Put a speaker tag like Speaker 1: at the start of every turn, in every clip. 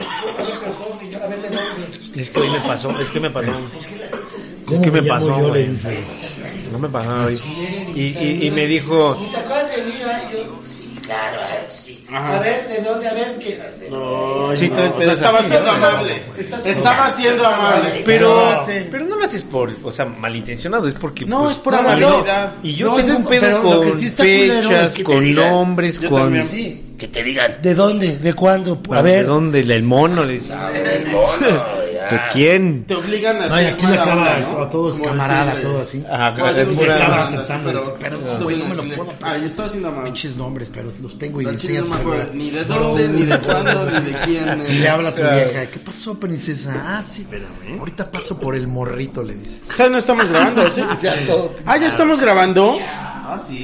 Speaker 1: A ver, ¿de dónde?
Speaker 2: Es que hoy me pasó, es que me pasó. Es
Speaker 3: ¿Cómo
Speaker 2: que me
Speaker 3: llamo
Speaker 2: pasó,
Speaker 3: yo?
Speaker 2: güey.
Speaker 3: Le dice.
Speaker 2: No me pasó hoy. Y, y, y me dijo,
Speaker 1: ¿Y te acuerdas de mí? Ah, y yo, sí, claro, a ver, sí. A ver, ¿de dónde? A ver, ¿qué?
Speaker 4: No,
Speaker 2: Sí,
Speaker 4: no,
Speaker 2: todo el
Speaker 4: o
Speaker 2: pedo
Speaker 4: sea,
Speaker 2: es
Speaker 4: estaba
Speaker 2: así,
Speaker 4: siendo
Speaker 2: ¿no?
Speaker 4: amable.
Speaker 1: Te estás-
Speaker 4: Estaba siendo amable.
Speaker 2: pero, pero no lo haces por, o sea, malintencionado, es porque.
Speaker 4: No,
Speaker 2: pues,
Speaker 4: es por
Speaker 2: a mí-
Speaker 4: amabilidad.
Speaker 2: Y yo
Speaker 1: No,
Speaker 2: tengo
Speaker 1: es-
Speaker 2: un pedo
Speaker 1: pero lo que
Speaker 2: con
Speaker 1: sí está culero es
Speaker 2: fechas,
Speaker 1: que te
Speaker 2: con
Speaker 1: digan.
Speaker 2: nombres,
Speaker 4: Yo
Speaker 2: con.
Speaker 4: también.
Speaker 1: Sí.
Speaker 5: Que te digan,
Speaker 1: ¿De dónde? ¿De cuándo? A
Speaker 2: A ver,
Speaker 1: ver.
Speaker 2: ¿dónde? El mono le dices.
Speaker 5: el mono, ya.
Speaker 2: ¿De quién?
Speaker 4: Te obligan a
Speaker 3: Ay,
Speaker 4: ser
Speaker 3: aquí le
Speaker 4: mala
Speaker 3: acaba
Speaker 4: onda, ¿no?
Speaker 3: a todos
Speaker 4: Como
Speaker 3: camarada,
Speaker 4: decirle-
Speaker 3: todo así.
Speaker 2: Ajá,
Speaker 4: Bueno,
Speaker 2: de
Speaker 4: yo
Speaker 2: pura-
Speaker 4: acaba
Speaker 3: acabas
Speaker 4: aceptando,
Speaker 3: aceptando,
Speaker 4: pero-
Speaker 3: pero,
Speaker 4: pero-
Speaker 3: güey, no me lo
Speaker 4: decirle,
Speaker 3: puedo
Speaker 4: Ah, yo estaba siendo amable.
Speaker 3: Pinches nombres, pero los tengo y
Speaker 4: Al chile no me
Speaker 3: enseñas a
Speaker 4: acuerdo
Speaker 3: ver.
Speaker 4: Ni de dónde, ni de cuándo, ni de quién.
Speaker 3: Y le
Speaker 4: eh.
Speaker 3: habla a su vieja. ¿Qué pasó, princesa? Ah, sí. Ahorita paso por el morrito, le dice.
Speaker 4: Ja, no estamos grabando, ¿sí?
Speaker 1: Ya todo.
Speaker 4: Ah, ya estamos grabando.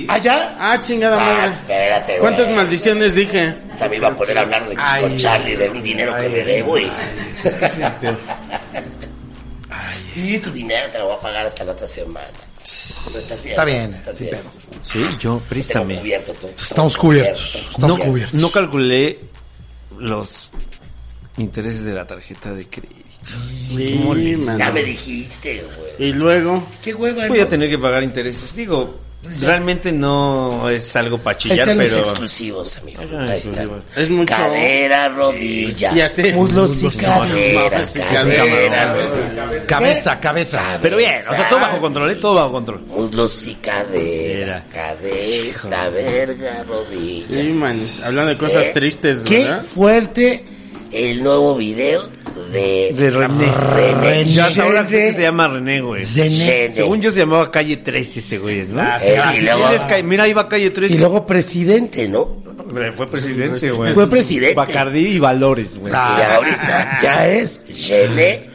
Speaker 1: ¿Allá?
Speaker 4: Ah, chingada
Speaker 5: Ah,
Speaker 4: madre.
Speaker 5: espérate, güey.
Speaker 4: ¿Cuántas maldiciones dije?
Speaker 5: También va a poder hablar de Chico Charlie, de un dinero que le debo y... Y tu dinero te lo voy a pagar hasta la otra semana. Pero estás bien.
Speaker 3: Está bien,
Speaker 5: estás
Speaker 3: sí,
Speaker 5: bien.
Speaker 3: pero-
Speaker 2: Sí, yo,
Speaker 5: Tengo
Speaker 2: préstame.
Speaker 5: cubierto, tú.
Speaker 3: Estamos cubiertos. Estamos
Speaker 2: No,
Speaker 3: cubiertos.
Speaker 2: no calculé los intereses de la tarjeta de crédito.
Speaker 4: Sí, mano.
Speaker 5: Ya me dijiste, güey.
Speaker 4: Y luego.
Speaker 1: ¿Qué hueva?
Speaker 2: Voy
Speaker 1: no?
Speaker 2: a tener que pagar intereses. Digo, realmente no es algo para chillar,
Speaker 1: Están los
Speaker 2: pero.
Speaker 5: Exclusivos, amigo.
Speaker 2: Ah,
Speaker 5: Ahí está.
Speaker 2: exclusivos.
Speaker 4: Es mucho-
Speaker 5: Cadera, rodilla.
Speaker 4: Y así.
Speaker 3: Muslos y
Speaker 5: Cadera,
Speaker 4: Mames, y
Speaker 5: cadera,
Speaker 2: camarón.
Speaker 5: rodilla.
Speaker 3: Cabeza, cabeza.
Speaker 2: Pero bien, o sea, todo bajo control, ¿eh? todo bajo control.
Speaker 5: Muslos y cadera. Cadera, verga, rodilla.
Speaker 4: Sí, man. Hablando de cosas tristes,
Speaker 1: Qué
Speaker 4: ¿verdad?
Speaker 1: fuerte.
Speaker 5: El nuevo video de...
Speaker 2: De René.
Speaker 5: René.
Speaker 2: Ya hasta ahora sé que se llama René, güey.
Speaker 3: Zené.
Speaker 5: René.
Speaker 2: Según yo se llamaba Calle 13 ese güey, ¿no?
Speaker 5: sí,
Speaker 2: Ah,
Speaker 5: y
Speaker 2: sí,
Speaker 5: luego-
Speaker 2: él es calle- Mira, ahí va Calle
Speaker 1: Y
Speaker 2: 13.
Speaker 1: luego presidente.
Speaker 5: ¿no?
Speaker 2: Fue presidente, Ah. güey.
Speaker 1: Fue presidente.
Speaker 2: Bacardí y Valores, güey.
Speaker 5: Ah, Y ahorita ya
Speaker 1: Ya
Speaker 2: ah,
Speaker 1: es
Speaker 5: René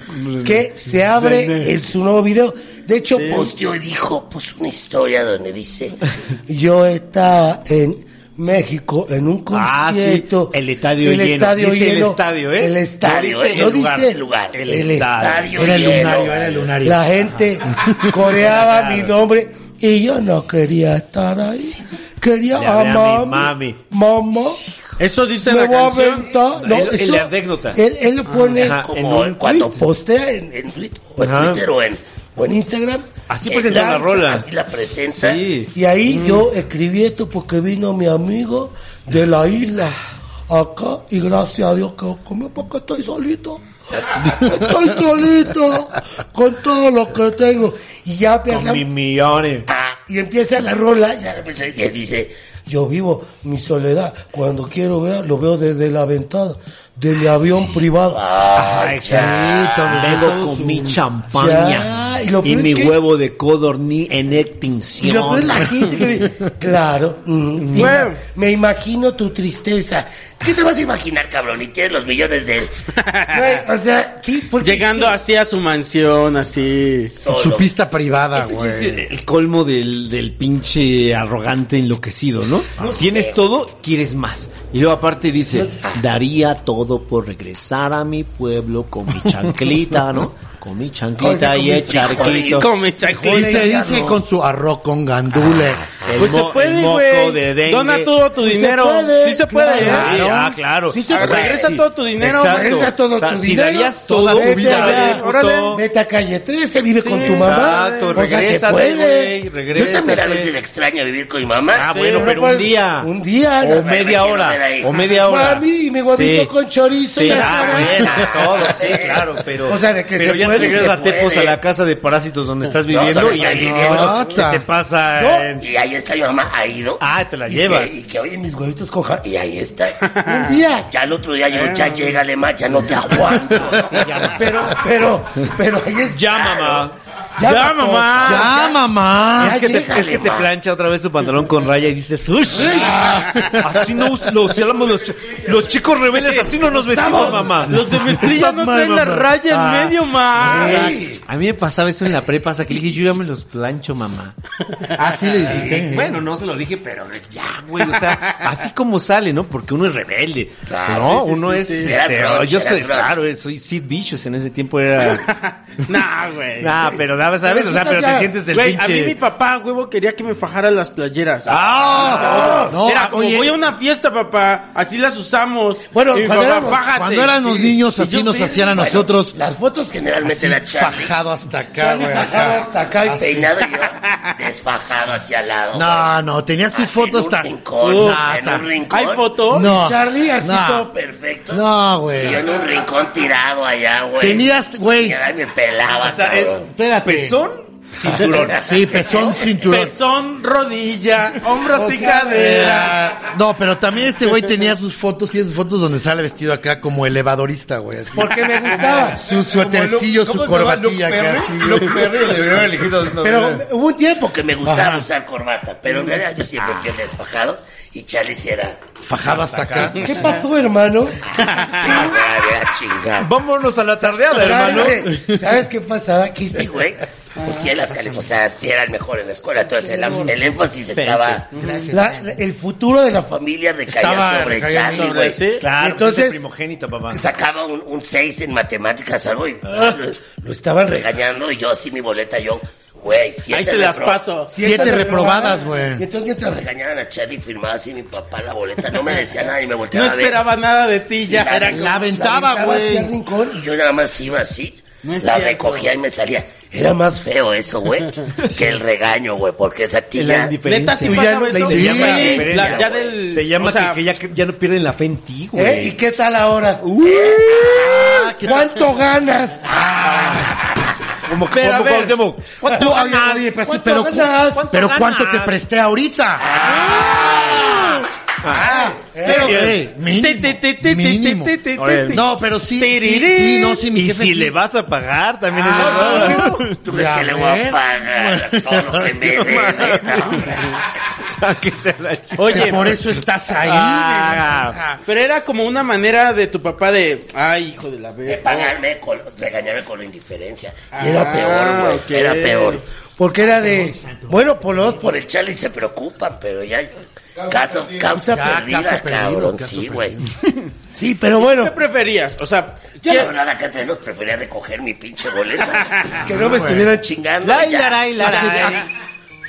Speaker 1: que se abre en su nuevo video. De hecho, pues,
Speaker 5: posteó y dijo, pues una historia donde dice,
Speaker 1: yo estaba en México en un
Speaker 2: Ah, sí,
Speaker 1: concierto.
Speaker 2: el estadio lleno.
Speaker 1: estadio
Speaker 2: Dice el
Speaker 1: lleno.
Speaker 2: estadio, ¿eh?
Speaker 1: El
Speaker 2: No
Speaker 1: estadio. No
Speaker 5: dice el lugar,
Speaker 1: dice
Speaker 5: el lugar.
Speaker 1: El,
Speaker 2: El ¿eh?
Speaker 1: estadio.
Speaker 5: estadio.
Speaker 3: Era el
Speaker 5: Hielo.
Speaker 3: lunario, era el lunario.
Speaker 1: La gente coreaba mi nombre y yo no quería estar ahí. Quería
Speaker 2: Le hablé
Speaker 1: a
Speaker 2: a mi
Speaker 1: mami.
Speaker 2: mami.
Speaker 1: Mamá.
Speaker 4: Eso dice
Speaker 1: Me
Speaker 4: la
Speaker 1: voy a
Speaker 4: canción.
Speaker 1: aventar. No,
Speaker 2: El- el
Speaker 1: eso-
Speaker 2: de anécdota.
Speaker 1: Él, él le pone
Speaker 2: Ah, Ajá,
Speaker 1: como
Speaker 2: en un
Speaker 5: cuando
Speaker 2: tweet.
Speaker 1: postea en, en Twitter, o en,
Speaker 2: Ajá.
Speaker 5: Twitter o en,
Speaker 1: o en Instagram.
Speaker 2: Así presentó la
Speaker 1: lanza,
Speaker 2: rola.
Speaker 5: así la presenta.
Speaker 2: Sí.
Speaker 1: Y ahí yo escribí esto porque vino mi amigo de la isla acá y gracias a Dios que comió porque estoy solito. Estoy solito con todo lo que tengo. Y ya
Speaker 2: Con
Speaker 1: empieza,
Speaker 2: mis millones.
Speaker 1: y empieza la rola.
Speaker 5: Ah, Ya
Speaker 1: ya.
Speaker 5: la persona que dice,
Speaker 1: Yo vivo mi soledad. Cuando quiero ver, lo veo desde la ventana de mi avión privado.
Speaker 2: Ah, exacto. Vengo con mi champaña.
Speaker 1: Ya, y lo
Speaker 2: Y
Speaker 1: peor es
Speaker 2: mi
Speaker 1: que-
Speaker 2: huevo de codorní en
Speaker 1: Y lo peor es
Speaker 2: extinción.
Speaker 1: la gente que me... Claro. mm, y
Speaker 4: Bueno.
Speaker 1: me- Me imagino tu tristeza.
Speaker 5: ¿qué te vas a imaginar, cabrón? Y tienes los millones de él.
Speaker 1: Güey, o sea, ¿qué? ¿Por qué?
Speaker 4: Llegando así a su mansión, así.
Speaker 3: En su pista privada,
Speaker 2: Es
Speaker 3: güey.
Speaker 2: el- el colmo del, del pinche arrogante enloquecido, ¿no?
Speaker 1: Ah,
Speaker 2: Tienes todo, quieres más. Y luego aparte dice,
Speaker 1: ah.
Speaker 2: daría todo por regresar a mi pueblo con mi chanclita, ¿no? Con mi
Speaker 1: O sea,
Speaker 2: chanclita
Speaker 1: con
Speaker 2: y
Speaker 1: mi
Speaker 2: el charquito.
Speaker 4: Come
Speaker 3: Y
Speaker 4: chaclita.
Speaker 3: se dice con su arroz con gandules.
Speaker 2: El
Speaker 4: Pues se
Speaker 2: mo- el
Speaker 4: puede,
Speaker 2: moco de
Speaker 4: güey.
Speaker 2: dengue.
Speaker 4: Dona todo tu
Speaker 1: se
Speaker 4: dinero.
Speaker 1: puede,
Speaker 4: sí se
Speaker 1: claro.
Speaker 4: puede, ¿eh?
Speaker 2: Claro,
Speaker 1: ¿no?
Speaker 2: ah, claro.
Speaker 1: Sí se
Speaker 2: O sea,
Speaker 4: puede. Regresa todo tu dinero,
Speaker 2: Ah,
Speaker 1: regresa todo tu
Speaker 2: si
Speaker 1: dinero,
Speaker 2: darías
Speaker 3: toda
Speaker 2: todo
Speaker 3: tu
Speaker 2: tu
Speaker 3: vida,
Speaker 2: vida, Ah,
Speaker 4: güey, órale.
Speaker 1: Vete a calle 13, vive con tu mamá.
Speaker 2: Exacto,
Speaker 1: O sea, se
Speaker 2: regrésate,
Speaker 1: puede.
Speaker 2: güey,
Speaker 5: Yo también a veces
Speaker 2: regrésate.
Speaker 5: extraño vivir con mi mamá.
Speaker 2: Ah,
Speaker 5: Sí.
Speaker 2: bueno,
Speaker 1: No
Speaker 2: pero
Speaker 1: puedes-
Speaker 2: un día.
Speaker 1: Un día.
Speaker 2: O
Speaker 1: ¿no?
Speaker 2: media
Speaker 5: imagino
Speaker 2: hora,
Speaker 5: ver ahí.
Speaker 2: o media hora.
Speaker 1: Mami, y mi huevito
Speaker 2: Sí.
Speaker 1: con chorizo
Speaker 2: Sí,
Speaker 1: y
Speaker 2: ah,
Speaker 1: hasta-
Speaker 2: bueno, todo, sí, claro, pero,
Speaker 1: O sea, de que
Speaker 2: pero
Speaker 1: se
Speaker 2: ya
Speaker 1: puede,
Speaker 2: te regresas
Speaker 1: se
Speaker 2: a Tepos
Speaker 5: puede.
Speaker 2: a la casa de parásitos donde estás
Speaker 5: No,
Speaker 2: viviendo
Speaker 5: donde
Speaker 2: y
Speaker 5: estás
Speaker 2: ahí
Speaker 5: viviendo.
Speaker 2: no, se te pasa
Speaker 1: No.
Speaker 2: en-
Speaker 5: Y ahí está mi mamá, ha ido.
Speaker 2: Ah, te la
Speaker 5: Y que-
Speaker 2: llevas.
Speaker 5: Y que, oye,
Speaker 1: Mis huevitos con ja-
Speaker 5: y ahí está.
Speaker 2: Ah.
Speaker 1: Un día.
Speaker 5: Ya el otro día yo,
Speaker 6: Ah.
Speaker 5: ya llégale más, ya no te aguanto.
Speaker 1: Pero, pero, pero ahí es.
Speaker 2: Ya, mamá.
Speaker 1: Ya,
Speaker 2: Ya,
Speaker 1: mamá.
Speaker 2: mamá.
Speaker 3: Ya, mamá.
Speaker 2: Es que,
Speaker 1: llégale,
Speaker 2: te, es que te
Speaker 5: ma.
Speaker 2: plancha otra vez tu pantalón con raya y dices, "Ush". Así no us- lo usamos los, chi- los chicos rebeldes, así no nos vestimos, mamá.
Speaker 4: Los de Mestilla
Speaker 2: Estás
Speaker 4: no
Speaker 2: mal,
Speaker 4: traen la
Speaker 2: mamá.
Speaker 4: raya en
Speaker 2: Ah.
Speaker 4: medio, más.
Speaker 1: Ey,
Speaker 2: A mí me pasaba eso en la prepa, hasta que le dije, yo ya me los plancho, mamá.
Speaker 3: Así le dijiste. ¿eh?
Speaker 2: Bueno, no se lo dije, pero ya, güey, o sea, así como sale, ¿no? Porque uno es rebelde,
Speaker 5: Claro,
Speaker 2: ¿no?
Speaker 5: Ah, sí, sí,
Speaker 2: uno
Speaker 5: sí,
Speaker 2: es,
Speaker 5: sí.
Speaker 2: este,
Speaker 5: Era
Speaker 2: yo
Speaker 5: rock,
Speaker 2: soy,
Speaker 5: era rock.
Speaker 2: claro, soy Sid Vicious, en ese tiempo era
Speaker 4: Nah, güey.
Speaker 6: Nah, pero daba, ¿sabes? O sea, pero te sientes el
Speaker 4: Güey,
Speaker 6: pinche.
Speaker 4: a mí mi papá, huevo, quería que me fajara las playeras.
Speaker 6: ¡Ah! No,
Speaker 4: Era como,
Speaker 6: oye,
Speaker 4: voy a una fiesta, papá, así las usamos.
Speaker 1: Bueno,
Speaker 4: Y mi
Speaker 1: cuando
Speaker 4: papá,
Speaker 1: éramos-
Speaker 4: "Fájate".
Speaker 6: Cuando éramos niños así nos hacían a nosotros
Speaker 5: Las fotos generalmente la Charlie.
Speaker 6: fajado hasta acá, güey.
Speaker 1: Bajaba
Speaker 6: acá.
Speaker 1: hasta acá y te-
Speaker 5: Peinado yo, desfajado hacia al lado.
Speaker 6: No, no, tenías
Speaker 5: Así
Speaker 6: tu foto
Speaker 5: en un
Speaker 6: hasta.
Speaker 5: rincón,
Speaker 6: Nah,
Speaker 5: en
Speaker 6: ta-
Speaker 5: un rincón.
Speaker 4: ¿Hay foto?
Speaker 6: No.
Speaker 1: Charlie así
Speaker 6: Nah.
Speaker 1: todo
Speaker 5: Perfecto.
Speaker 6: No,
Speaker 5: Y yo
Speaker 6: güey.
Speaker 5: en un rincón tirado allá, güey.
Speaker 6: Tenías,
Speaker 5: Y
Speaker 6: güey.
Speaker 5: ahí me pelaba.
Speaker 6: O sea, es.
Speaker 5: cabrón.
Speaker 6: Espérate.
Speaker 2: ¿Pezón?
Speaker 6: Cinturón. Sí, pezón, cinturón.
Speaker 4: Pezón, rodilla, hombros y
Speaker 2: Ah,
Speaker 4: cadera.
Speaker 6: Era- No, pero también este güey tenía sus fotos, tiene sus fotos donde sale vestido acá como elevadorista, güey. así.
Speaker 1: porque me gustaba.
Speaker 6: Su suétercillo, su corbatilla acá. así, güey.
Speaker 1: Pero hubo un tiempo
Speaker 5: Que me gustaba usar corbata, pero en realidad yo siempre fui el
Speaker 6: Ah.
Speaker 5: desfajado y Charlie sí era.
Speaker 6: Fajado hasta acá.
Speaker 1: ¿Qué pasó, hermano?
Speaker 5: Ah, güey, era chingado.
Speaker 2: Vámonos a la tardeada, hermano.
Speaker 1: ¿Sabes qué- ¿Sabes qué pasaba? Que
Speaker 5: Sí,
Speaker 1: este güey,
Speaker 5: güey. Pues sí, en las cali- o sea, sí era el mejor en la escuela. Entonces el, am- el énfasis estaba.
Speaker 1: la- la- el futuro de la
Speaker 5: La familia recaía
Speaker 6: Estaba
Speaker 5: sobre
Speaker 6: recaía en
Speaker 5: Charlie,
Speaker 4: sobre
Speaker 5: güey.
Speaker 4: ese.
Speaker 1: Y
Speaker 2: Claro,
Speaker 1: entonces-
Speaker 2: entonces primogénito, papá.
Speaker 5: Sacaba un 6 en matemáticas, algo, y
Speaker 1: lo estaban regalando.
Speaker 5: regañando. Y yo así mi boleta, yo, güey, siete
Speaker 4: Ahí se
Speaker 5: de
Speaker 4: las
Speaker 5: pro-
Speaker 4: paso.
Speaker 6: Siete reprobadas, güey.
Speaker 1: Y entonces
Speaker 5: Me
Speaker 1: mientras regañaba,
Speaker 5: regañaban a Charlie, firmaba así mi papá la boleta. No me decía nada y me
Speaker 4: No
Speaker 5: volteaba a ver.
Speaker 4: esperaba nada de ti, ya
Speaker 5: La-
Speaker 4: era como-
Speaker 6: La aventaba,
Speaker 1: estaba así al
Speaker 6: güey.
Speaker 1: rincón.
Speaker 5: Y yo nada más iba así,
Speaker 4: No es
Speaker 5: la
Speaker 4: cierto.
Speaker 5: recogía y me salía. Era más feo eso, güey, que el regaño, güey, porque esa tía...
Speaker 4: Neta, sí
Speaker 2: Tú
Speaker 1: ya
Speaker 4: pasaba
Speaker 1: no-
Speaker 4: eso.
Speaker 1: se
Speaker 4: Sí,
Speaker 5: llama la
Speaker 4: güey.
Speaker 5: diferencia,
Speaker 4: La- ya
Speaker 5: güey.
Speaker 4: del...
Speaker 2: Se llama
Speaker 4: o sea,
Speaker 2: que, que ya, ya no pierden la fe en ti, güey.
Speaker 1: ¿Eh? ¿Y qué tal ahora?
Speaker 6: Ah,
Speaker 1: ¿Cuánto ganas?
Speaker 2: Como que
Speaker 4: Pero a
Speaker 2: como
Speaker 4: ver.
Speaker 2: Cuauhtémoc.
Speaker 6: ¿Cuánto
Speaker 1: Oye,
Speaker 6: ganas?
Speaker 1: oye, pero sí,
Speaker 6: ¿Cuánto
Speaker 1: pero-
Speaker 6: ganas?
Speaker 1: ¿cuánto
Speaker 6: pero ¿cuánto te
Speaker 2: ganas?
Speaker 6: presté ahorita? Ah. Pero, güey,
Speaker 4: te- te- te- te-
Speaker 6: eh, mínimo, mínimo.
Speaker 4: te- te- te-
Speaker 2: Oye,
Speaker 4: te-
Speaker 6: No, pero sí, sí,
Speaker 4: Tirirí.
Speaker 6: sí, no, sí, mi
Speaker 2: Y
Speaker 6: jefe
Speaker 2: si
Speaker 6: sí.
Speaker 2: le vas a pagar, también es
Speaker 6: Ah,
Speaker 2: verdad.
Speaker 5: ¿Tú crees
Speaker 6: Ya
Speaker 5: que le voy a
Speaker 6: ves.
Speaker 5: pagar todo lo que me debe? No,
Speaker 2: Sáquese a la ch- pues,
Speaker 6: Oye, por eso estás ahí.
Speaker 2: Ah.
Speaker 4: Pero era como una manera de tu papá de... Ay, hijo de la
Speaker 5: de
Speaker 4: verga.
Speaker 5: pagarme, con, regañarme con la indiferencia.
Speaker 4: Eh, oh. Ah,
Speaker 5: Y era peor, güey,
Speaker 4: ok.
Speaker 5: era peor.
Speaker 1: Porque era de, bueno, por los
Speaker 5: Por
Speaker 1: por
Speaker 5: el Charlie se preocupan, pero ya... Caso, causa
Speaker 6: Ya,
Speaker 5: perdida,
Speaker 6: caso perdido,
Speaker 5: cabrón,
Speaker 6: caso
Speaker 5: sí, güey.
Speaker 1: Sí, pero bueno,
Speaker 4: ¿Qué
Speaker 6: Este
Speaker 4: preferías? O sea,
Speaker 5: Yo
Speaker 4: ¿qué-
Speaker 5: la verdad que antes los prefería recoger mi pinche
Speaker 4: Ah,
Speaker 5: boleta.
Speaker 1: que no me estuvieran chingando.
Speaker 5: chingando.
Speaker 2: Lai,
Speaker 5: ya.
Speaker 2: larai, larai.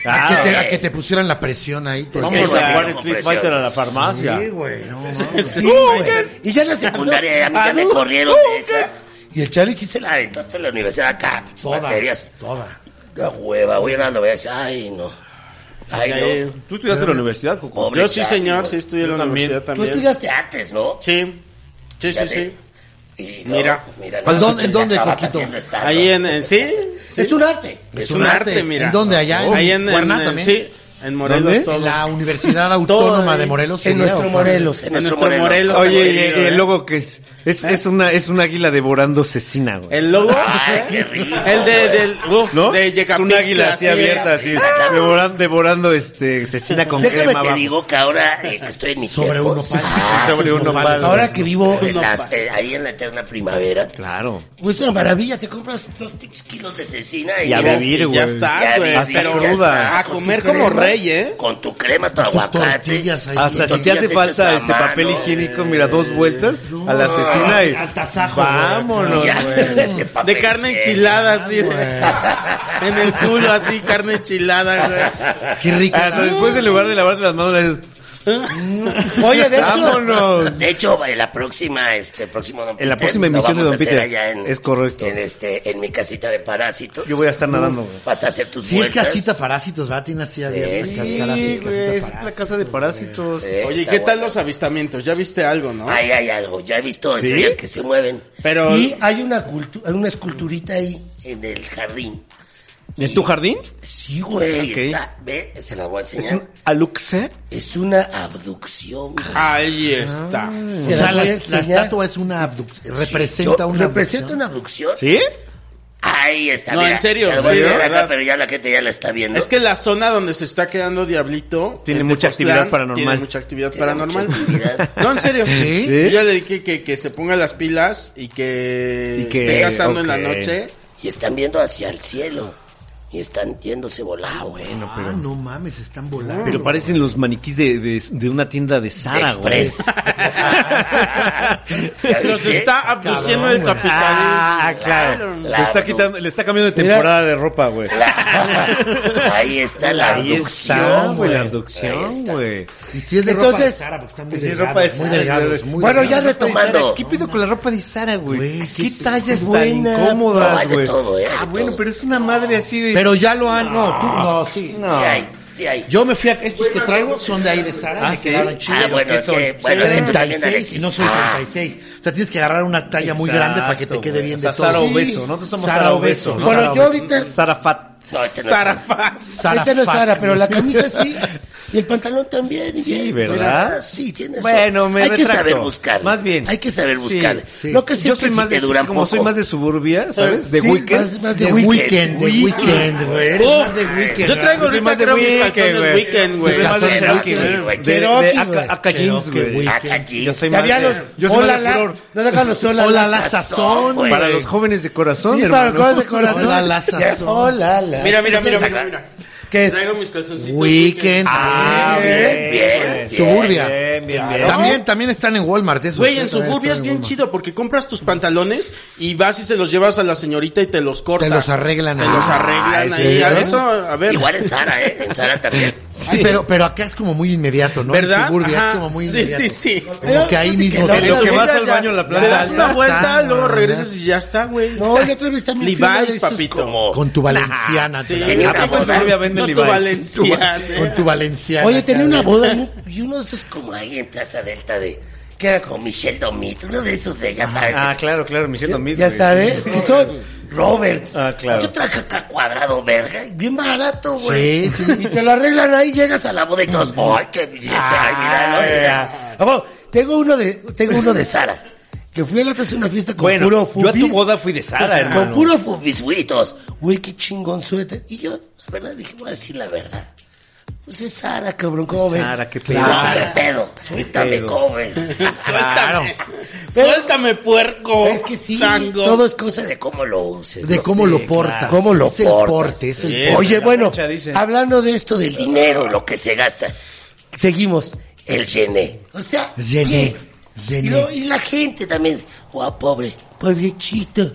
Speaker 6: a, que te,
Speaker 5: güey.
Speaker 6: a que te pusieran la presión ahí. Te
Speaker 5: Sí,
Speaker 2: Vamos
Speaker 5: güey,
Speaker 2: a jugar
Speaker 5: no,
Speaker 2: Street
Speaker 5: presión.
Speaker 2: Fighter a la farmacia.
Speaker 6: Sí, güey, no, no.
Speaker 1: Sí, güey. Y ya en la
Speaker 5: secundaria ya, a mí ya me
Speaker 4: Ah,
Speaker 5: corrieron
Speaker 4: uh,
Speaker 5: de esa.
Speaker 1: Y el Charlie sí se
Speaker 5: Se la aventó hasta la universidad acá, pinches materias.
Speaker 6: Toda, toda.
Speaker 5: La hueva, voy a lo voy a decir, ay no. Ay no.
Speaker 2: ¿Tú estudiaste en la universidad, Coco?
Speaker 5: Pobre
Speaker 4: Yo sí,
Speaker 5: Charlie,
Speaker 4: señor,
Speaker 5: güey.
Speaker 4: sí estudié en la
Speaker 2: Yo también.
Speaker 4: universidad
Speaker 5: Tú
Speaker 4: también.
Speaker 5: estudiaste
Speaker 1: ah,
Speaker 5: antes, ¿no?
Speaker 4: Sí, sí,
Speaker 5: Ya
Speaker 4: sí,
Speaker 5: sé.
Speaker 4: sí.
Speaker 5: Y
Speaker 4: Mira.
Speaker 5: mira
Speaker 6: ¿Pues dónde- en dónde, Coquito?
Speaker 5: Coquito?
Speaker 4: Ahí en... en- sí,
Speaker 5: Es un arte.
Speaker 6: Es un arte.
Speaker 4: mira.
Speaker 6: ¿En dónde? Allá, en
Speaker 4: Ahí en,
Speaker 6: Cuerna
Speaker 4: en-
Speaker 6: también.
Speaker 4: Sí, en Morelos
Speaker 2: ¿Dónde?
Speaker 4: todo.
Speaker 6: En la Universidad Autónoma
Speaker 4: ahí.
Speaker 6: de Morelos.
Speaker 1: en
Speaker 6: sería,
Speaker 1: nuestro
Speaker 6: o-
Speaker 1: Morelos.
Speaker 5: En
Speaker 4: En
Speaker 5: nuestro
Speaker 4: nuestro
Speaker 5: Morelos.
Speaker 4: Morelos.
Speaker 2: Oye, y
Speaker 4: Morelos,
Speaker 2: el,
Speaker 4: ¿eh?
Speaker 2: logo que es. Es, es una, es una águila devorando cecina, güey.
Speaker 4: El logo.
Speaker 5: Ay, qué rico,
Speaker 4: El de,
Speaker 5: güey.
Speaker 4: del. Uf,
Speaker 2: ¿No?
Speaker 4: de
Speaker 2: es
Speaker 4: Yecapixtla,
Speaker 2: un águila así
Speaker 4: sí.
Speaker 2: abierta, así. Devorando, devorando este, cecina con
Speaker 5: Déjame
Speaker 2: crema
Speaker 5: te
Speaker 2: abajo.
Speaker 5: digo que ahora eh, que estoy en mis
Speaker 6: Sobre un
Speaker 5: tiempos,
Speaker 6: nopal.
Speaker 2: sobre un nopal.
Speaker 1: Ahora que vivo,
Speaker 5: en
Speaker 1: en la-
Speaker 5: las- eh, ahí en la eterna primavera,
Speaker 2: Claro.
Speaker 1: pues es una maravilla, te compras.
Speaker 5: compras dos pinches kilos de cecina y
Speaker 2: Y a
Speaker 5: mira,
Speaker 2: vivir, güey.
Speaker 4: Ya
Speaker 5: Ya
Speaker 4: está, güey.
Speaker 5: vi,
Speaker 4: Pero
Speaker 5: ya está.
Speaker 4: A
Speaker 5: Con
Speaker 4: comer
Speaker 5: tu
Speaker 4: como
Speaker 5: crema,
Speaker 4: rey, ¿eh?
Speaker 5: Con tu crema, tu aguacate.
Speaker 6: tortillas ahí.
Speaker 2: Hasta si te
Speaker 5: tortillas
Speaker 2: hace
Speaker 5: hechas
Speaker 2: falta
Speaker 5: a
Speaker 2: este
Speaker 5: mano,
Speaker 2: papel higiénico, mira, dos vueltas a la asesina y.
Speaker 6: Al tasajo, güey.
Speaker 2: Vámonos,
Speaker 5: Ya, este,
Speaker 2: güey.
Speaker 5: de ¿eh? papel
Speaker 4: De carne
Speaker 5: higiénico.
Speaker 4: enchilada, así. En el culo, así, carne enchilada, güey.
Speaker 6: Qué rico.
Speaker 2: Hasta después, en lugar de lavarte las manos, le dices,
Speaker 1: Oye, de hecho,
Speaker 2: vámonos.
Speaker 5: De hecho, en la próxima, este, próximo Don
Speaker 2: En la
Speaker 5: Peter,
Speaker 2: próxima
Speaker 5: lo
Speaker 2: emisión de
Speaker 5: vamos
Speaker 2: Don
Speaker 5: a hacer
Speaker 2: Peter.
Speaker 5: allá en-
Speaker 2: Es correcto.
Speaker 5: En este, en mi casita de parásitos.
Speaker 2: Yo voy a estar nadando, güey.
Speaker 5: Vas a hacer tus
Speaker 6: Sí, es
Speaker 5: vueltas.
Speaker 6: casita parásitos, ¿verdad? Tiene así abiertas
Speaker 5: sí,
Speaker 6: esas caras de casita
Speaker 2: es la casa de parásitos.
Speaker 5: Sí,
Speaker 4: Oye, ¿y
Speaker 5: está
Speaker 4: ¿qué tal
Speaker 5: bueno.
Speaker 4: los avistamientos? ¿Ya viste algo, no?
Speaker 5: Ay, hay algo. Yo he visto estrellas que se mueven
Speaker 4: Pero.
Speaker 1: y hay una cultu- hay una esculturita ahí.
Speaker 5: en el jardín.
Speaker 2: ¿En tu jardín?
Speaker 5: Sí, güey.
Speaker 2: Ok.
Speaker 5: Está, ve, se las voy a
Speaker 2: ¿Es
Speaker 5: enseñar.
Speaker 2: un Ah. aluxe?
Speaker 5: Es una abducción. güey.
Speaker 4: Ahí está.
Speaker 2: Ah.
Speaker 6: O
Speaker 1: Se
Speaker 6: sea,
Speaker 1: las voy
Speaker 6: la,
Speaker 1: a
Speaker 6: la
Speaker 1: enseñar.
Speaker 6: estatua es una abducción. Representa
Speaker 5: Yo-
Speaker 6: una
Speaker 5: ¿Representa
Speaker 6: abducción.
Speaker 5: una abducción?
Speaker 2: ¿Sí?
Speaker 5: Ahí está.
Speaker 4: No,
Speaker 5: mira,
Speaker 4: en serio,
Speaker 5: Se las voy a
Speaker 4: sí,
Speaker 5: enseñar
Speaker 4: de
Speaker 5: acá,
Speaker 4: verdad.
Speaker 5: pero ya la gente ya la está viendo.
Speaker 4: Es que la zona donde se está quedando Diablito.
Speaker 2: Tiene
Speaker 4: en
Speaker 2: mucha
Speaker 4: Tepoztlán,
Speaker 2: actividad paranormal.
Speaker 4: Tiene mucha actividad
Speaker 5: Tiene
Speaker 4: paranormal.
Speaker 5: mucha actividad.
Speaker 4: No, en serio.
Speaker 6: ¿Sí?
Speaker 4: Yo ya le dije que, que se ponga las pilas y que,
Speaker 2: Y que-
Speaker 4: esté cazando en la
Speaker 2: ok.
Speaker 4: noche.
Speaker 5: Y están viendo hacia el cielo. y están yéndose volado.
Speaker 2: Bueno,
Speaker 3: Ah,
Speaker 2: pero,
Speaker 3: no mames, están volando.
Speaker 2: pero parecen los maniquís de, de- de una tienda de Zara, güey.
Speaker 5: Express. ¿Ya
Speaker 4: Nos
Speaker 5: viste?
Speaker 4: está abduciendo el capitalismo.
Speaker 2: Ah, claro.
Speaker 5: Claro.
Speaker 2: Le está, quitando, le está cambiando de temporada de ropa, güey.
Speaker 5: La- Ahí está la
Speaker 2: Ahí está,
Speaker 5: abducción,
Speaker 2: güey, la
Speaker 5: Ahí
Speaker 2: abducción,
Speaker 5: está.
Speaker 2: güey.
Speaker 3: Y si es de ropa de
Speaker 1: Entonces-
Speaker 6: pues,
Speaker 3: Zara, porque están muy
Speaker 2: Sí,
Speaker 3: delgados,
Speaker 2: ropa de Zara,
Speaker 3: muy delgados,
Speaker 2: güey.
Speaker 3: muy
Speaker 1: Bueno, ya
Speaker 3: delgados.
Speaker 5: retomando.
Speaker 2: ¿Qué pedo con la ropa de Sara, güey?
Speaker 3: Güey,
Speaker 2: ¿Qué
Speaker 3: sí,
Speaker 2: tallas tan
Speaker 1: buena.
Speaker 5: No,
Speaker 2: incómodas,
Speaker 5: hay de
Speaker 2: güey?
Speaker 5: todo, ¿eh? Hay
Speaker 2: Ah,
Speaker 5: de
Speaker 2: bueno,
Speaker 5: todo.
Speaker 2: pero es una madre así de...
Speaker 6: Pero ya lo han. No, tú no, sí.
Speaker 5: Sí hay, sí hay.
Speaker 6: Yo me fui a. Estos que traigo son de ahí de Sara.
Speaker 2: Ah,
Speaker 6: me
Speaker 2: ¿sí?
Speaker 6: quedaron
Speaker 5: Ah,
Speaker 6: chidos.
Speaker 5: bueno,
Speaker 6: ¿Qué
Speaker 5: es
Speaker 6: son?
Speaker 5: que- bueno, es
Speaker 6: Soy
Speaker 5: que tú también,
Speaker 6: 36 y no soy
Speaker 5: Alexis. Ah.
Speaker 6: 36. O sea, tienes que agarrar una talla muy grande para que te quede bien de
Speaker 2: Exacto,
Speaker 6: todo.
Speaker 2: güey. O sea, Sara
Speaker 6: Sí.
Speaker 2: obeso, nosotros somos Sara, obeso. ¿no?
Speaker 1: Bueno, yo ahorita-
Speaker 2: Sara fat.
Speaker 5: No, este no es-
Speaker 4: Sara Faz.
Speaker 6: Sara
Speaker 1: Esta no es
Speaker 6: Fat.
Speaker 1: Sara, pero la camisa sí.
Speaker 5: Y el pantalón también.
Speaker 2: Sí,
Speaker 5: bien.
Speaker 2: ¿verdad?
Speaker 5: Ah, Sí, tienes
Speaker 2: Bueno, me
Speaker 5: Hay que
Speaker 2: retracto.
Speaker 5: saber buscar.
Speaker 2: Más bien.
Speaker 5: Hay que saber buscar.
Speaker 2: Sí, sí.
Speaker 5: Lo que sí
Speaker 2: Yo
Speaker 5: es que
Speaker 2: soy
Speaker 5: si
Speaker 2: más
Speaker 5: te
Speaker 2: de,
Speaker 5: duran
Speaker 2: como soy
Speaker 5: poco.
Speaker 2: más de suburbia, ¿sabes? De
Speaker 1: Sí,
Speaker 2: weekend.
Speaker 1: más- más
Speaker 6: De
Speaker 1: de
Speaker 6: weekend, de
Speaker 1: Weekend.
Speaker 6: weekend, güey. Eres
Speaker 4: Uf.
Speaker 6: más de weekend.
Speaker 4: Yo traigo
Speaker 2: Yo soy
Speaker 4: ahorita
Speaker 2: más de
Speaker 4: creo mis
Speaker 2: weekend,
Speaker 4: calzones
Speaker 2: güey.
Speaker 4: weekend,
Speaker 2: Yo
Speaker 4: güey.
Speaker 2: soy más de
Speaker 5: Calzones
Speaker 2: Cherokee,
Speaker 5: weekend,
Speaker 2: güey.
Speaker 5: güey.
Speaker 2: De-
Speaker 1: Cherokee,
Speaker 2: de Aka-
Speaker 1: güey.
Speaker 2: Aka jeans,
Speaker 6: Cherokee
Speaker 2: güey.
Speaker 6: weekend.
Speaker 5: Acá, chis.
Speaker 2: Yo soy
Speaker 1: Ya
Speaker 2: más
Speaker 1: había los
Speaker 2: de... Yo soy
Speaker 1: hola
Speaker 2: más de
Speaker 1: la,
Speaker 2: furor.
Speaker 1: no dejan los hola
Speaker 6: Hola,
Speaker 1: la.
Speaker 6: la sazón, güey.
Speaker 2: Para los jóvenes de corazón,
Speaker 1: Sí, para
Speaker 2: hermano.
Speaker 1: cosas de corazón.
Speaker 6: Hola, la sazón.
Speaker 1: Hola la.
Speaker 4: Mira, mira, mira, mira, mira.
Speaker 1: ¿Qué es?
Speaker 4: Traigo mis calzoncitos
Speaker 6: Weekend.
Speaker 2: Ah,
Speaker 5: Bien, bien, bien.
Speaker 6: Suburbia.
Speaker 2: Bien, bien, bien.
Speaker 6: También, también están en Walmart. esos.
Speaker 4: Güey, en
Speaker 6: También
Speaker 4: suburbia es
Speaker 6: están en
Speaker 4: bien
Speaker 6: Walmart.
Speaker 4: chido porque compras tus pantalones y vas y se los llevas a la señorita y te los cortan.
Speaker 6: Te los arreglan.
Speaker 4: Te
Speaker 6: ahí.
Speaker 4: los arreglan ahí.
Speaker 6: ¿sí?
Speaker 4: A eso, a ver.
Speaker 5: Igual en Sara, ¿eh? En Sara también.
Speaker 6: Ay, pero, pero acá es como muy inmediato, ¿no? En
Speaker 4: ¿Verdad?
Speaker 6: suburbia
Speaker 4: Ajá.
Speaker 6: es como muy
Speaker 4: sí,
Speaker 6: inmediato.
Speaker 4: sí, sí.
Speaker 6: Como que ahí mismo.
Speaker 1: En
Speaker 6: te-
Speaker 2: lo que
Speaker 4: Entonces,
Speaker 2: vas
Speaker 4: ya,
Speaker 2: al
Speaker 4: ya,
Speaker 2: baño, la planta
Speaker 4: Te das
Speaker 2: alta
Speaker 4: una
Speaker 6: está,
Speaker 4: vuelta,
Speaker 6: no,
Speaker 4: luego
Speaker 6: no,
Speaker 4: regresas y ya está, güey.
Speaker 1: No, yo otra vez también. fui a
Speaker 4: Levi's,
Speaker 1: de esos
Speaker 4: papito.
Speaker 1: co-
Speaker 5: Como.
Speaker 6: Con tu valenciana.
Speaker 4: Sí,
Speaker 6: te la-
Speaker 5: en
Speaker 4: no,
Speaker 5: una
Speaker 4: pues,
Speaker 5: boda.
Speaker 4: Sofía vende
Speaker 2: No tu
Speaker 4: Levi's.
Speaker 6: tu va-
Speaker 4: Tu
Speaker 6: con
Speaker 4: Valenciana.
Speaker 6: tu valenciana.
Speaker 1: Oye, tenía
Speaker 6: acá,
Speaker 1: una
Speaker 6: güey.
Speaker 1: boda en un-
Speaker 5: Y uno de esos como ahí en Plaza Delta de... Que era como Michelle Domit. Uno de esos de, ya sabes.
Speaker 2: Ah, claro, claro, me siento mismo.
Speaker 1: Ya sabes, y son
Speaker 5: Roberts.
Speaker 2: Ah, claro.
Speaker 5: Yo traje acá cuadrado, verga. y Bien barato, güey.
Speaker 6: Sí, sí.
Speaker 5: Y te lo arreglan ahí, llegas a la boda y todos... ¡Ay, qué belleza!
Speaker 2: Ah,
Speaker 5: Ay, mira, ¿no?
Speaker 1: Vamos, tengo uno de, tengo uno de Sara.
Speaker 5: Sara.
Speaker 1: Que fui a la otra vez a una fiesta con
Speaker 2: Bueno,
Speaker 1: puro
Speaker 2: yo a
Speaker 1: fufis.
Speaker 2: tu boda fui de Sara,
Speaker 1: Con
Speaker 2: Ah, hermano.
Speaker 1: puro
Speaker 5: Puro fufisuitos.
Speaker 1: Güey, qué chingón suéter.
Speaker 5: Y yo, la verdad, dije, voy a decir la verdad. Pues es Sara, cabrón, ¿cómo ves?
Speaker 2: Sara, qué pedo.
Speaker 5: pedo. ¿Qué pedo? Suéltame,
Speaker 2: pedo.
Speaker 5: ¿cómo ves?
Speaker 6: Claro.
Speaker 4: Suéltame, puerco.
Speaker 1: Es que sí,
Speaker 4: chango.
Speaker 1: todo
Speaker 5: Todo
Speaker 1: es-
Speaker 5: es cosa de cómo lo uses.
Speaker 6: De
Speaker 5: ¿no?
Speaker 6: cómo
Speaker 2: Sí,
Speaker 6: lo portas.
Speaker 2: claro.
Speaker 1: ¿Cómo lo
Speaker 6: es el
Speaker 5: portas?
Speaker 6: porte, es el
Speaker 2: Sí.
Speaker 6: porte.
Speaker 1: Oye,
Speaker 2: la
Speaker 1: bueno,
Speaker 2: plancha, dicen.
Speaker 1: hablando de esto del
Speaker 5: El
Speaker 1: dinero,
Speaker 5: dinero, lo que se gasta.
Speaker 1: seguimos.
Speaker 5: El gené. O sea,
Speaker 6: Zené,
Speaker 5: ¿qué?
Speaker 6: zené.
Speaker 5: Y, lo- y la gente también. Guau, pobre. Pobrecito.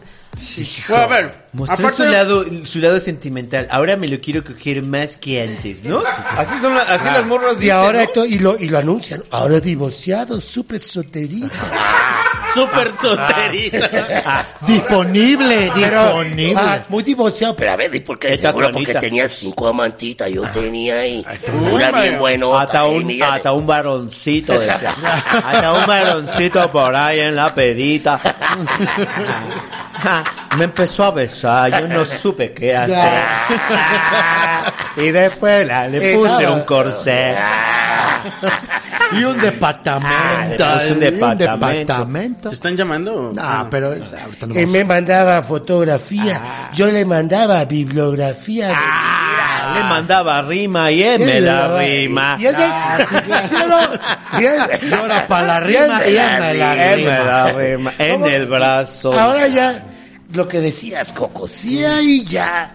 Speaker 4: Bueno, a ver.
Speaker 2: Mostrar su
Speaker 4: Aparte,
Speaker 2: lado, su lado sentimental. Ahora me lo quiero coger más que antes, ¿no? Así son la- así las morras
Speaker 1: Y
Speaker 2: dicen,
Speaker 1: ahora
Speaker 2: ¿no?
Speaker 1: esto, y lo, y lo anuncian. Ahora divorciado, súper soterita.
Speaker 4: súper
Speaker 2: Ah.
Speaker 4: solterita.
Speaker 6: Disponible, disponible.
Speaker 1: Ah, muy divorciado.
Speaker 5: Pero a ver, ¿y por qué?
Speaker 2: Esta
Speaker 5: Seguro
Speaker 2: Juanita.
Speaker 5: porque tenía cinco amantitas. Yo tenía ahí
Speaker 4: Uy,
Speaker 5: una
Speaker 4: madre.
Speaker 5: bien bueno.
Speaker 2: Hasta un, hasta un varoncito, decía. Hasta un varoncito por ahí en la pedita. Me empezó a besar, yo no supe qué hacer. Y después la-
Speaker 1: Eh,
Speaker 2: le puse un corsé.
Speaker 6: y un departamento.
Speaker 2: Ah, es un
Speaker 6: y
Speaker 2: departamento.
Speaker 6: departamento.
Speaker 4: ¿Te están llamando?
Speaker 6: Ah, pero o sea, ahorita no
Speaker 1: Que
Speaker 6: vamos
Speaker 1: me mandaba fotografía. Yo le mandaba bibliografía. de-
Speaker 2: Ah, le mandaba rima y él me la rima.
Speaker 1: Y él- y él-
Speaker 6: Llora pa' la rima,
Speaker 1: y él- eh,
Speaker 6: ella me la
Speaker 2: Él me
Speaker 6: rima.
Speaker 2: la rima. En el brazo.
Speaker 1: Ahora ya, lo que decía.
Speaker 5: Decías, Coco, sí, ahí ya.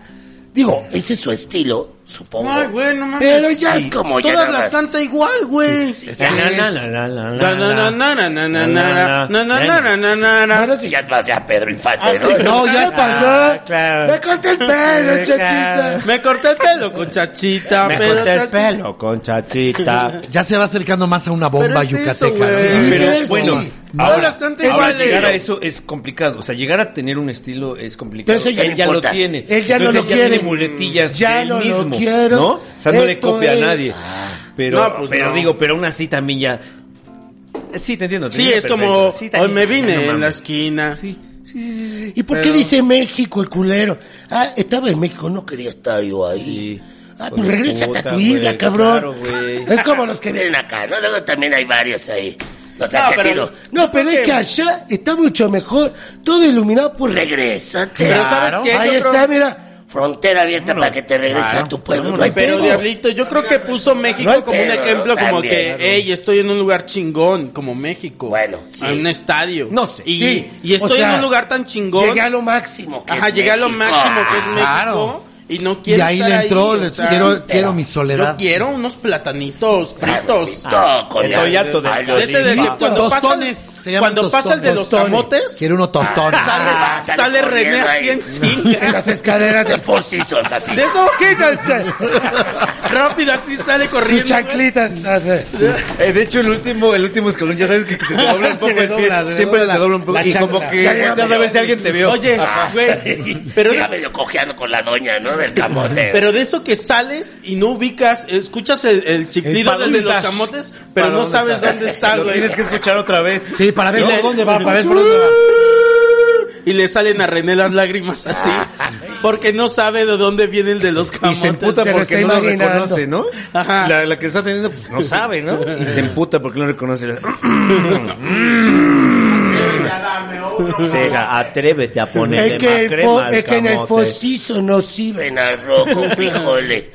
Speaker 5: Digo, ese es su estilo, supongo.
Speaker 4: Ay, güey, no mames.
Speaker 5: Pero ya es como ya
Speaker 4: Todas
Speaker 5: nada
Speaker 4: las
Speaker 5: más.
Speaker 4: canta igual, güey. Sí,
Speaker 2: Na, na, na, na, na, na, na, na, na, na.
Speaker 5: Ahora sí ya es más ya Pedro Infante, ¿no?
Speaker 1: No, ya
Speaker 2: Ah,
Speaker 1: pasó.
Speaker 2: claro.
Speaker 1: Me corté el pelo,
Speaker 2: Sí, claro.
Speaker 1: chachita.
Speaker 4: Me corté el pelo con chachita.
Speaker 2: Me
Speaker 4: pero
Speaker 2: corté el
Speaker 4: chachi-
Speaker 2: pelo con chachita.
Speaker 6: a- Ya se va acercando más a una
Speaker 4: Pero
Speaker 6: bomba
Speaker 4: es eso,
Speaker 6: yucateca.
Speaker 4: güey.
Speaker 6: Sí,
Speaker 1: Pero,
Speaker 6: es-
Speaker 1: bueno,
Speaker 4: Todas las canta
Speaker 2: Ahora
Speaker 4: igual.
Speaker 2: llegar a eso es complicado, o sea, llegar a tener un estilo es complicado.
Speaker 5: Pero eso ya
Speaker 2: él
Speaker 5: no
Speaker 2: ya
Speaker 5: importa.
Speaker 2: lo tiene.
Speaker 1: Él ya no
Speaker 2: Entonces,
Speaker 1: lo quiere.
Speaker 2: tiene muletillas
Speaker 1: Ya
Speaker 2: de él
Speaker 1: no lo
Speaker 2: mismo,
Speaker 1: quiero.
Speaker 2: ¿no? O sea, no le
Speaker 1: Esto
Speaker 2: copia
Speaker 1: es-
Speaker 2: a nadie. Pero,
Speaker 4: No, pues
Speaker 2: pero
Speaker 4: no.
Speaker 2: digo, pero aún así también ya. Sí, te entiendo. te
Speaker 4: Sí,
Speaker 2: entiendo
Speaker 4: es
Speaker 2: perfecto.
Speaker 4: como
Speaker 2: Sí,
Speaker 4: hoy
Speaker 2: también
Speaker 4: me
Speaker 2: sí, no
Speaker 4: vine en la
Speaker 2: mames.
Speaker 4: esquina.
Speaker 1: ¿Y por qué
Speaker 4: Pero-
Speaker 1: dice México el culero? Ah, estaba en México, no
Speaker 5: quería
Speaker 1: quería.
Speaker 5: estar yo
Speaker 2: Sí.
Speaker 5: ahí.
Speaker 1: Ah,
Speaker 2: Hijo
Speaker 1: pues
Speaker 2: de
Speaker 1: regrésate a
Speaker 2: puta,
Speaker 1: tu
Speaker 2: güey,
Speaker 1: isla, cabrón.
Speaker 2: claro, güey.
Speaker 1: es como los que
Speaker 5: Que vienen acá, ¿no? Luego también hay varios ahí. Los
Speaker 4: No,
Speaker 5: argentinos.
Speaker 4: pero-
Speaker 1: No, pero es que allá está mucho mejor, todo iluminado por
Speaker 5: Regrésate.
Speaker 4: Pero ¿sabes
Speaker 5: Claro.
Speaker 4: qué? Yo
Speaker 1: Ahí
Speaker 4: creo-
Speaker 1: está, mira.
Speaker 5: Frontera abierta para que te regreses a tu pueblo. Pues, No hay
Speaker 4: Pero
Speaker 5: pedo.
Speaker 4: Diablito, yo creo que puso México
Speaker 5: No hay
Speaker 4: como un
Speaker 5: pedo,
Speaker 4: ejemplo como
Speaker 5: también,
Speaker 4: que,
Speaker 5: claro.
Speaker 4: hey, estoy en un lugar chingón, como México.
Speaker 5: Bueno, sí.
Speaker 4: En un estadio.
Speaker 2: No sé.
Speaker 4: Y,
Speaker 1: Sí,
Speaker 4: y estoy
Speaker 1: o sea,
Speaker 4: en un lugar tan chingón.
Speaker 1: Llegué a lo máximo.
Speaker 5: que
Speaker 4: Ajá,
Speaker 5: es
Speaker 4: llegué a lo
Speaker 5: México.
Speaker 4: máximo que es
Speaker 5: Ah,
Speaker 4: México.
Speaker 6: claro.
Speaker 4: y no quiero
Speaker 6: Y ahí
Speaker 4: estar
Speaker 6: le entró, le- quiero- quiero mi
Speaker 4: Yo
Speaker 6: soledad.
Speaker 4: quiero unos platanitos fritos. Ah,
Speaker 5: Frito, con
Speaker 2: el toyato de-
Speaker 5: ay,
Speaker 4: De ese de que
Speaker 5: lindo.
Speaker 4: cuando pasa-
Speaker 6: Tostones, se llaman
Speaker 4: cuando pasa el de los
Speaker 6: tostones.
Speaker 4: camotes.
Speaker 6: Quiero uno tostones.
Speaker 4: Sale,
Speaker 5: Ah, sale
Speaker 4: sale René
Speaker 5: corriendo
Speaker 4: así
Speaker 5: ahí.
Speaker 4: en chinga.
Speaker 5: Las escaleras de Four Seasons, así.
Speaker 4: De eso, Rápido, así sale corriendo.
Speaker 1: Sus
Speaker 4: güey.
Speaker 1: chanclitas. así.
Speaker 2: Eh, de hecho, el último, el último escalón, ya sabes que te dobla un poco
Speaker 6: Se le
Speaker 2: el pie.
Speaker 6: dobla, se
Speaker 2: siempre
Speaker 6: dobla
Speaker 2: te dobla un poco.
Speaker 6: la
Speaker 2: Y
Speaker 6: chancla.
Speaker 2: como que
Speaker 5: Ya, ya,
Speaker 2: volteas
Speaker 5: ya.
Speaker 2: a ver si alguien te vio.
Speaker 4: Oye,
Speaker 5: Ah.
Speaker 4: güey.
Speaker 5: Pero
Speaker 4: Pero,
Speaker 5: Llega medio cojeando con la doña, ¿no? Del camote.
Speaker 4: pero de eso que sales y no ubicas, escuchas el, el chiflido
Speaker 2: ¿Para
Speaker 4: del
Speaker 2: dónde
Speaker 4: de los
Speaker 2: está?
Speaker 4: camotes, pero
Speaker 2: ¿Para
Speaker 4: no sabes dónde está,
Speaker 2: Lo
Speaker 4: güey.
Speaker 2: tienes que escuchar otra vez.
Speaker 6: Sí, para ver
Speaker 4: Y
Speaker 6: por
Speaker 4: le-
Speaker 6: dónde va, para ver por dónde va.
Speaker 4: Y le salen a René las lágrimas así, porque no sabe de dónde viene el de los
Speaker 2: Y
Speaker 4: camotes.
Speaker 2: se emputa
Speaker 1: se lo
Speaker 2: porque
Speaker 1: está
Speaker 2: no lo
Speaker 1: imaginando.
Speaker 2: reconoce, ¿no?
Speaker 4: Ajá.
Speaker 2: La, la que está teniendo, pues no sabe, ¿no? Y se emputa porque no reconoce. Sega, atrévete a
Speaker 1: Es que, el fo- es que en el fosizo no sirve.
Speaker 5: Ven al rojo, un frijole.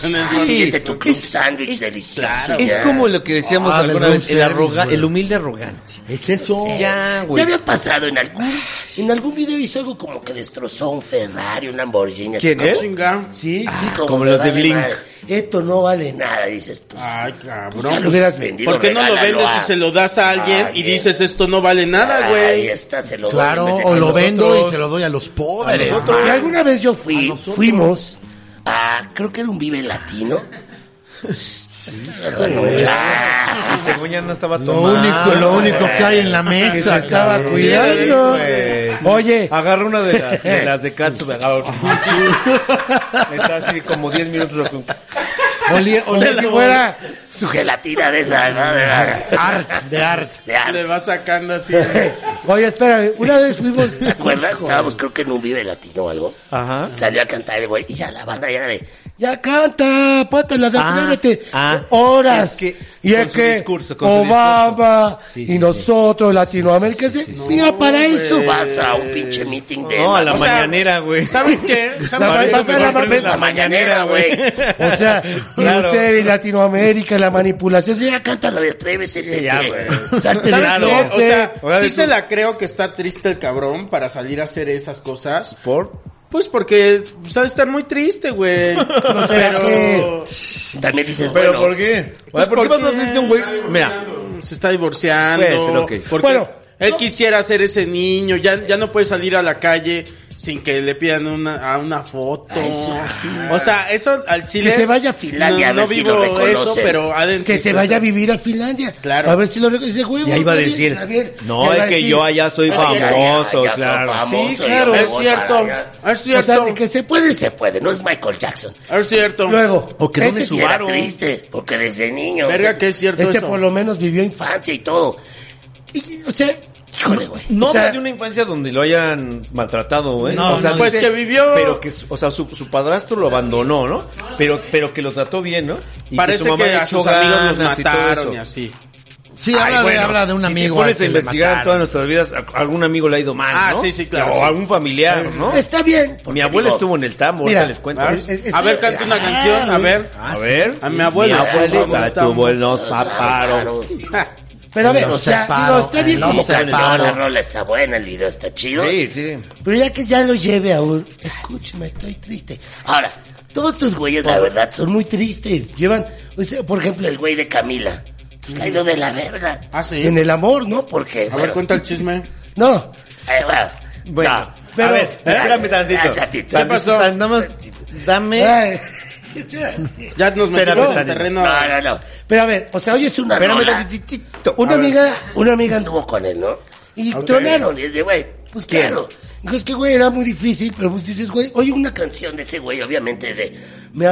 Speaker 2: Sí,
Speaker 5: Pídete tu club
Speaker 2: es-
Speaker 5: sándwich
Speaker 2: es-
Speaker 5: delicioso.
Speaker 2: Es
Speaker 5: ya.
Speaker 2: como lo que decíamos
Speaker 6: Ah,
Speaker 2: alguna
Speaker 6: del
Speaker 2: vez, el,
Speaker 6: room service,
Speaker 2: arroga-
Speaker 6: güey.
Speaker 2: el humilde arrogante.
Speaker 6: Es eso.
Speaker 2: Ya,
Speaker 5: Ya
Speaker 2: Ah, güey.
Speaker 5: había pasado en algún, en algún video hizo algo como que destrozó un Ferrari, un Lamborghini. así
Speaker 2: ¿Quién,
Speaker 5: como-
Speaker 2: eh?
Speaker 4: Chinga.
Speaker 1: Sí, sí.
Speaker 5: como
Speaker 2: Como
Speaker 5: que
Speaker 2: los de
Speaker 5: vale
Speaker 2: Blink.
Speaker 5: madre.
Speaker 1: Esto no vale nada.
Speaker 5: Nada, dices, pues.
Speaker 4: Ay,
Speaker 5: ya
Speaker 4: cabrón.
Speaker 5: lo hubieras vendido.
Speaker 4: Ah, ¿Por qué no lo
Speaker 5: regálalo
Speaker 4: vendes
Speaker 5: a-
Speaker 4: y se lo das a alguien y
Speaker 5: alguien.
Speaker 4: dices esto no vale nada,
Speaker 5: Ahí
Speaker 4: güey?
Speaker 5: está, se lo doy
Speaker 6: Claro,
Speaker 5: en vez de
Speaker 6: o
Speaker 5: que
Speaker 6: lo
Speaker 5: nosotros-
Speaker 6: vendo y se lo doy a los pobres.
Speaker 4: Ah.
Speaker 1: Y alguna vez yo fui, fuimos.
Speaker 5: Ah, creo que era un Vive Latino.
Speaker 2: Según ya no estaba
Speaker 6: Lo
Speaker 2: tomando.
Speaker 6: único, lo único que hay en la
Speaker 1: Que
Speaker 6: mesa.
Speaker 1: se estaba
Speaker 6: cabrón.
Speaker 1: cuidando. Oye,
Speaker 4: Ah,
Speaker 2: Agarra una de las de, las de Katsu. agarra otra. Está así como 10 minutos.
Speaker 6: Olía-
Speaker 1: como
Speaker 6: olía
Speaker 1: si
Speaker 6: como-
Speaker 1: fuera.
Speaker 5: Su gelatina de esa, ¿no? De, la-
Speaker 6: Art, de art.
Speaker 5: de ar-
Speaker 4: Le va sacando así.
Speaker 1: Oye, espérame, una vez fuimos.
Speaker 5: ¿Te acuerdas? Estábamos, creo que en un Vive Latino o algo.
Speaker 2: Ajá.
Speaker 5: Salió a cantar el güey y ya la banda ya de.
Speaker 1: Ya canta, póntela de
Speaker 2: Ah,
Speaker 1: atrévete.
Speaker 2: ah,
Speaker 1: horas.
Speaker 2: es que-
Speaker 1: y
Speaker 2: con
Speaker 1: es
Speaker 2: su
Speaker 1: que
Speaker 2: discurso, con su
Speaker 1: Obama
Speaker 2: discurso. Sí,
Speaker 1: y
Speaker 2: sí, sí.
Speaker 1: nosotros, Latinoamérica, se- mira para eso.
Speaker 5: Vas a un pinche meeting de.
Speaker 2: No, a la
Speaker 5: o sea,
Speaker 2: mañanera, güey.
Speaker 4: ¿Sabes qué?
Speaker 1: La
Speaker 4: ¿Sabes
Speaker 1: va-
Speaker 4: qué?
Speaker 1: vas a la
Speaker 2: mejor prendes
Speaker 1: ma-
Speaker 5: La mañanera, güey.
Speaker 1: O sea, y
Speaker 2: Claro.
Speaker 1: ustedes, Latinoamérica, la manipulación.
Speaker 5: Ya canta la de atrévete.
Speaker 2: ya,
Speaker 5: güey.
Speaker 1: Salte de
Speaker 4: ¿Sabes
Speaker 1: claro.
Speaker 4: qué? O sea,
Speaker 2: Ahora
Speaker 4: sí
Speaker 2: de-
Speaker 4: se la creo que está triste el cabrón para salir a hacer esas cosas.
Speaker 2: ¿Por?
Speaker 4: Pues porque sabe estar muy triste, güey. No
Speaker 1: será que-
Speaker 5: También dices,
Speaker 2: ¿Pero
Speaker 5: bueno,
Speaker 2: por qué? O sea, ¿Por qué
Speaker 4: porque-
Speaker 2: vas a decirte un güey? Mira,
Speaker 4: se está divorciando.
Speaker 2: Puede ser, ok.
Speaker 4: Porque
Speaker 1: Bueno,
Speaker 4: él quisiera ser ese niño, ya, ya no puede salir a la calle sin que le pidan una, a una foto. o sea, eso al chile.
Speaker 1: Que se vaya a
Speaker 5: Finlandia,
Speaker 4: No,
Speaker 5: a ver
Speaker 4: no
Speaker 5: si
Speaker 4: vivo
Speaker 5: lo reconocen.
Speaker 4: eso, pero adentro.
Speaker 1: Que se vaya a vivir a Finlandia.
Speaker 4: Claro.
Speaker 1: A ver si lo ese huevo.
Speaker 2: y ahí va
Speaker 1: está
Speaker 2: a
Speaker 1: bien,
Speaker 2: decir,
Speaker 1: está bien.
Speaker 2: no,
Speaker 1: Ya
Speaker 2: es
Speaker 1: va a
Speaker 2: que
Speaker 1: decir,
Speaker 2: yo allá soy
Speaker 5: Ah, ya, ya,
Speaker 2: famoso,
Speaker 5: ya soy
Speaker 2: claro.
Speaker 5: famoso,
Speaker 2: sí,
Speaker 5: yo
Speaker 2: claro.
Speaker 5: me
Speaker 4: Es
Speaker 5: voy
Speaker 4: cierto,
Speaker 5: para allá.
Speaker 4: es
Speaker 1: O sea,
Speaker 4: cierto,
Speaker 1: de que se
Speaker 5: Puede,
Speaker 1: puede
Speaker 5: se puede, no es Michael Jackson.
Speaker 4: es cierto.
Speaker 1: luego.
Speaker 2: O que no
Speaker 1: Ese
Speaker 2: me
Speaker 1: sí
Speaker 5: Sí, era
Speaker 2: Subaru.
Speaker 5: triste, porque desde niño.
Speaker 4: Verga que es cierto
Speaker 1: Este
Speaker 4: eso.
Speaker 1: por lo menos vivió infancia.
Speaker 5: Infancia y todo.
Speaker 1: Y- O sea, híjole, güey.
Speaker 2: No
Speaker 1: O sea,
Speaker 2: de una infancia donde lo hayan maltratado, ¿eh?
Speaker 6: No,
Speaker 2: o sea,
Speaker 4: no, pues que vivió-
Speaker 2: Pero que, su- o sea, su, su padrastro lo abandonó, ¿no? Pero, pero que lo trató bien, ¿no? Y
Speaker 4: Parece
Speaker 2: su mamá
Speaker 4: que,
Speaker 2: le
Speaker 4: a
Speaker 2: echó
Speaker 4: sus amigos los
Speaker 2: ganas y todo
Speaker 4: mataron
Speaker 2: eso.
Speaker 4: y así.
Speaker 6: Sí, habla, de, habla de un
Speaker 2: si
Speaker 6: amigo.
Speaker 2: Te pones
Speaker 6: al
Speaker 2: a
Speaker 6: que le
Speaker 2: investigar en
Speaker 6: mataron.
Speaker 2: todas nuestras vidas, a- algún amigo le ha ido mal,
Speaker 4: Ah,
Speaker 2: ¿no?
Speaker 4: sí, sí, claro,
Speaker 2: O
Speaker 4: sí.
Speaker 2: algún familiar, ¿no?
Speaker 1: Está bien.
Speaker 2: Mi abuela
Speaker 5: digo,
Speaker 2: estuvo en el tambo,
Speaker 1: mira,
Speaker 2: ahorita les cuento.
Speaker 1: Ah,
Speaker 4: ¿Ah?
Speaker 1: es- es-
Speaker 4: a ver, canta una canción, a ver.
Speaker 2: a ver,
Speaker 4: a mi abuela.
Speaker 2: Mi abuelita
Speaker 4: Tambo.
Speaker 2: tuvo el no zaparo.
Speaker 1: Pero a ver,
Speaker 6: Lo
Speaker 1: o sea,
Speaker 6: separo,
Speaker 1: digo, está bien
Speaker 6: lo
Speaker 1: como
Speaker 5: Como
Speaker 6: separo.
Speaker 5: canción, la rola está buena, el video está chido.
Speaker 2: Sí, sí.
Speaker 1: Pero ya que ya lo lleve a un...
Speaker 5: Escúchame, estoy triste. Ahora, todos estos güeyes, la verdad, son muy tristes. Llevan, o sea, por ejemplo, el güey de Camila. Pues caído de la verga.
Speaker 4: Ah, sí.
Speaker 1: En el amor, ¿no? Por-
Speaker 5: Porque,
Speaker 4: A ver,
Speaker 5: bueno,
Speaker 4: cuenta el chisme.
Speaker 1: No.
Speaker 5: eh, bueno,
Speaker 2: Bueno,
Speaker 5: no.
Speaker 2: pero,
Speaker 1: pero-
Speaker 2: a ver, espérame tantito.
Speaker 5: Ah, tantito. ¿Qué
Speaker 4: pasó?
Speaker 2: tan- nada más, dame.
Speaker 1: Ay,
Speaker 4: Ya
Speaker 2: Espérame,
Speaker 4: nos metimos en
Speaker 2: Dani.
Speaker 4: terreno.
Speaker 5: no, no, no.
Speaker 1: Pero a ver, o sea, oye, es una
Speaker 5: Espérame
Speaker 1: rola.
Speaker 2: tantitito.
Speaker 1: Una
Speaker 2: A ver.
Speaker 1: amiga, una amiga anduvo
Speaker 5: Anduvo con él, ¿no?
Speaker 1: y
Speaker 4: Ok.
Speaker 1: tronaron.
Speaker 5: Y es de, güey, pues
Speaker 1: Pues claro.
Speaker 5: claro.
Speaker 1: Es que, güey, era muy difícil, pero pues dices, güey, oye, una canción.
Speaker 5: canción de ese güey, obviamente, es de...
Speaker 1: Me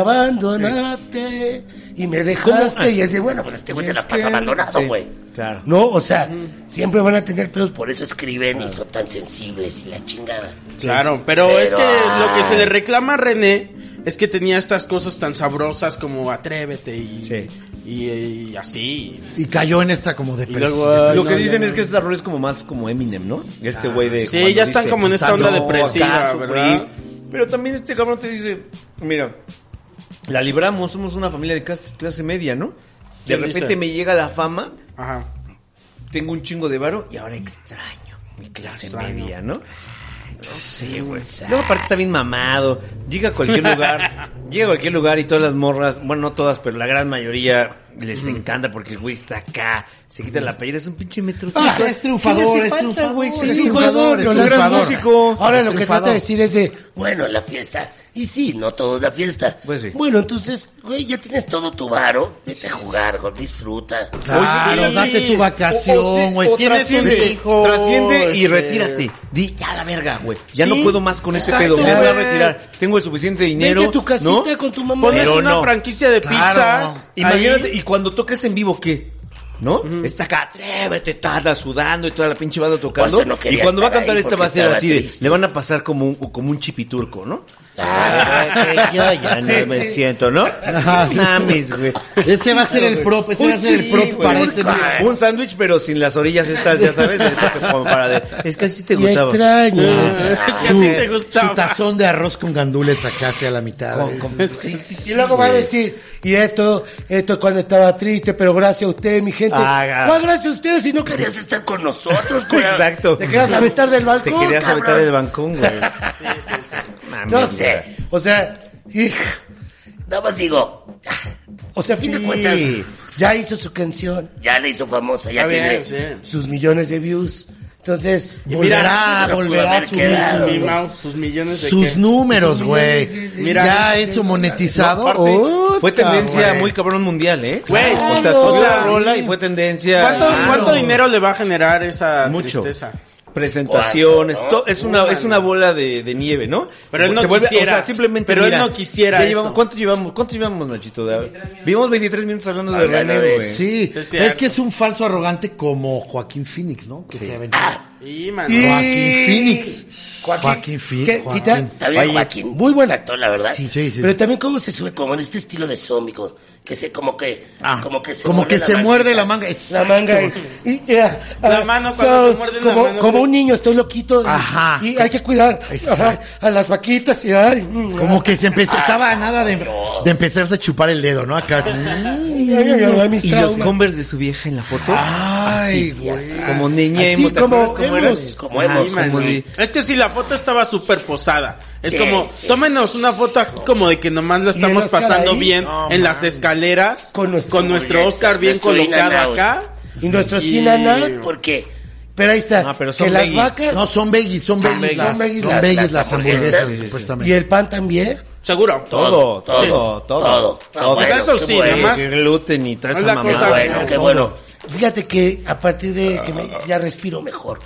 Speaker 1: abandonaste y me dejaste y es de, bueno,
Speaker 5: Pues
Speaker 1: pues...
Speaker 5: este güey
Speaker 1: te
Speaker 5: te la pasa abandonado, güey.
Speaker 2: Claro.
Speaker 1: No, o sea, siempre van a tener pedos por
Speaker 5: Por eso escriben y son tan sensibles y la chingada.
Speaker 4: Claro, pero,
Speaker 5: Pero,
Speaker 4: es que
Speaker 5: ah.
Speaker 4: lo que se le reclama a René es que tenía estas cosas tan sabrosas como atrévete y,
Speaker 2: Sí.
Speaker 4: y, y así.
Speaker 6: Y cayó en esta como
Speaker 4: Y
Speaker 6: depresión.
Speaker 4: luego, ay,
Speaker 2: Lo que
Speaker 4: no,
Speaker 2: dicen
Speaker 4: ya
Speaker 2: es que este rol es como más como Eminem, ¿no? Este güey de.
Speaker 4: Sí,
Speaker 2: cuando
Speaker 4: ya están
Speaker 2: dice,
Speaker 4: como en esta
Speaker 2: "Tanto
Speaker 4: onda depresiva,
Speaker 2: acaso,
Speaker 4: ¿verdad?
Speaker 2: güey". Pero también este cabrón te dice, mira, la libramos, somos una familia de clase, clase media, ¿no? De
Speaker 4: ¿Quién
Speaker 2: repente
Speaker 4: dice?
Speaker 2: me llega la fama,
Speaker 4: Ajá.
Speaker 2: tengo un chingo de varo y ahora extraño mi clase
Speaker 4: Extraño.
Speaker 2: media, ¿no? No sé, güey. Luego aparte está bien mamado. Llega a cualquier lugar. llega a cualquier lugar y todas las morras, bueno, no todas, pero la gran mayoría les encanta porque el güey está acá. Se quita la playera, es un pinche metro.
Speaker 6: Ah, es triunfador, es triunfador,
Speaker 2: güey.
Speaker 6: es
Speaker 2: Sí,
Speaker 6: triunfador, es
Speaker 2: un gran
Speaker 6: triunfador.
Speaker 2: músico.
Speaker 1: Ahora lo que
Speaker 6: Triunfador.
Speaker 1: trata de decir es de, bueno, la fiesta. Y sí, no todo es la fiesta.
Speaker 2: Pues sí.
Speaker 1: Bueno, entonces, güey, ya tienes todo tu varo. Vete a jugar, güey, disfruta.
Speaker 6: Claro,
Speaker 4: sí.
Speaker 6: date
Speaker 4: O-
Speaker 6: tu
Speaker 4: o sí,
Speaker 6: vacación, güey.
Speaker 4: o
Speaker 6: Tienes
Speaker 4: trasciende.
Speaker 6: vete-
Speaker 4: hijo,
Speaker 2: Trasciende y
Speaker 4: este-
Speaker 2: retírate. Di, ya la verga, güey. Ya
Speaker 4: Sí,
Speaker 2: no puedo más con este
Speaker 4: exacto,
Speaker 2: pedo. Me voy a
Speaker 4: güey.
Speaker 2: retirar. Tengo el suficiente dinero.
Speaker 1: Vete a tu casita
Speaker 2: ¿no?
Speaker 1: con tu mamá.
Speaker 4: Pones
Speaker 2: Pero
Speaker 4: una
Speaker 2: no.
Speaker 4: franquicia de
Speaker 6: Claro.
Speaker 4: pizzas.
Speaker 2: Imagínate,
Speaker 4: ahí.
Speaker 2: y cuando tocas en vivo, ¿qué? ¿No? Está acá, atrévete, tarda sudando y toda la pinche banda tocando.
Speaker 1: Por eso no
Speaker 2: y
Speaker 1: quería
Speaker 2: cuando va a
Speaker 1: estar
Speaker 2: cantar
Speaker 1: ahí
Speaker 2: esta va a
Speaker 1: porque
Speaker 2: ser
Speaker 1: estaba
Speaker 2: así de,
Speaker 1: triste.
Speaker 2: le van a pasar como un, como un chipiturco, ¿no?
Speaker 1: Ah,
Speaker 2: yo ya no me siento, ¿no? Mames, güey.
Speaker 6: Ese va a ser el prop, ese va a ser el prop para
Speaker 2: un,
Speaker 6: ese
Speaker 2: un sándwich, pero sin las orillas estas, ya sabes, de esas que como para de, es que así te
Speaker 1: Y
Speaker 2: gustaba.
Speaker 1: extraño.
Speaker 4: Que así te gustaba.
Speaker 6: Su tazón de arroz con gandules acá hacia la mitad.
Speaker 2: Con-
Speaker 6: güey.
Speaker 2: con- sí, sí, sí,
Speaker 1: Y luego va a
Speaker 2: güey.
Speaker 1: decir, y esto, esto es cuando estaba triste, pero gracias a ustedes, mi gente.
Speaker 2: Ah,
Speaker 1: no, gracias a ustedes, si no querías estar con nosotros, güey.
Speaker 2: Exacto.
Speaker 1: Te querías aventar del
Speaker 2: Te
Speaker 1: balcón,
Speaker 2: querías
Speaker 1: cabrón.
Speaker 2: aventar del bancón, güey. Mames,
Speaker 1: No
Speaker 2: güey.
Speaker 1: sé, o sea, hijo,
Speaker 5: Nada más digo,
Speaker 1: o sea, a fin
Speaker 2: Sí.
Speaker 1: de cuentas, ya hizo su canción,
Speaker 5: ya la hizo famosa, ya
Speaker 4: Está
Speaker 5: tiene...
Speaker 4: bien, sí.
Speaker 1: sus millones de views, entonces,
Speaker 4: mira,
Speaker 6: volverá,
Speaker 5: se lo pudo
Speaker 6: volverá
Speaker 5: haber
Speaker 6: a subir
Speaker 5: quedado,
Speaker 4: Mi
Speaker 6: sus-
Speaker 4: Mau, sus millones de
Speaker 6: sus
Speaker 4: qué.
Speaker 6: números, güey.
Speaker 4: Mira,
Speaker 6: ya eso monetizado.
Speaker 2: Aparte,
Speaker 6: Oh,
Speaker 2: fue tendencia
Speaker 6: güey.
Speaker 2: muy cabrón mundial, ¿eh?
Speaker 4: Güey,
Speaker 2: o sea, subió
Speaker 4: o sea,
Speaker 2: la rola y fue tendencia.
Speaker 4: ¿Cuánto,
Speaker 2: Claro.
Speaker 4: cuánto dinero le va a generar esa
Speaker 2: Mucho.
Speaker 4: tristeza?
Speaker 2: Presentaciones,
Speaker 5: Cuatro,
Speaker 2: to- es una es una bola de, de nieve, ¿no?
Speaker 4: Pero él no quisiera.
Speaker 2: o sea, simplemente
Speaker 4: Pero él
Speaker 2: mira,
Speaker 4: no quisiera
Speaker 2: ya
Speaker 4: eso.
Speaker 2: llevamos- ¿Cuánto llevamos? ¿Cuánto llevamos, Nachito? De- Vimos 23 minutos hablando de
Speaker 5: Hablando
Speaker 2: René,
Speaker 5: de-
Speaker 2: güey.
Speaker 6: Sí,
Speaker 4: Es
Speaker 6: es,
Speaker 4: cierto.
Speaker 6: que es un falso arrogante como Joaquín Phoenix, ¿no? Que se aventó.
Speaker 4: Y, mano.
Speaker 1: Y-
Speaker 6: Joaquín Phoenix. Joaquín Phoenix.
Speaker 1: ¿Qué? ¿Sí te-
Speaker 5: Está bien,
Speaker 2: Oye,
Speaker 5: Joaquín.
Speaker 1: muy buen actor,
Speaker 5: actor, la verdad.
Speaker 6: Sí, sí, sí.
Speaker 1: pero también cómo se sube
Speaker 5: Sube como en este estilo de zombie, como que se, como que, como que se
Speaker 6: Ah. como que
Speaker 5: la
Speaker 6: se
Speaker 5: mano.
Speaker 6: muerde la manga.
Speaker 1: la
Speaker 6: Exacto.
Speaker 1: manga y, y- y-
Speaker 4: La
Speaker 1: ah,
Speaker 4: mano cuando se muerde la
Speaker 1: como,
Speaker 4: mano.
Speaker 1: como un niño estoy loquito y,
Speaker 6: Ajá.
Speaker 1: y hay que cuidar ajá, a las vaquitas y ay mm,
Speaker 6: Como que se empezó, estaba a nada de, de empezarse a chupar el dedo, ¿no? Acá.
Speaker 1: ay, ay, ay, ay, mis
Speaker 2: Y los
Speaker 1: traumas.
Speaker 2: Converse de su vieja en la foto.
Speaker 4: Ah,
Speaker 6: Ay,
Speaker 2: Así, como niña
Speaker 1: Así
Speaker 2: emo, ¿te
Speaker 1: como
Speaker 2: acuerdas cómo era?
Speaker 1: hemos-
Speaker 5: como
Speaker 2: Ajá,
Speaker 5: hemos,
Speaker 2: como
Speaker 4: Sí.
Speaker 2: de-
Speaker 4: Es que si la foto estaba súper posada. Es
Speaker 5: Sí,
Speaker 4: como,
Speaker 5: sí.
Speaker 4: tómenos una foto aquí como de que nomás lo estamos
Speaker 1: Oscar
Speaker 4: pasando
Speaker 1: ahí?
Speaker 4: bien en las escaleras.
Speaker 1: Con nuestro
Speaker 5: hamburguesa,
Speaker 4: Oscar bien
Speaker 5: nuestro In and
Speaker 4: colocado
Speaker 5: Out.
Speaker 4: acá.
Speaker 1: y nuestro
Speaker 4: Y-
Speaker 1: sin anar,
Speaker 5: Porque
Speaker 1: pero ahí está
Speaker 2: Ah, pero son
Speaker 1: que las
Speaker 2: veggies.
Speaker 1: vacas
Speaker 6: No, son veggies, son
Speaker 1: Son
Speaker 6: veggies.
Speaker 1: veggies.
Speaker 6: Son veggies,
Speaker 1: Las-
Speaker 5: las
Speaker 6: las hamburguesas,
Speaker 5: hamburguesas,
Speaker 1: y
Speaker 6: supuestamente.
Speaker 1: el pan también
Speaker 4: Seguro.
Speaker 2: Todo,
Speaker 5: Todo,
Speaker 2: todo, todo.
Speaker 5: todo. Ah,
Speaker 4: Pues
Speaker 5: bueno,
Speaker 4: eso
Speaker 5: qué
Speaker 4: sí,
Speaker 5: bueno.
Speaker 4: nomás.
Speaker 2: Que gluten y toda
Speaker 4: Es
Speaker 2: esa
Speaker 4: la cosa
Speaker 2: mamada.
Speaker 4: buena.
Speaker 5: bueno, qué bueno.
Speaker 1: fíjate que a partir de que me- ya respiro mejor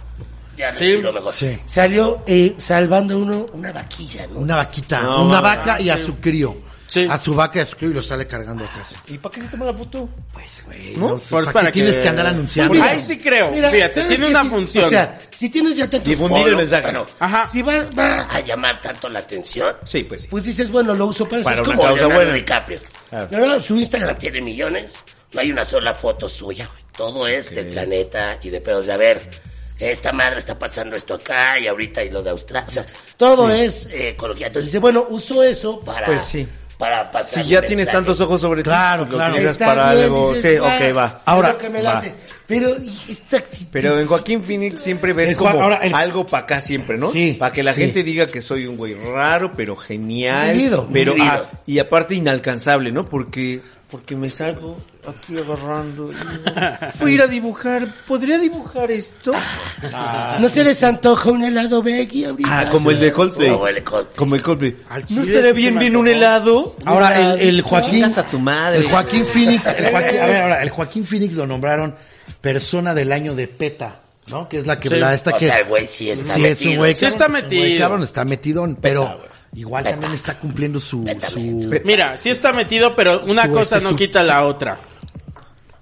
Speaker 5: Ya
Speaker 4: Sí.
Speaker 5: lo mejor.
Speaker 6: Sí.
Speaker 1: salió eh, salvando uno una vaquilla ¿no?
Speaker 6: Una vaquita,
Speaker 2: No,
Speaker 6: una
Speaker 2: mames.
Speaker 6: vaca y a su crío.
Speaker 4: Sí.
Speaker 6: A su vaca y a su crío y lo sale cargando a casa.
Speaker 2: ¿Y para qué se toma la foto?
Speaker 6: Pues, güey,
Speaker 4: ¿No?
Speaker 6: no sé,
Speaker 4: Pues
Speaker 6: ¿para
Speaker 4: para
Speaker 6: qué tienes
Speaker 4: que-
Speaker 6: que andar anunciando?
Speaker 4: Mira, Ahí sí creo, fíjate,
Speaker 1: ¿sabes
Speaker 4: tiene
Speaker 1: qué?
Speaker 4: una
Speaker 1: Si-
Speaker 4: función.
Speaker 1: o sea si tienes ya tantos
Speaker 2: Difundir el
Speaker 1: followers,
Speaker 2: mensaje.
Speaker 1: bueno,
Speaker 4: Ajá.
Speaker 1: si va, va
Speaker 5: A llamar tanto la atención.
Speaker 2: Sí, pues sí.
Speaker 1: pues dices, bueno, lo uso para,
Speaker 2: Para
Speaker 1: eso. Es
Speaker 2: una
Speaker 1: como-
Speaker 2: causa
Speaker 5: Leonardo
Speaker 2: buena.
Speaker 5: DiCaprio.
Speaker 2: Claro.
Speaker 1: No, no, su Instagram.
Speaker 5: Instagram tiene millones, no hay una sola foto suya. güey. Todo es del planeta y de pedos de a ver. Esta madre está pasando esto acá y ahorita y lo de Australia. O sea,
Speaker 1: Todo
Speaker 5: Sí.
Speaker 1: es...
Speaker 5: eh, coloquial. Entonces,
Speaker 1: Dice, bueno, uso eso para...
Speaker 5: para,
Speaker 2: Pues sí.
Speaker 5: para pasar.
Speaker 2: Si ya
Speaker 5: un
Speaker 2: tienes
Speaker 5: mensaje.
Speaker 2: tantos ojos sobre ti,
Speaker 6: Claro,
Speaker 2: pues lo
Speaker 6: claro.
Speaker 2: utilizas
Speaker 1: Está
Speaker 2: para
Speaker 1: bien,
Speaker 2: algo.
Speaker 1: dices,
Speaker 2: Sí,
Speaker 1: va,
Speaker 2: ok, va.
Speaker 1: Ahora...
Speaker 6: Ahora,
Speaker 1: que me
Speaker 2: va.
Speaker 1: late. Pero y esta actitud...
Speaker 2: Pero en Joaquín Phoenix siempre ves
Speaker 6: El Joa-
Speaker 2: como
Speaker 6: ahora el-
Speaker 2: algo para acá siempre, ¿no?
Speaker 6: Sí,
Speaker 2: Para que la
Speaker 6: sí.
Speaker 2: gente diga que soy un güey raro, pero genial.
Speaker 1: Vivido,
Speaker 2: pero
Speaker 5: vivido.
Speaker 2: ah, y aparte inalcanzable, ¿no? Porque porque me salgo aquí agarrando. y digo, Voy a ir a dibujar. ¿Podría dibujar esto?
Speaker 1: ¿No se les antoja un helado veggie ahorita?
Speaker 2: Ah, como el de Coldplay.
Speaker 5: Como el de Coldplay.
Speaker 2: Como el Coldplay.
Speaker 4: Al
Speaker 2: ¿No
Speaker 4: chile
Speaker 2: estaría
Speaker 4: sí
Speaker 2: bien
Speaker 4: me
Speaker 2: bien un
Speaker 4: antojó.
Speaker 2: helado?
Speaker 6: Ahora, el, el Joaquín.
Speaker 2: Chingas a tu madre.
Speaker 6: El Joaquín Phoenix. El Joaquín, a ver, ahora, el Joaquín Phoenix lo nombraron persona del año de PETA, ¿no? Que es la que.
Speaker 4: Sí.
Speaker 6: La, esta
Speaker 5: O
Speaker 6: que
Speaker 5: sea, el güey sí está
Speaker 6: sí, es un
Speaker 5: metido.
Speaker 6: güey.
Speaker 4: Sí
Speaker 6: cabrón,
Speaker 4: está
Speaker 6: es un güey,
Speaker 4: metido.
Speaker 6: Cabrón, está metido, pero igual
Speaker 5: Peta.
Speaker 6: también está cumpliendo su.
Speaker 5: Peta,
Speaker 6: su-
Speaker 4: Mira, sí está metido, pero una
Speaker 6: Su-
Speaker 4: cosa
Speaker 6: este,
Speaker 4: no
Speaker 6: su-
Speaker 4: quita la otra.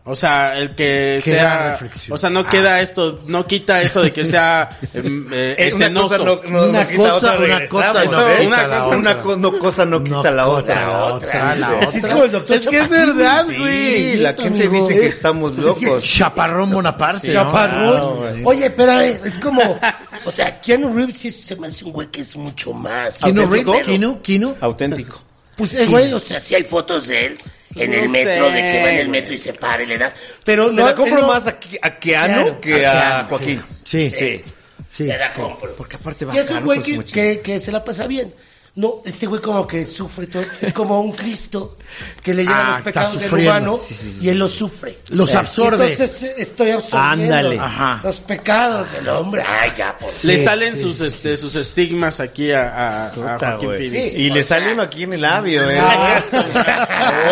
Speaker 4: O sea, el que
Speaker 6: Queda
Speaker 4: sea,
Speaker 6: reflexión.
Speaker 4: o sea, no
Speaker 6: Ah.
Speaker 4: queda esto, no quita eso de que sea em, eh,
Speaker 2: Eh, una
Speaker 4: escenoso.
Speaker 2: cosa no, no-
Speaker 6: Una
Speaker 2: no quita
Speaker 6: cosa-
Speaker 2: otra
Speaker 6: una
Speaker 2: regresamos,
Speaker 6: cosa
Speaker 4: no
Speaker 2: ¿eh?
Speaker 4: quita
Speaker 2: Una
Speaker 4: la
Speaker 2: cosa-
Speaker 4: otra.
Speaker 2: una co- no cosa no quita la otra.
Speaker 6: La otra, la otra.
Speaker 1: Sí, es como el doctor
Speaker 4: Es que es verdad, güey.
Speaker 2: Sí, la gente dice que estamos locos.
Speaker 6: Chaparrón Bonaparte. ¿no? Ah,
Speaker 1: Chaparrón.
Speaker 6: Claro, güey.
Speaker 1: Oye, espérame, es como...
Speaker 5: O sea, Keanu Reeves sí se me hace un güey que es mucho más.
Speaker 6: Keanu
Speaker 5: auténtico.
Speaker 6: Reeves, Keanu, Keanu.
Speaker 2: Auténtico.
Speaker 1: Pues, eh, güey,
Speaker 5: O
Speaker 1: o sea,
Speaker 5: sea, sí hay fotos de él en
Speaker 4: No
Speaker 5: el metro, de que va en
Speaker 4: sé,
Speaker 5: el metro y se para y le da.
Speaker 2: Pero se
Speaker 1: no,
Speaker 2: la compro
Speaker 1: no.
Speaker 2: más a, Ke- a Keanu
Speaker 1: Claro,
Speaker 2: que a Joaquín.
Speaker 6: Sí.
Speaker 2: Sí.
Speaker 6: Sí,
Speaker 5: te la
Speaker 6: sí.
Speaker 5: compro.
Speaker 2: Porque aparte va
Speaker 1: Y es un
Speaker 2: caro,
Speaker 1: güey
Speaker 2: pues,
Speaker 1: que,
Speaker 2: mucho.
Speaker 1: que- que se la pasa bien. No, este güey como que sufre todo. Es como un Cristo que le lleva
Speaker 6: Ah,
Speaker 1: los
Speaker 6: está
Speaker 1: pecados del
Speaker 6: sufriendo.
Speaker 1: humano
Speaker 6: Sí, sí, sí,
Speaker 1: y él los sufre.
Speaker 6: Los
Speaker 1: Eh,
Speaker 6: absorbe.
Speaker 1: Entonces eh, estoy absorbiendo
Speaker 2: Ándale.
Speaker 6: Ajá.
Speaker 1: los pecados del hombre.
Speaker 5: Ay, ya, por
Speaker 4: Le salen sus, este, sus estigmas aquí a, a, a
Speaker 2: Puta,
Speaker 4: Ah, Joaquín
Speaker 2: güey.
Speaker 4: Phoenix.
Speaker 2: Y le sale uno aquí en el labio, eh.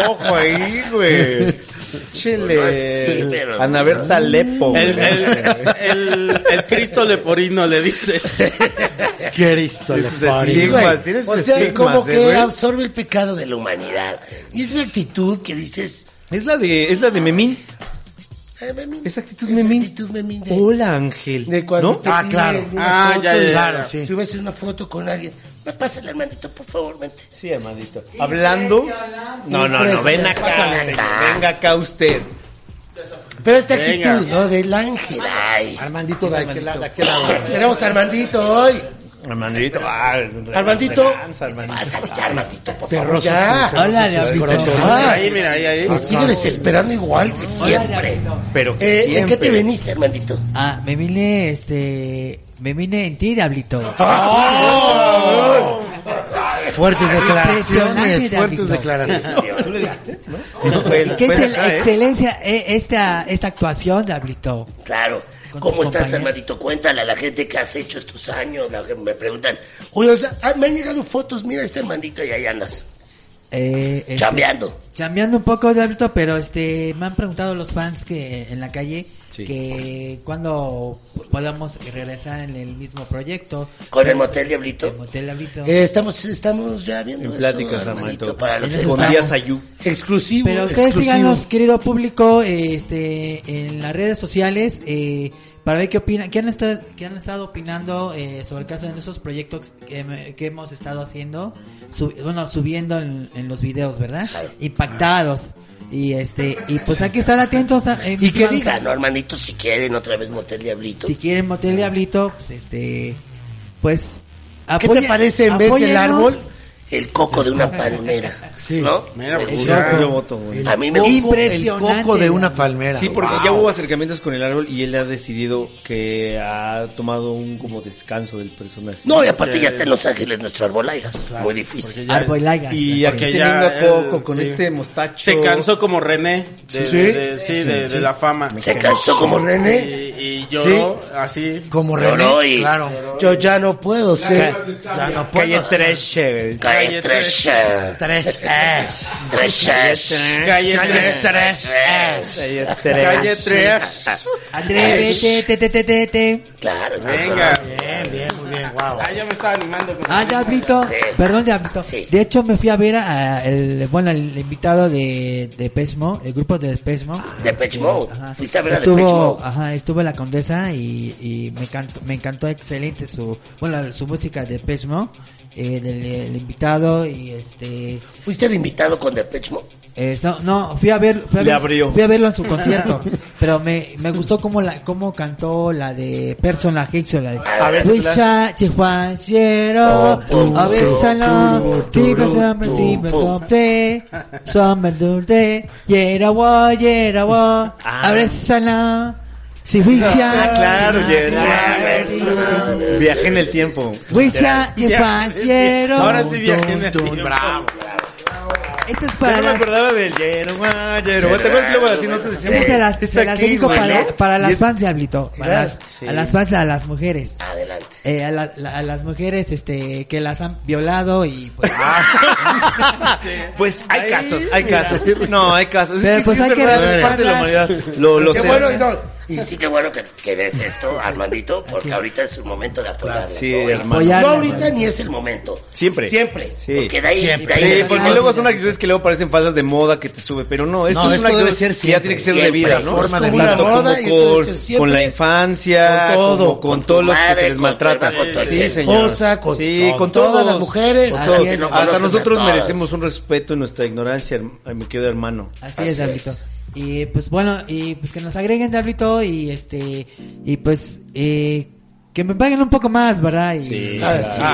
Speaker 2: Ojo ahí, güey. Pues, Chile.
Speaker 5: Sí, pero-
Speaker 2: Ana Berta Lepo. güey.
Speaker 4: El, el, el, el Cristo leporino le dice.
Speaker 6: Cristo,
Speaker 2: Sus estigmas,
Speaker 1: Güey,
Speaker 2: tienes
Speaker 1: o sea,
Speaker 2: estigmas,
Speaker 1: como
Speaker 2: eh,
Speaker 1: que
Speaker 2: güey.
Speaker 1: absorbe el pecado de la humanidad. Y es una actitud que dices,
Speaker 2: Es la de, es la de Memín.
Speaker 1: eh, memín,
Speaker 2: Esa actitud memín.
Speaker 1: actitud memín de,
Speaker 2: Hola, Ángel.
Speaker 1: de cuando
Speaker 2: ¿No?
Speaker 1: te
Speaker 6: Ah,
Speaker 1: piden
Speaker 6: claro.
Speaker 1: una
Speaker 4: Ah,
Speaker 1: foto
Speaker 4: ya, ya,
Speaker 1: y-
Speaker 4: ya.
Speaker 6: Claro, sí.
Speaker 1: Si vas a hacer una foto con alguien, me pasa el hermanito, por favor, vente.
Speaker 2: Sí, hermanito. Hablando. No, no, no. Ven acá.
Speaker 1: Pásale
Speaker 2: señor. Venga acá usted.
Speaker 1: Pero esta
Speaker 4: Venga.
Speaker 1: actitud, ¿no? Del ángel.
Speaker 5: Ay,
Speaker 6: Armandito de aquel, lado, de aquel lado.
Speaker 1: Tenemos a Armandito hoy.
Speaker 2: Armandito. ah,
Speaker 1: Armandito.
Speaker 2: relanza, Armandito.
Speaker 5: pásale ya, hermanito, por favor.
Speaker 6: Perroso.
Speaker 1: Ya. Hola, le has visto.
Speaker 4: Ahí, mira, ahí, ahí.
Speaker 1: Te sigue desesperando igual que siempre.
Speaker 2: Pero que
Speaker 1: Eh, ¿En
Speaker 2: siempre.
Speaker 1: qué te veniste, hermandito?
Speaker 7: Ah, me vine, este... Me vine en ti, Diablito.
Speaker 6: Fuertes declaraciones,
Speaker 7: Impresionante,
Speaker 6: fuertes
Speaker 7: David.
Speaker 6: declaraciones.
Speaker 2: Pues,
Speaker 7: ¿Qué
Speaker 2: pues
Speaker 7: excel-
Speaker 2: acá, eh.
Speaker 7: excelencia eh, esta, esta actuación, Diablito?
Speaker 5: Claro.
Speaker 7: Con
Speaker 5: ¿Cómo
Speaker 7: tus
Speaker 5: estás,
Speaker 7: compañeros.
Speaker 5: hermanito? Cuéntale a la gente qué has hecho estos años. La gente me preguntan,
Speaker 1: Oye, o sea, ah, me han llegado
Speaker 5: fotos, mira este hermanito y ahí andas,
Speaker 7: Eh, este,
Speaker 5: chambeando.
Speaker 7: chambeando un poco, Diablito, pero este... Me han preguntado los fans que en la calle...
Speaker 2: Sí.
Speaker 7: Que cuando podamos regresar en el mismo proyecto.
Speaker 5: ¿Con el
Speaker 7: Pues,
Speaker 5: Motel Diablito?
Speaker 7: El Motel Diablito.
Speaker 1: Eh, estamos, estamos ya viendo
Speaker 2: En
Speaker 1: eso,
Speaker 2: pláticas,
Speaker 1: hermanito,
Speaker 2: Armandito.
Speaker 1: para los
Speaker 7: Eso
Speaker 2: Con
Speaker 7: estamos.
Speaker 2: Díaz Ayú.
Speaker 1: exclusivos.
Speaker 7: Pero ustedes
Speaker 1: exclusivos.
Speaker 7: síganos, querido público, este, en las redes sociales, eh, para ver qué opinan, qué han estado, qué han estado opinando eh, sobre el caso de nuestros proyectos que, hem- que hemos estado haciendo, sub- bueno, subiendo en, en los videos, ¿verdad? Impactados. Y este, y pues hay que estar atentos. a- eh,
Speaker 1: Y que
Speaker 7: a-
Speaker 1: digan,
Speaker 5: Ah, no, hermanito, si quieren otra vez Motel Diablito.
Speaker 7: Si quieren Motel Diablito, pues este, pues.
Speaker 1: ¿Qué te
Speaker 7: apoyen-
Speaker 1: parece en vez del
Speaker 7: apóyennos.
Speaker 1: árbol?
Speaker 5: El coco de una palmera. ¿No?
Speaker 4: Mira,
Speaker 5: Me
Speaker 4: pues,
Speaker 5: gusta.
Speaker 4: ya.
Speaker 2: Yo voto, güey.
Speaker 5: A mí me
Speaker 7: coco.
Speaker 5: gusta.
Speaker 7: Impresionante.
Speaker 6: El coco de una palmera.
Speaker 2: Sí, porque
Speaker 5: Wow.
Speaker 2: ya hubo acercamientos con el árbol y él ha decidido que ha tomado un como descanso del personaje.
Speaker 5: No, y aparte ya está en Los Ángeles nuestro arbolaigas. Muy difícil.
Speaker 7: Arbolaigas.
Speaker 2: Y aquí
Speaker 7: Porque
Speaker 4: Porque
Speaker 2: teniendo
Speaker 4: ya
Speaker 2: a Coco
Speaker 4: él,
Speaker 2: con
Speaker 4: sí.
Speaker 2: este mostacho.
Speaker 4: Se cansó como René. De,
Speaker 1: Sí.
Speaker 4: de- de- sí, de, de la fama.
Speaker 5: Se cansó
Speaker 1: Como
Speaker 5: como re...
Speaker 4: Y,
Speaker 1: René,
Speaker 4: y lloró así.
Speaker 6: Como
Speaker 5: Lloró
Speaker 6: René,
Speaker 5: y-
Speaker 6: claro.
Speaker 1: yo ya no puedo ser.
Speaker 6: Ya no
Speaker 2: Calle
Speaker 6: puedo.
Speaker 2: Treche, güey.
Speaker 5: Calle tres, eh,
Speaker 6: Tres es.
Speaker 5: tres, eh,
Speaker 4: Calle
Speaker 6: Calle
Speaker 4: Tres.
Speaker 6: tres es.
Speaker 2: Calle
Speaker 4: Calle
Speaker 2: Treche.
Speaker 4: 3.
Speaker 7: Andrés, vete, te, te, te, te.
Speaker 5: Claro.
Speaker 4: Venga.
Speaker 6: Bien, bien, muy bien, wow.
Speaker 4: Ah, yo me estaba animando. con-
Speaker 7: Ah, Diablito.
Speaker 5: Sí.
Speaker 7: Perdón, Diablito.
Speaker 5: Sí.
Speaker 7: De hecho, me fui a ver a, a el, bueno, el invitado de, de Pesmo, el grupo de Pesmo.
Speaker 5: Depeche Mode.
Speaker 7: Ajá.
Speaker 5: Ah, Fuiste a ver a
Speaker 7: estuvo,
Speaker 5: Depeche Mode.
Speaker 7: Ajá, estuvo la condesa y, y me, encantó, me encantó excelente su, bueno, su música de Pesmo. Eh, del- el invitado y este
Speaker 5: ¿Fuiste de invitado con Depeche Mode?
Speaker 7: eh, no, no, fui a ver, fui a,
Speaker 2: Le
Speaker 7: ver-
Speaker 2: abrió.
Speaker 7: fui a verlo en su concierto, pero me, me gustó cómo la cómo cantó la de Persona Hexo, la de
Speaker 5: A ver,
Speaker 7: Wisha Chihuahua, Oh,
Speaker 2: Oh,
Speaker 7: a ver sano, tipe summer tipe
Speaker 2: oh.
Speaker 7: comple, summer dulce, yera wa yera wa, a ver sano, si
Speaker 2: Ah, claro,
Speaker 7: Wisha,
Speaker 2: Gerard. Viajé en el tiempo.
Speaker 7: Wisha Chihuahua,
Speaker 4: Ahora sí viajé en el tiempo.
Speaker 7: Esto es
Speaker 2: Yo
Speaker 7: para
Speaker 2: no me
Speaker 7: las-
Speaker 2: acordaba del Yeroma, Yeroma. ¿Te acuerdas que luego así no te
Speaker 7: Esa
Speaker 2: decíamos?
Speaker 7: se las,
Speaker 2: "Es
Speaker 7: se las
Speaker 2: aquí,
Speaker 7: dedico
Speaker 2: güey",
Speaker 7: para,
Speaker 2: ¿no?
Speaker 7: para
Speaker 2: Y
Speaker 7: las
Speaker 2: es-
Speaker 7: fans, Diablito. Para las-
Speaker 2: sí.
Speaker 7: A las fans, a las mujeres.
Speaker 5: Adelante.
Speaker 7: Eh, a, la- la- a las mujeres este que las han violado y pues,
Speaker 2: Pues hay casos, hay casos. No, hay casos.
Speaker 7: Pero,
Speaker 2: es que
Speaker 7: pues,
Speaker 2: sí, es
Speaker 7: hay que
Speaker 2: verdad, es parte de la humanidad. Lo, lo
Speaker 1: Qué
Speaker 2: sé.
Speaker 1: bueno, y no.
Speaker 5: Y sí, qué bueno que, que ves esto, Armandito, porque
Speaker 7: Así es.
Speaker 5: ahorita es el momento de apoyarla.
Speaker 2: Sí,
Speaker 5: ¿no?
Speaker 2: hermano.
Speaker 7: Apoyar.
Speaker 5: No, ahorita ni es el momento.
Speaker 2: Siempre.
Speaker 5: Siempre.
Speaker 2: Sí.
Speaker 5: Porque de ahí,
Speaker 6: Siempre.
Speaker 5: de ahí
Speaker 2: Sí,
Speaker 5: es-
Speaker 2: porque luego son actitudes que luego parecen falsas de moda que te sube, pero no, esto
Speaker 6: No,
Speaker 2: es
Speaker 6: esto
Speaker 2: una actitud
Speaker 6: debe ser
Speaker 2: que ya
Speaker 6: siempre,
Speaker 2: tiene que ser de
Speaker 5: siempre.
Speaker 2: vida,
Speaker 5: Es
Speaker 2: ¿no?
Speaker 1: forma de
Speaker 2: Tanto
Speaker 1: vida.
Speaker 2: como
Speaker 1: moda, y esto debe
Speaker 2: con,
Speaker 1: ser siempre.
Speaker 2: con la infancia,
Speaker 1: Con todo.
Speaker 2: como con
Speaker 5: Con
Speaker 2: todos
Speaker 5: tu
Speaker 2: los que
Speaker 5: madre,
Speaker 2: se les
Speaker 5: con tu
Speaker 2: maltrata.
Speaker 5: hermano, con tu
Speaker 2: Sí,
Speaker 5: ex
Speaker 2: señor.
Speaker 1: esposa, con-
Speaker 2: sí,
Speaker 1: con
Speaker 2: con
Speaker 1: todas
Speaker 2: todos.
Speaker 1: las mujeres.
Speaker 2: Con
Speaker 1: Así
Speaker 2: todos.
Speaker 5: es, lo
Speaker 2: Hasta
Speaker 5: conocen a
Speaker 2: nosotros
Speaker 5: todas.
Speaker 2: merecemos un respeto en nuestra ignorancia, herm- mi querido hermano.
Speaker 7: así
Speaker 5: Así
Speaker 7: es, Diablito.
Speaker 5: es.
Speaker 7: Y pues bueno, y pues que nos agreguen, Diablito, y este, y pues, eh, Que me paguen un poco más, ¿verdad? Y
Speaker 5: Sí,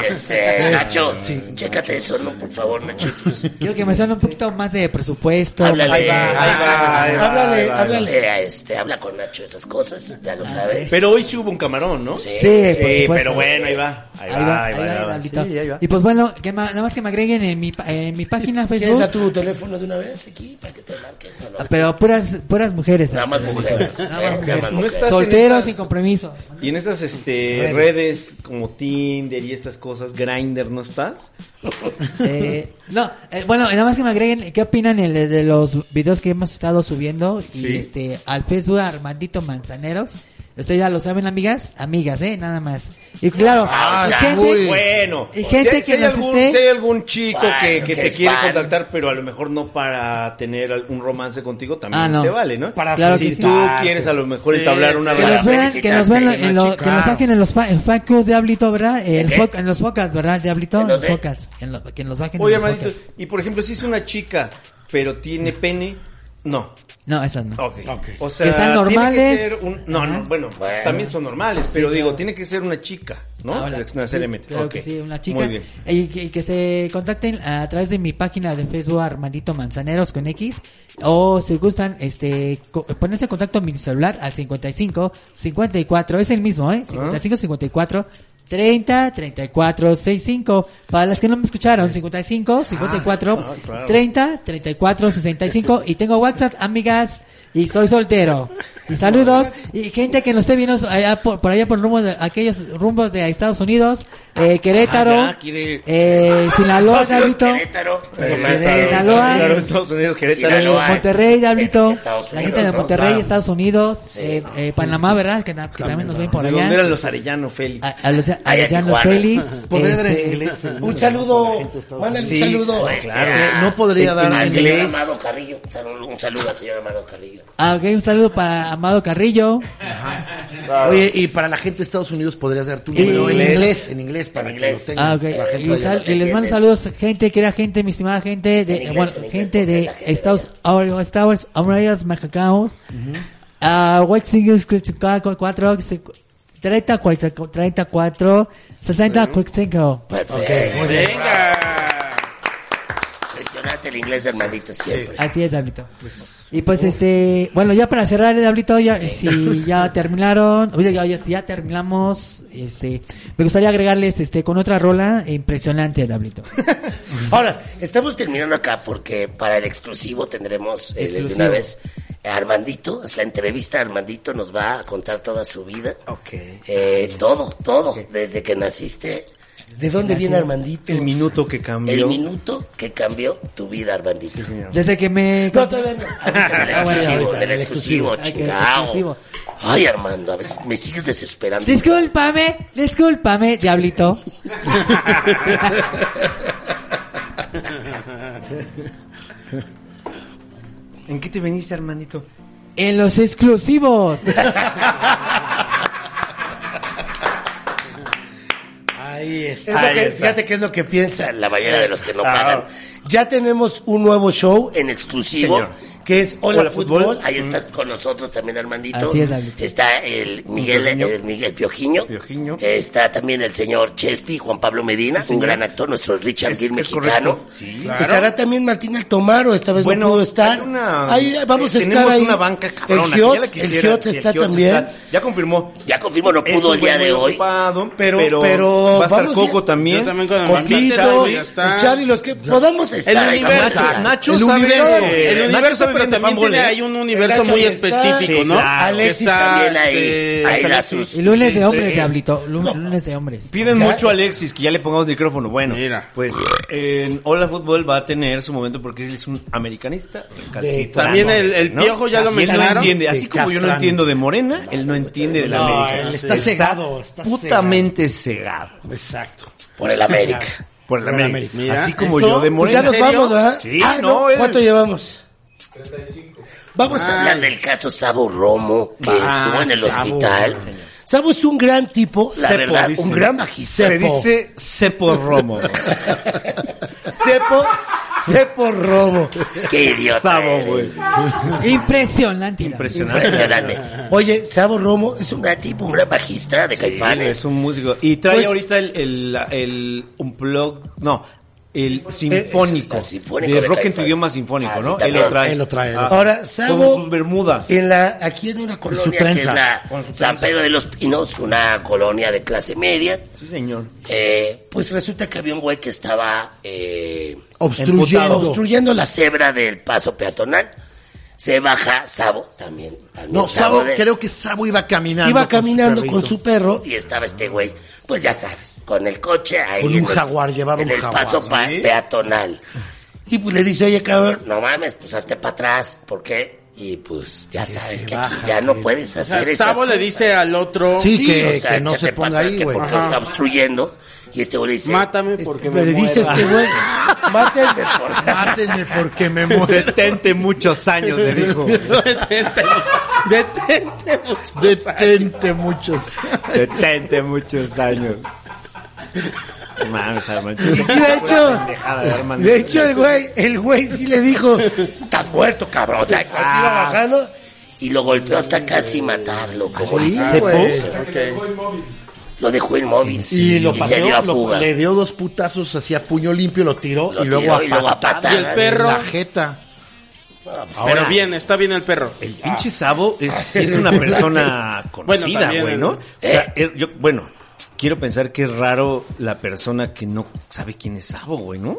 Speaker 5: este, Nacho, chécate eso, ¿no? Por favor, Nachitos.
Speaker 7: quiero que me salga un poquito más de presupuesto.
Speaker 5: Háblale,
Speaker 7: Ahí va.
Speaker 5: háblale,
Speaker 1: va, ahí
Speaker 5: háblale,
Speaker 1: va,
Speaker 5: háblale a este, habla con Nacho esas cosas, ya lo sabes.
Speaker 2: Pero hoy sí hubo un camarón, ¿no?
Speaker 5: Sí.
Speaker 7: Sí, por
Speaker 2: Sí,
Speaker 7: supuesto.
Speaker 2: pero bueno, ahí va. Ahí,
Speaker 7: Ahí
Speaker 2: va,
Speaker 7: va,
Speaker 2: ahí va, ahí va.
Speaker 7: Pablito.
Speaker 6: Sí, ahí va.
Speaker 7: Y pues bueno, que ma- nada más que me agreguen en mi, pa- en mi página
Speaker 1: ¿Quieres
Speaker 7: Facebook.
Speaker 1: a tu teléfono de una vez aquí para que te marquen? No, no,
Speaker 7: Ah, Pero puras, puras mujeres.
Speaker 5: Nada más
Speaker 7: así.
Speaker 5: mujeres.
Speaker 7: Nada
Speaker 5: eh,
Speaker 7: más Ah, mujeres.
Speaker 2: No estás en
Speaker 7: Solteros
Speaker 2: esas-
Speaker 7: sin compromiso.
Speaker 2: Y en estas este,
Speaker 7: Redes.
Speaker 2: redes como Tinder y estas cosas, Grinder, ¿no estás?
Speaker 7: Eh, no, eh, bueno, nada más que me agreguen qué opinan el- de los videos que hemos estado subiendo y
Speaker 2: Sí.
Speaker 7: este al Facebook Armandito Manzaneros. Ustedes ya lo saben, amigas, amigas, eh, nada más. Y claro,
Speaker 5: Ah,
Speaker 7: y
Speaker 5: ya,
Speaker 7: gente-
Speaker 6: uy.
Speaker 2: Bueno,
Speaker 7: Y gente que
Speaker 2: hay
Speaker 7: nos
Speaker 2: algún,
Speaker 7: esté-
Speaker 2: si hay algún chico
Speaker 5: Bueno,
Speaker 2: que, que
Speaker 5: que
Speaker 2: te
Speaker 5: es
Speaker 2: quiere
Speaker 5: fan.
Speaker 2: contactar, pero a lo mejor no para tener algún romance contigo, también
Speaker 7: Ah, no.
Speaker 2: se vale, ¿no?
Speaker 6: Para
Speaker 7: Claro que
Speaker 2: si
Speaker 7: sí.
Speaker 2: tú quieres a lo mejor entablar una
Speaker 7: que nos
Speaker 2: relación.
Speaker 7: vean, que nos vean en, lo- que nos bajen en los fa- en fan clubs de Diablito, ¿verdad? En,
Speaker 5: ¿En qué?
Speaker 7: fo- en los focas, ¿verdad? Diablito,
Speaker 5: ¿En
Speaker 7: en los
Speaker 5: dónde?
Speaker 7: focas. En lo- que nos bajen
Speaker 2: Oye,
Speaker 7: en los
Speaker 2: hermanitos,
Speaker 7: focas.
Speaker 2: y por ejemplo, si es una chica, pero tiene pene, no.
Speaker 7: No, esas no.
Speaker 2: Ok. O sea,
Speaker 7: Que sean
Speaker 2: Tiene que
Speaker 7: normales.
Speaker 2: ser un, no, no, bueno,
Speaker 5: Bueno.
Speaker 2: también son normales, pero digo, tiene que ser una chica, ¿no?
Speaker 7: Ahora,
Speaker 2: Necesariamente.
Speaker 7: sí, Ah, claro
Speaker 2: Ok.
Speaker 7: que sí, una chica.
Speaker 2: Muy bien.
Speaker 7: Y que, y que se contacten a través de mi página de Facebook Armandito Manzaneros con X. O si gustan, este, co- ponerse en contacto a mi celular al 55 54, es el mismo, ¿eh? 55 54 30 34 65. Para las que no me escucharon, 55 54 30 34 65. Y tengo WhatsApp, amigas. Y soy soltero. Y saludos. Y gente que nos esté viendo allá por, por allá por rumbo de, aquellos rumbos de Estados Unidos, eh, Querétaro,
Speaker 2: Ah, ya, quiere-
Speaker 7: eh,
Speaker 5: Ah,
Speaker 7: Sinaloa, Diablito,
Speaker 5: Querétaro, ¿qué más?
Speaker 7: Sinaloa.
Speaker 2: Claro, Estados Unidos, Querétaro.
Speaker 7: eh,
Speaker 5: Sinaloa,
Speaker 7: Monterrey,
Speaker 5: es-
Speaker 7: Diablito,
Speaker 5: es Estados
Speaker 7: la
Speaker 5: Unidos,
Speaker 7: gente de
Speaker 5: ¿no?
Speaker 7: Monterrey,
Speaker 2: Claro.
Speaker 7: Estados Unidos,
Speaker 5: Sí.
Speaker 7: eh, eh, Panamá, ¿verdad? Que, na- que también nos ven por
Speaker 2: ¿De dónde
Speaker 7: allá.
Speaker 2: eran los Arellano, Félix?
Speaker 7: A, a los, a
Speaker 5: Allá
Speaker 7: los llanos
Speaker 5: Tijuana.
Speaker 7: feliz.
Speaker 6: Podría dar
Speaker 7: este,
Speaker 6: en inglés. eh,
Speaker 1: Un saludo, mándale
Speaker 2: Sí,
Speaker 1: un saludo.
Speaker 5: Este,
Speaker 6: Eh,
Speaker 5: a-
Speaker 6: no podría dar
Speaker 5: al
Speaker 6: en
Speaker 5: señor
Speaker 6: inglés.
Speaker 5: Amado Carrillo. Un saludo, un saludo al señor Amado Carrillo.
Speaker 7: ah, ok, un saludo para Amado Carrillo.
Speaker 6: Oye, y para la gente de Estados Unidos podrías dar tu
Speaker 7: Y-
Speaker 6: número en
Speaker 7: inglés.
Speaker 6: inglés, en inglés, para
Speaker 5: Inglés.
Speaker 6: que lo tengan
Speaker 7: Ah, ok.
Speaker 6: la gente
Speaker 7: Y,
Speaker 6: allá.
Speaker 7: sal- y les mando saludos, gente, que era gente, mi estimada gente de,
Speaker 5: En inglés,
Speaker 7: bueno,
Speaker 5: en inglés,
Speaker 7: gente
Speaker 5: porque
Speaker 7: de
Speaker 5: la gente
Speaker 7: Estados Unidos, Estados Unidos, Macacaos, ah, White Singles, 4, 30, 44, 34, 60, 45.
Speaker 5: Perfecto.
Speaker 7: Ah.
Speaker 4: Venga.
Speaker 5: Impresionante el inglés, hermanito, siempre.
Speaker 7: Así es, Dablito. Y pues este, bueno, ya para cerrar el Dablito, ya, si ya terminaron, oye, ya, ya- si ya terminamos, este, me gustaría agregarles este con otra rola impresionante, Dablito.
Speaker 5: Ahora, estamos terminando acá porque para el exclusivo tendremos eh, de una
Speaker 7: Exclusivo.
Speaker 5: vez a Armandito, es la entrevista a Armandito nos va a contar toda su vida. Eh, todo, todo, desde que naciste,
Speaker 1: ¿De dónde viene Armandito?
Speaker 2: El minuto que
Speaker 5: el
Speaker 2: cambió.
Speaker 5: minuto que cambió tu vida, Armandito.
Speaker 7: Desde que me
Speaker 1: No, todavía no.
Speaker 5: Ahorita en el
Speaker 7: Ah, bueno,
Speaker 5: exclusivo,
Speaker 7: ahorita,
Speaker 5: en el
Speaker 7: el
Speaker 5: exclusivo,
Speaker 7: exclusivo.
Speaker 5: chingao.
Speaker 7: Ok, exclusivo.
Speaker 5: Ay, Armando, a veces me sigues desesperando.
Speaker 7: Discúlpame, discúlpame, diablito.
Speaker 2: ¿En qué te veniste, hermanito?
Speaker 7: En los exclusivos.
Speaker 6: Ahí
Speaker 1: Es
Speaker 6: está.
Speaker 1: lo
Speaker 5: Ahí
Speaker 1: que-
Speaker 5: está.
Speaker 1: fíjate qué es lo que piensa
Speaker 5: La mañana de los que
Speaker 7: Ah.
Speaker 5: no pagan.
Speaker 1: Ya tenemos un nuevo show eh,
Speaker 5: En exclusivo.
Speaker 2: Señor.
Speaker 1: que es Hola,
Speaker 2: Hola,
Speaker 1: Fútbol.
Speaker 2: Fútbol.
Speaker 5: Ahí está con nosotros también Armandito.
Speaker 7: Así es, David.
Speaker 5: Está el Miguel,
Speaker 2: Piojiño.
Speaker 5: el Miguel Piojiño.
Speaker 2: Piojiño.
Speaker 5: Está también el señor Chespi, Juan Pablo Medina,
Speaker 2: Sí,
Speaker 5: un
Speaker 2: señor.
Speaker 5: gran actor, nuestro Richard
Speaker 2: Es-
Speaker 5: Gil
Speaker 2: es
Speaker 5: mexicano.
Speaker 2: correcto.
Speaker 1: Estará también Martín Altomaro, esta vez
Speaker 2: Bueno,
Speaker 1: no pudo estar.
Speaker 2: hay una-
Speaker 1: ahí vamos a
Speaker 2: eh,
Speaker 1: estar
Speaker 2: tenemos
Speaker 1: ahí.
Speaker 2: una banca cabrona.
Speaker 1: el
Speaker 2: que ya
Speaker 1: Giot,
Speaker 2: la
Speaker 1: el
Speaker 2: quisiera,
Speaker 1: Giot
Speaker 2: sí, el
Speaker 1: está
Speaker 2: Giot
Speaker 1: también.
Speaker 2: está. Ya confirmó.
Speaker 5: Ya confirmo, no
Speaker 2: Es
Speaker 5: pudo
Speaker 2: un
Speaker 5: el día
Speaker 2: güey
Speaker 5: de
Speaker 2: muy
Speaker 5: hoy.
Speaker 2: ocupado,
Speaker 1: Pero-
Speaker 2: pero,
Speaker 1: pero
Speaker 2: va a estar
Speaker 1: vamos
Speaker 2: Coco
Speaker 1: bien.
Speaker 2: también.
Speaker 4: Yo también con el
Speaker 2: Con
Speaker 4: Martín,
Speaker 2: Tito.
Speaker 1: Tito,
Speaker 4: Charlie, ya está.
Speaker 1: el Charlie, los que podamos
Speaker 5: El
Speaker 1: estar. ahí.
Speaker 5: universo.
Speaker 2: Nacho, Nacho
Speaker 1: El
Speaker 2: sabe,
Speaker 1: universo.
Speaker 2: eh,
Speaker 4: El
Speaker 2: Nacho
Speaker 4: universo,
Speaker 2: sabe
Speaker 4: pero
Speaker 2: de
Speaker 4: también
Speaker 2: fútbol,
Speaker 4: tiene
Speaker 2: ¿eh?
Speaker 4: ahí un universo
Speaker 1: Nacho
Speaker 4: muy
Speaker 1: está,
Speaker 4: específico,
Speaker 2: sí,
Speaker 4: ¿no?
Speaker 2: claro.
Speaker 5: Alexis también ahí,
Speaker 4: este,
Speaker 5: ahí
Speaker 4: sale
Speaker 5: la
Speaker 4: sus-
Speaker 5: sus-
Speaker 7: Y lunes de hombres,
Speaker 4: Sí.
Speaker 7: diablito. Lu- Lunes de hombres.
Speaker 2: Piden mucho a Alexis que ya le pongamos micrófono. Bueno,
Speaker 4: Mira.
Speaker 2: pues en Hola Fútbol va a tener su momento porque él es un americanista recalcitrante,
Speaker 4: También el- el
Speaker 2: ¿no?
Speaker 4: Piojo ya lo
Speaker 2: Y él no
Speaker 4: mencionaron.
Speaker 2: entiende, así
Speaker 6: Sí,
Speaker 2: como yo no
Speaker 6: Castrán.
Speaker 2: entiendo de Morena, él no entiende de la
Speaker 6: No,
Speaker 2: América.
Speaker 6: él está cegado, está
Speaker 2: putamente cegado.
Speaker 6: Exacto.
Speaker 5: por el América.
Speaker 2: Por la
Speaker 6: Por la
Speaker 2: América.
Speaker 4: América.
Speaker 2: Así como
Speaker 1: ¿No?
Speaker 2: yo de
Speaker 1: Pues
Speaker 2: Morena.
Speaker 1: ya nos
Speaker 4: ¿En serio?
Speaker 1: vamos, ¿verdad?
Speaker 2: Sí,
Speaker 1: Ah,
Speaker 2: no,
Speaker 1: no,
Speaker 2: el-
Speaker 1: ¿Cuánto llevamos?
Speaker 5: Vamos
Speaker 4: Ah.
Speaker 5: a hablar del caso Sabo Romo, que
Speaker 2: Ah,
Speaker 5: estuvo en el
Speaker 2: Sabo.
Speaker 5: hospital.
Speaker 1: Sabo es un gran tipo, la
Speaker 5: Cepo,
Speaker 1: verdad,
Speaker 5: dice.
Speaker 1: un gran
Speaker 2: Se
Speaker 1: magisterio.
Speaker 2: dice Cepo Romo.
Speaker 1: Cepo, sé por robo.
Speaker 5: Qué idiota.
Speaker 2: Sabo,
Speaker 5: eres.
Speaker 2: güey.
Speaker 7: Impresionante.
Speaker 2: Impresionante.
Speaker 5: Impresionante.
Speaker 1: Oye, Sabo Romo es un
Speaker 5: Una tipo, una bajista de
Speaker 2: Sí,
Speaker 5: caifanes.
Speaker 2: es un músico. Y trae
Speaker 1: Pues-
Speaker 2: ahorita el, el, el- un blog, no, el sinfónico.
Speaker 5: el sinfónico
Speaker 2: de
Speaker 5: de
Speaker 2: rock en tu
Speaker 5: Caifanes.
Speaker 2: idioma sinfónico,
Speaker 5: Ah, sí,
Speaker 2: ¿no? él
Speaker 5: también.
Speaker 2: lo trae. Ah,
Speaker 6: Él lo trae.
Speaker 1: Ahora, Sabo-
Speaker 2: Con sus bermudas.
Speaker 1: en la aquí en una
Speaker 5: colonia
Speaker 1: colonia.
Speaker 5: que es la San Pedro de los Pinos, una colonia de clase media.
Speaker 2: Sí, señor.
Speaker 5: Eh, pues resulta que había un güey que estaba eh,
Speaker 6: Obstruyendo.
Speaker 5: obstruyendo la cebra del paso peatonal. Se baja Sabo también. también
Speaker 6: No, Sabo,
Speaker 5: de-
Speaker 6: creo que Sabo iba caminando.
Speaker 1: Iba caminando con
Speaker 6: perrito.
Speaker 1: su perro
Speaker 5: Y estaba este güey, pues ya sabes, con el coche ahí.
Speaker 6: Con un
Speaker 5: en el-
Speaker 6: jaguar, llevaba
Speaker 5: en
Speaker 6: un
Speaker 5: el
Speaker 6: jaguar,
Speaker 5: paso pa- peatonal.
Speaker 1: y pues le dice, oye cabrón,
Speaker 5: No mames, pues hazte para atrás. ¿Por qué? Y pues ya sabes que aquí ya no puedes
Speaker 4: O sea,
Speaker 5: hacer esas
Speaker 4: Sabo le dice al otro,
Speaker 6: Sí, que,
Speaker 5: o sea,
Speaker 6: que no
Speaker 5: échate
Speaker 6: se
Speaker 5: pa'
Speaker 6: ponga
Speaker 5: atrás,
Speaker 6: ahí,
Speaker 5: que
Speaker 6: güey.
Speaker 5: Porque lo está obstruyendo. Y este güey le dice,
Speaker 4: mátame porque me
Speaker 1: le dice
Speaker 4: muera".
Speaker 1: este güey, mátenme.
Speaker 6: Mátenme porque me muero.
Speaker 2: Detente muchos años, le dijo.
Speaker 4: Detente, detente, muchacho.
Speaker 6: Detente muchos.
Speaker 2: Detente muchos años. Man, Germán,
Speaker 1: Y sí, de hecho,
Speaker 2: pendejada, Germán.
Speaker 1: de hecho el güey, el güey sí le dijo,
Speaker 5: estás muerto, cabrón. O sea,
Speaker 1: iba
Speaker 6: Ah,
Speaker 1: bajando,
Speaker 5: Y lo golpeó hasta casi matarlo. Como dice.
Speaker 6: ¿Ah, Sí, güey.
Speaker 5: Lo dejó inmóvil.
Speaker 6: Y lo
Speaker 5: se dio
Speaker 6: pateó,
Speaker 5: a
Speaker 6: lo-
Speaker 5: fuga.
Speaker 6: le dio dos putazos así a puño limpio, lo tiró
Speaker 5: Lo
Speaker 6: y luego
Speaker 5: tiró
Speaker 6: a
Speaker 5: y luego a
Speaker 6: patadas
Speaker 5: patadas.
Speaker 6: en
Speaker 4: Y el perro.
Speaker 6: La jeta.
Speaker 4: Pero bien, está bien el perro.
Speaker 2: El pinche Sabo es, sí es una persona conocida,
Speaker 4: también,
Speaker 2: güey,
Speaker 4: ¿no?
Speaker 2: ¿no? O sea, er- yo, bueno, quiero pensar que es raro la persona que no sabe quién es Sabo, güey, ¿no?